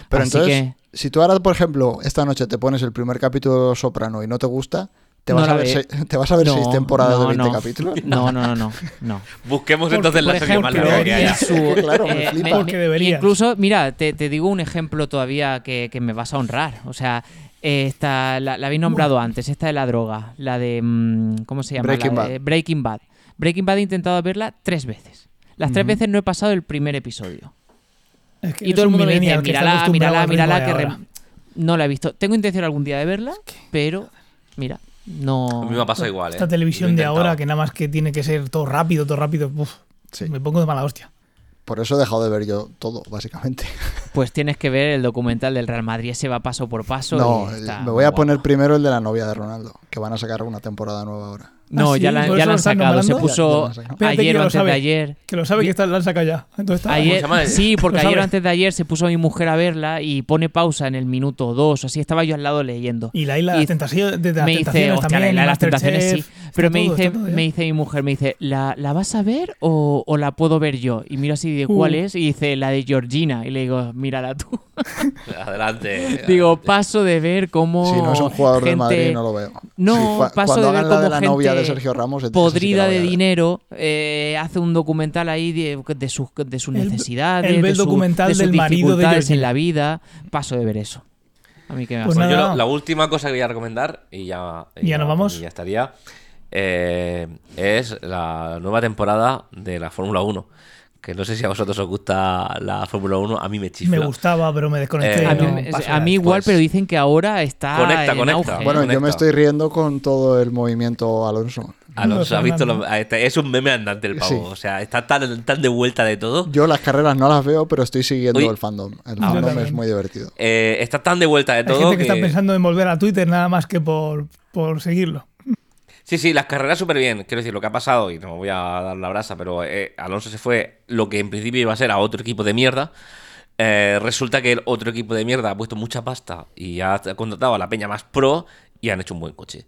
S2: Pero
S3: Así
S2: entonces,
S3: que-
S2: si tú ahora, por ejemplo, esta noche te pones el primer capítulo de Soprano y no te gusta, Te,
S3: No
S2: vas,
S3: la
S2: a ver
S3: ve.
S2: seis, te vas a ver
S3: No,
S2: seis temporadas
S3: no,
S2: de 20
S3: no.
S2: capítulos.
S3: No, no, no, no. no.
S4: Busquemos
S1: Por-
S4: entonces la
S3: por
S4: serie más
S1: ejemplo,
S4: larga que haya.
S1: deberías-
S3: en su- eh,
S2: Es que, claro, me flipa.
S1: Porque deberías.
S3: Incluso, mira, te, te digo un ejemplo todavía que, que me vas a honrar. O sea, eh, esta, la, la habéis nombrado antes, esta de la droga, la de... mm, ¿Cómo se llama?
S2: Breaking
S3: La
S2: Bad.
S3: de Breaking Bad. Breaking Bad he intentado verla tres veces. Las tres veces no he pasado el primer episodio.
S1: Es que
S3: Y
S1: es
S3: todo el
S1: un
S3: mundo me dice,
S1: millennial que está
S3: mírala,
S1: acostumbrado
S3: mírala,
S1: al ritmo
S3: mírala,
S1: de
S3: que
S1: ahora.
S3: rem- no la he visto. Tengo intención algún día de verla, pero mira, no...
S4: A mí me ha pasado igual.
S1: Esta
S4: ¿eh?
S1: televisión
S4: Lo he
S1: de ahora
S4: intentado.
S1: que nada más que tiene que ser todo rápido, todo rápido, uf,
S2: Sí.
S1: me pongo de mala hostia.
S2: Por eso he dejado de ver yo todo, básicamente.
S3: Pues tienes que ver el documental del Real Madrid, se va paso por paso.
S2: No,
S3: y está
S2: me voy a
S3: guapo.
S2: poner primero el de la novia de Ronaldo, que van a sacar una temporada nueva ahora.
S3: No,
S1: ¿Ah, sí?
S3: ya la,
S1: ¿Por
S3: ya
S1: eso
S3: la
S1: lo
S3: han
S1: están
S3: sacado. Se
S1: nombrando?
S2: Ya, ya la
S3: puso
S2: han sacado.
S1: Espérate que
S3: ayer o
S1: lo
S3: antes
S1: sabe.
S3: de ayer.
S1: Que lo sabe que está, la han sacado ya. Entonces está-
S3: Ayer,
S4: llama?
S3: sí, porque
S1: Lo
S3: ayer o
S1: sabe.
S3: antes de ayer se puso mi mujer a verla y pone pausa en el minuto 2 o así. Estaba yo al lado leyendo.
S1: Y la isla de las
S3: Y
S1: tentaciones, de las
S3: me dice,
S1: tentaciones
S3: hostia,
S1: también.
S3: la- las tentaciones sí.
S1: Masterchef, está
S3: Pero me
S1: todo,
S3: dice,
S1: está todo ya.
S3: me dice mi mujer, me dice, ¿la, la vas a ver o, o la puedo ver yo? Y miro así de
S1: Uh.
S3: cuál es y dice, la de Georgina. Y le digo, mírala tú.
S4: Adelante.
S3: Digo,
S4: adelante.
S3: paso de ver cómo
S2: si no es un jugador
S3: gente
S2: del Madrid, no lo veo.
S3: No,
S2: Si cua-
S3: paso
S2: cuando
S3: de
S2: hagan
S3: ver
S2: la de
S3: cómo
S2: la novia de
S3: gente
S2: Sergio Ramos, entonces sí que la
S3: podrida
S2: voy
S3: de
S2: a ver.
S3: dinero eh, hace un documental ahí de, de sus, de sus
S1: Él-
S3: necesidades,
S1: él ve
S3: de,
S1: el
S3: su-
S1: documental
S3: de sus
S1: del marido de
S3: dificultades en
S1: Georgina.
S3: la vida. Paso de ver eso. A mí que me
S1: Pues
S3: hace-
S4: Pues yo
S1: nada.
S4: la, la última cosa que quería recomendar, y ya, y
S1: Ya nos vamos.
S4: y ya estaría, eh, es la nueva temporada de la Fórmula 1. Que no sé si a vosotros os gusta la Fórmula 1, a mí me chifla.
S1: Me gustaba, pero me desconecté.
S4: Eh,
S3: a mí,
S1: no,
S3: me-
S1: paso.
S3: a mí igual, pero dicen que ahora está
S4: Conecta,
S3: en
S4: conecta.
S3: auge.
S2: Bueno, yo me
S4: Conecta.
S2: estoy riendo con todo el movimiento Alonso.
S4: Alonso, ¿has visto?
S1: Fernando.
S4: lo- este- es un meme andante el pavo.
S2: Sí.
S4: O sea, está tan, tan de vuelta de todo.
S2: Yo las carreras no las veo, pero estoy siguiendo
S4: Oye.
S2: el fandom. El
S1: Ah,
S2: fandom
S1: vale.
S2: es muy divertido.
S4: Eh, está tan de vuelta de
S1: Hay
S4: todo.
S1: gente que está pensando en volver a Twitter nada más que por, por seguirlo.
S4: Sí, sí, las carreras súper bien. Quiero decir, lo que ha pasado, y no voy a dar la brasa, pero eh, Alonso se fue lo que en principio iba a ser a otro equipo de mierda. Eh, resulta que el otro equipo de mierda ha puesto mucha pasta y ha contratado a la peña más pro y han hecho un buen coche.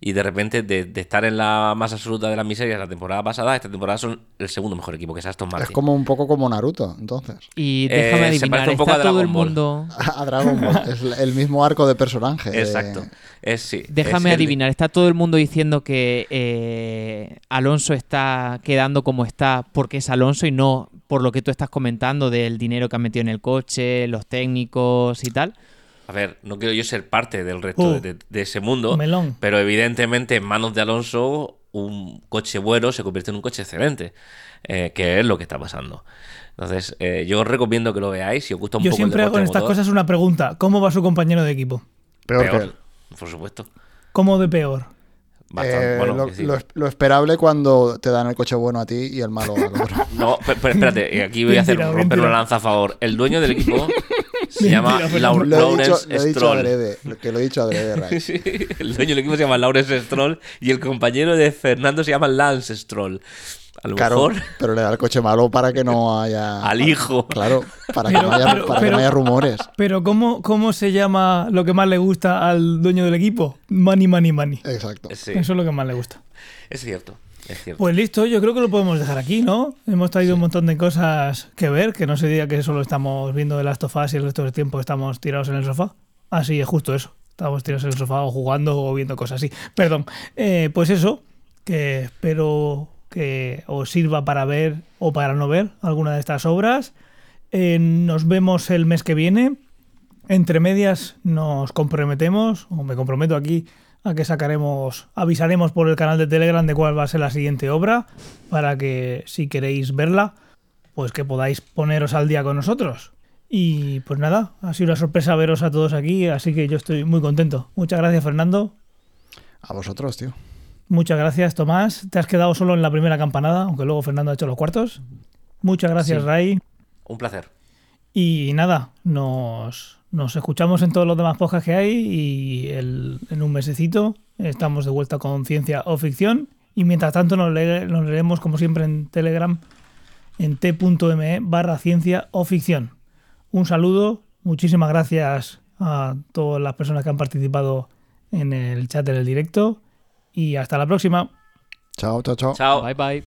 S4: Y de repente, de, de estar en la más absoluta de las miserias la temporada pasada, esta temporada son el segundo mejor equipo que es Aston Martin.
S2: Es como un poco como Naruto, entonces.
S3: Y
S4: Eh,
S3: déjame
S4: se
S3: adivinar,
S4: parece un poco
S3: está
S4: a
S3: todo el
S4: Dragon Ball.
S3: mundo...
S2: A Dragon Ball. es el mismo arco de personaje. de-
S4: Exacto. Es, sí, es
S3: Déjame
S4: el-
S3: adivinar, está todo el mundo diciendo que eh, Alonso está quedando como está porque es Alonso y no por lo que tú estás comentando del dinero que han metido en el coche, los técnicos y tal.
S4: A ver, no quiero yo ser parte del resto
S2: Oh.
S1: Uh,
S4: de, de ese mundo,
S1: melón.
S4: pero evidentemente en manos de Alonso un coche bueno se convierte en un coche excelente, eh, que es lo que está pasando. Entonces, eh, yo os recomiendo que lo veáis, si os gusta un
S1: Yo
S4: poco
S1: siempre
S4: el
S1: hago
S4: deporte
S1: en estas
S4: motor,
S1: cosas una pregunta. ¿Cómo va su compañero de equipo?
S2: Peor, que él.
S4: peor, por supuesto.
S1: ¿Cómo de peor?
S4: Bastante,
S2: Eh,
S4: bueno,
S2: lo,
S4: es decir,
S2: lo es- lo esperable cuando te dan el coche bueno a ti y el malo al otro.
S4: No, pe- pero espérate, eh, aquí voy
S1: Bien
S4: a hacer
S1: tirado, bien
S4: romper una
S1: tirado.
S4: lanza a favor. El dueño del equipo se
S1: Bien
S4: llama
S1: tirado,
S4: Lau-
S1: Fernando.
S2: Lo he dicho,
S4: Lawrence
S2: lo he dicho
S4: Stroll.
S2: adrede, lo que lo he dicho adrede, Ray.
S4: Sí, el dueño del equipo se llama Lawrence Stroll y el compañero de Fernando se llama Lance Stroll. A lo
S2: Claro,
S4: mejor
S2: pero le da el coche malo para que no haya.
S4: al hijo.
S2: Ah, Claro, para que,
S1: Pero-
S2: no, haya,
S1: pero-
S2: para que no
S1: pero-
S2: haya rumores.
S1: Pero ¿cómo, ¿cómo se llama lo que más le gusta al dueño del equipo? Money, money, money.
S2: Exacto.
S4: Sí,
S1: Eso es lo que más le gusta.
S4: es cierto. Es cierto.
S1: Pues listo, yo creo que lo podemos dejar aquí, ¿no? Hemos traído un montón de cosas que ver, que no se diga que solo estamos viendo el Last of Us y el resto del tiempo estamos tirados en el sofá. Así es justo eso. Estamos tirados en el sofá o jugando o viendo cosas así. Perdón. Eh, pues eso, que espero que os sirva para ver o para no ver alguna de estas obras. Eh, nos vemos el mes que viene. Entre medias nos comprometemos, o me comprometo aquí, a que sacaremos, avisaremos por el canal de Telegram de cuál va a ser la siguiente obra, para que si queréis verla, pues que podáis poneros al día con nosotros. Y pues nada, ha sido una sorpresa veros a todos aquí, así que yo estoy muy contento. Muchas gracias Fernando,
S2: A vosotros, tío.
S1: muchas gracias Tomás, te has quedado solo en la primera campanada, aunque luego Fernando ha hecho los cuartos. Muchas gracias
S3: Sí.
S1: Ray.
S4: Un placer.
S1: Y nada, nos, nos escuchamos en todos los demás podcasts que hay y el- en un mesecito estamos de vuelta con Ciencia o Ficción. Y mientras tanto nos, lee- nos leeremos como siempre en Telegram en t.me e barra ciencia o ficción. Un saludo, muchísimas gracias a todas las personas que han participado en el chat en el directo y hasta la próxima.
S2: Chao, chao, chao.
S4: Chao.
S3: Bye bye.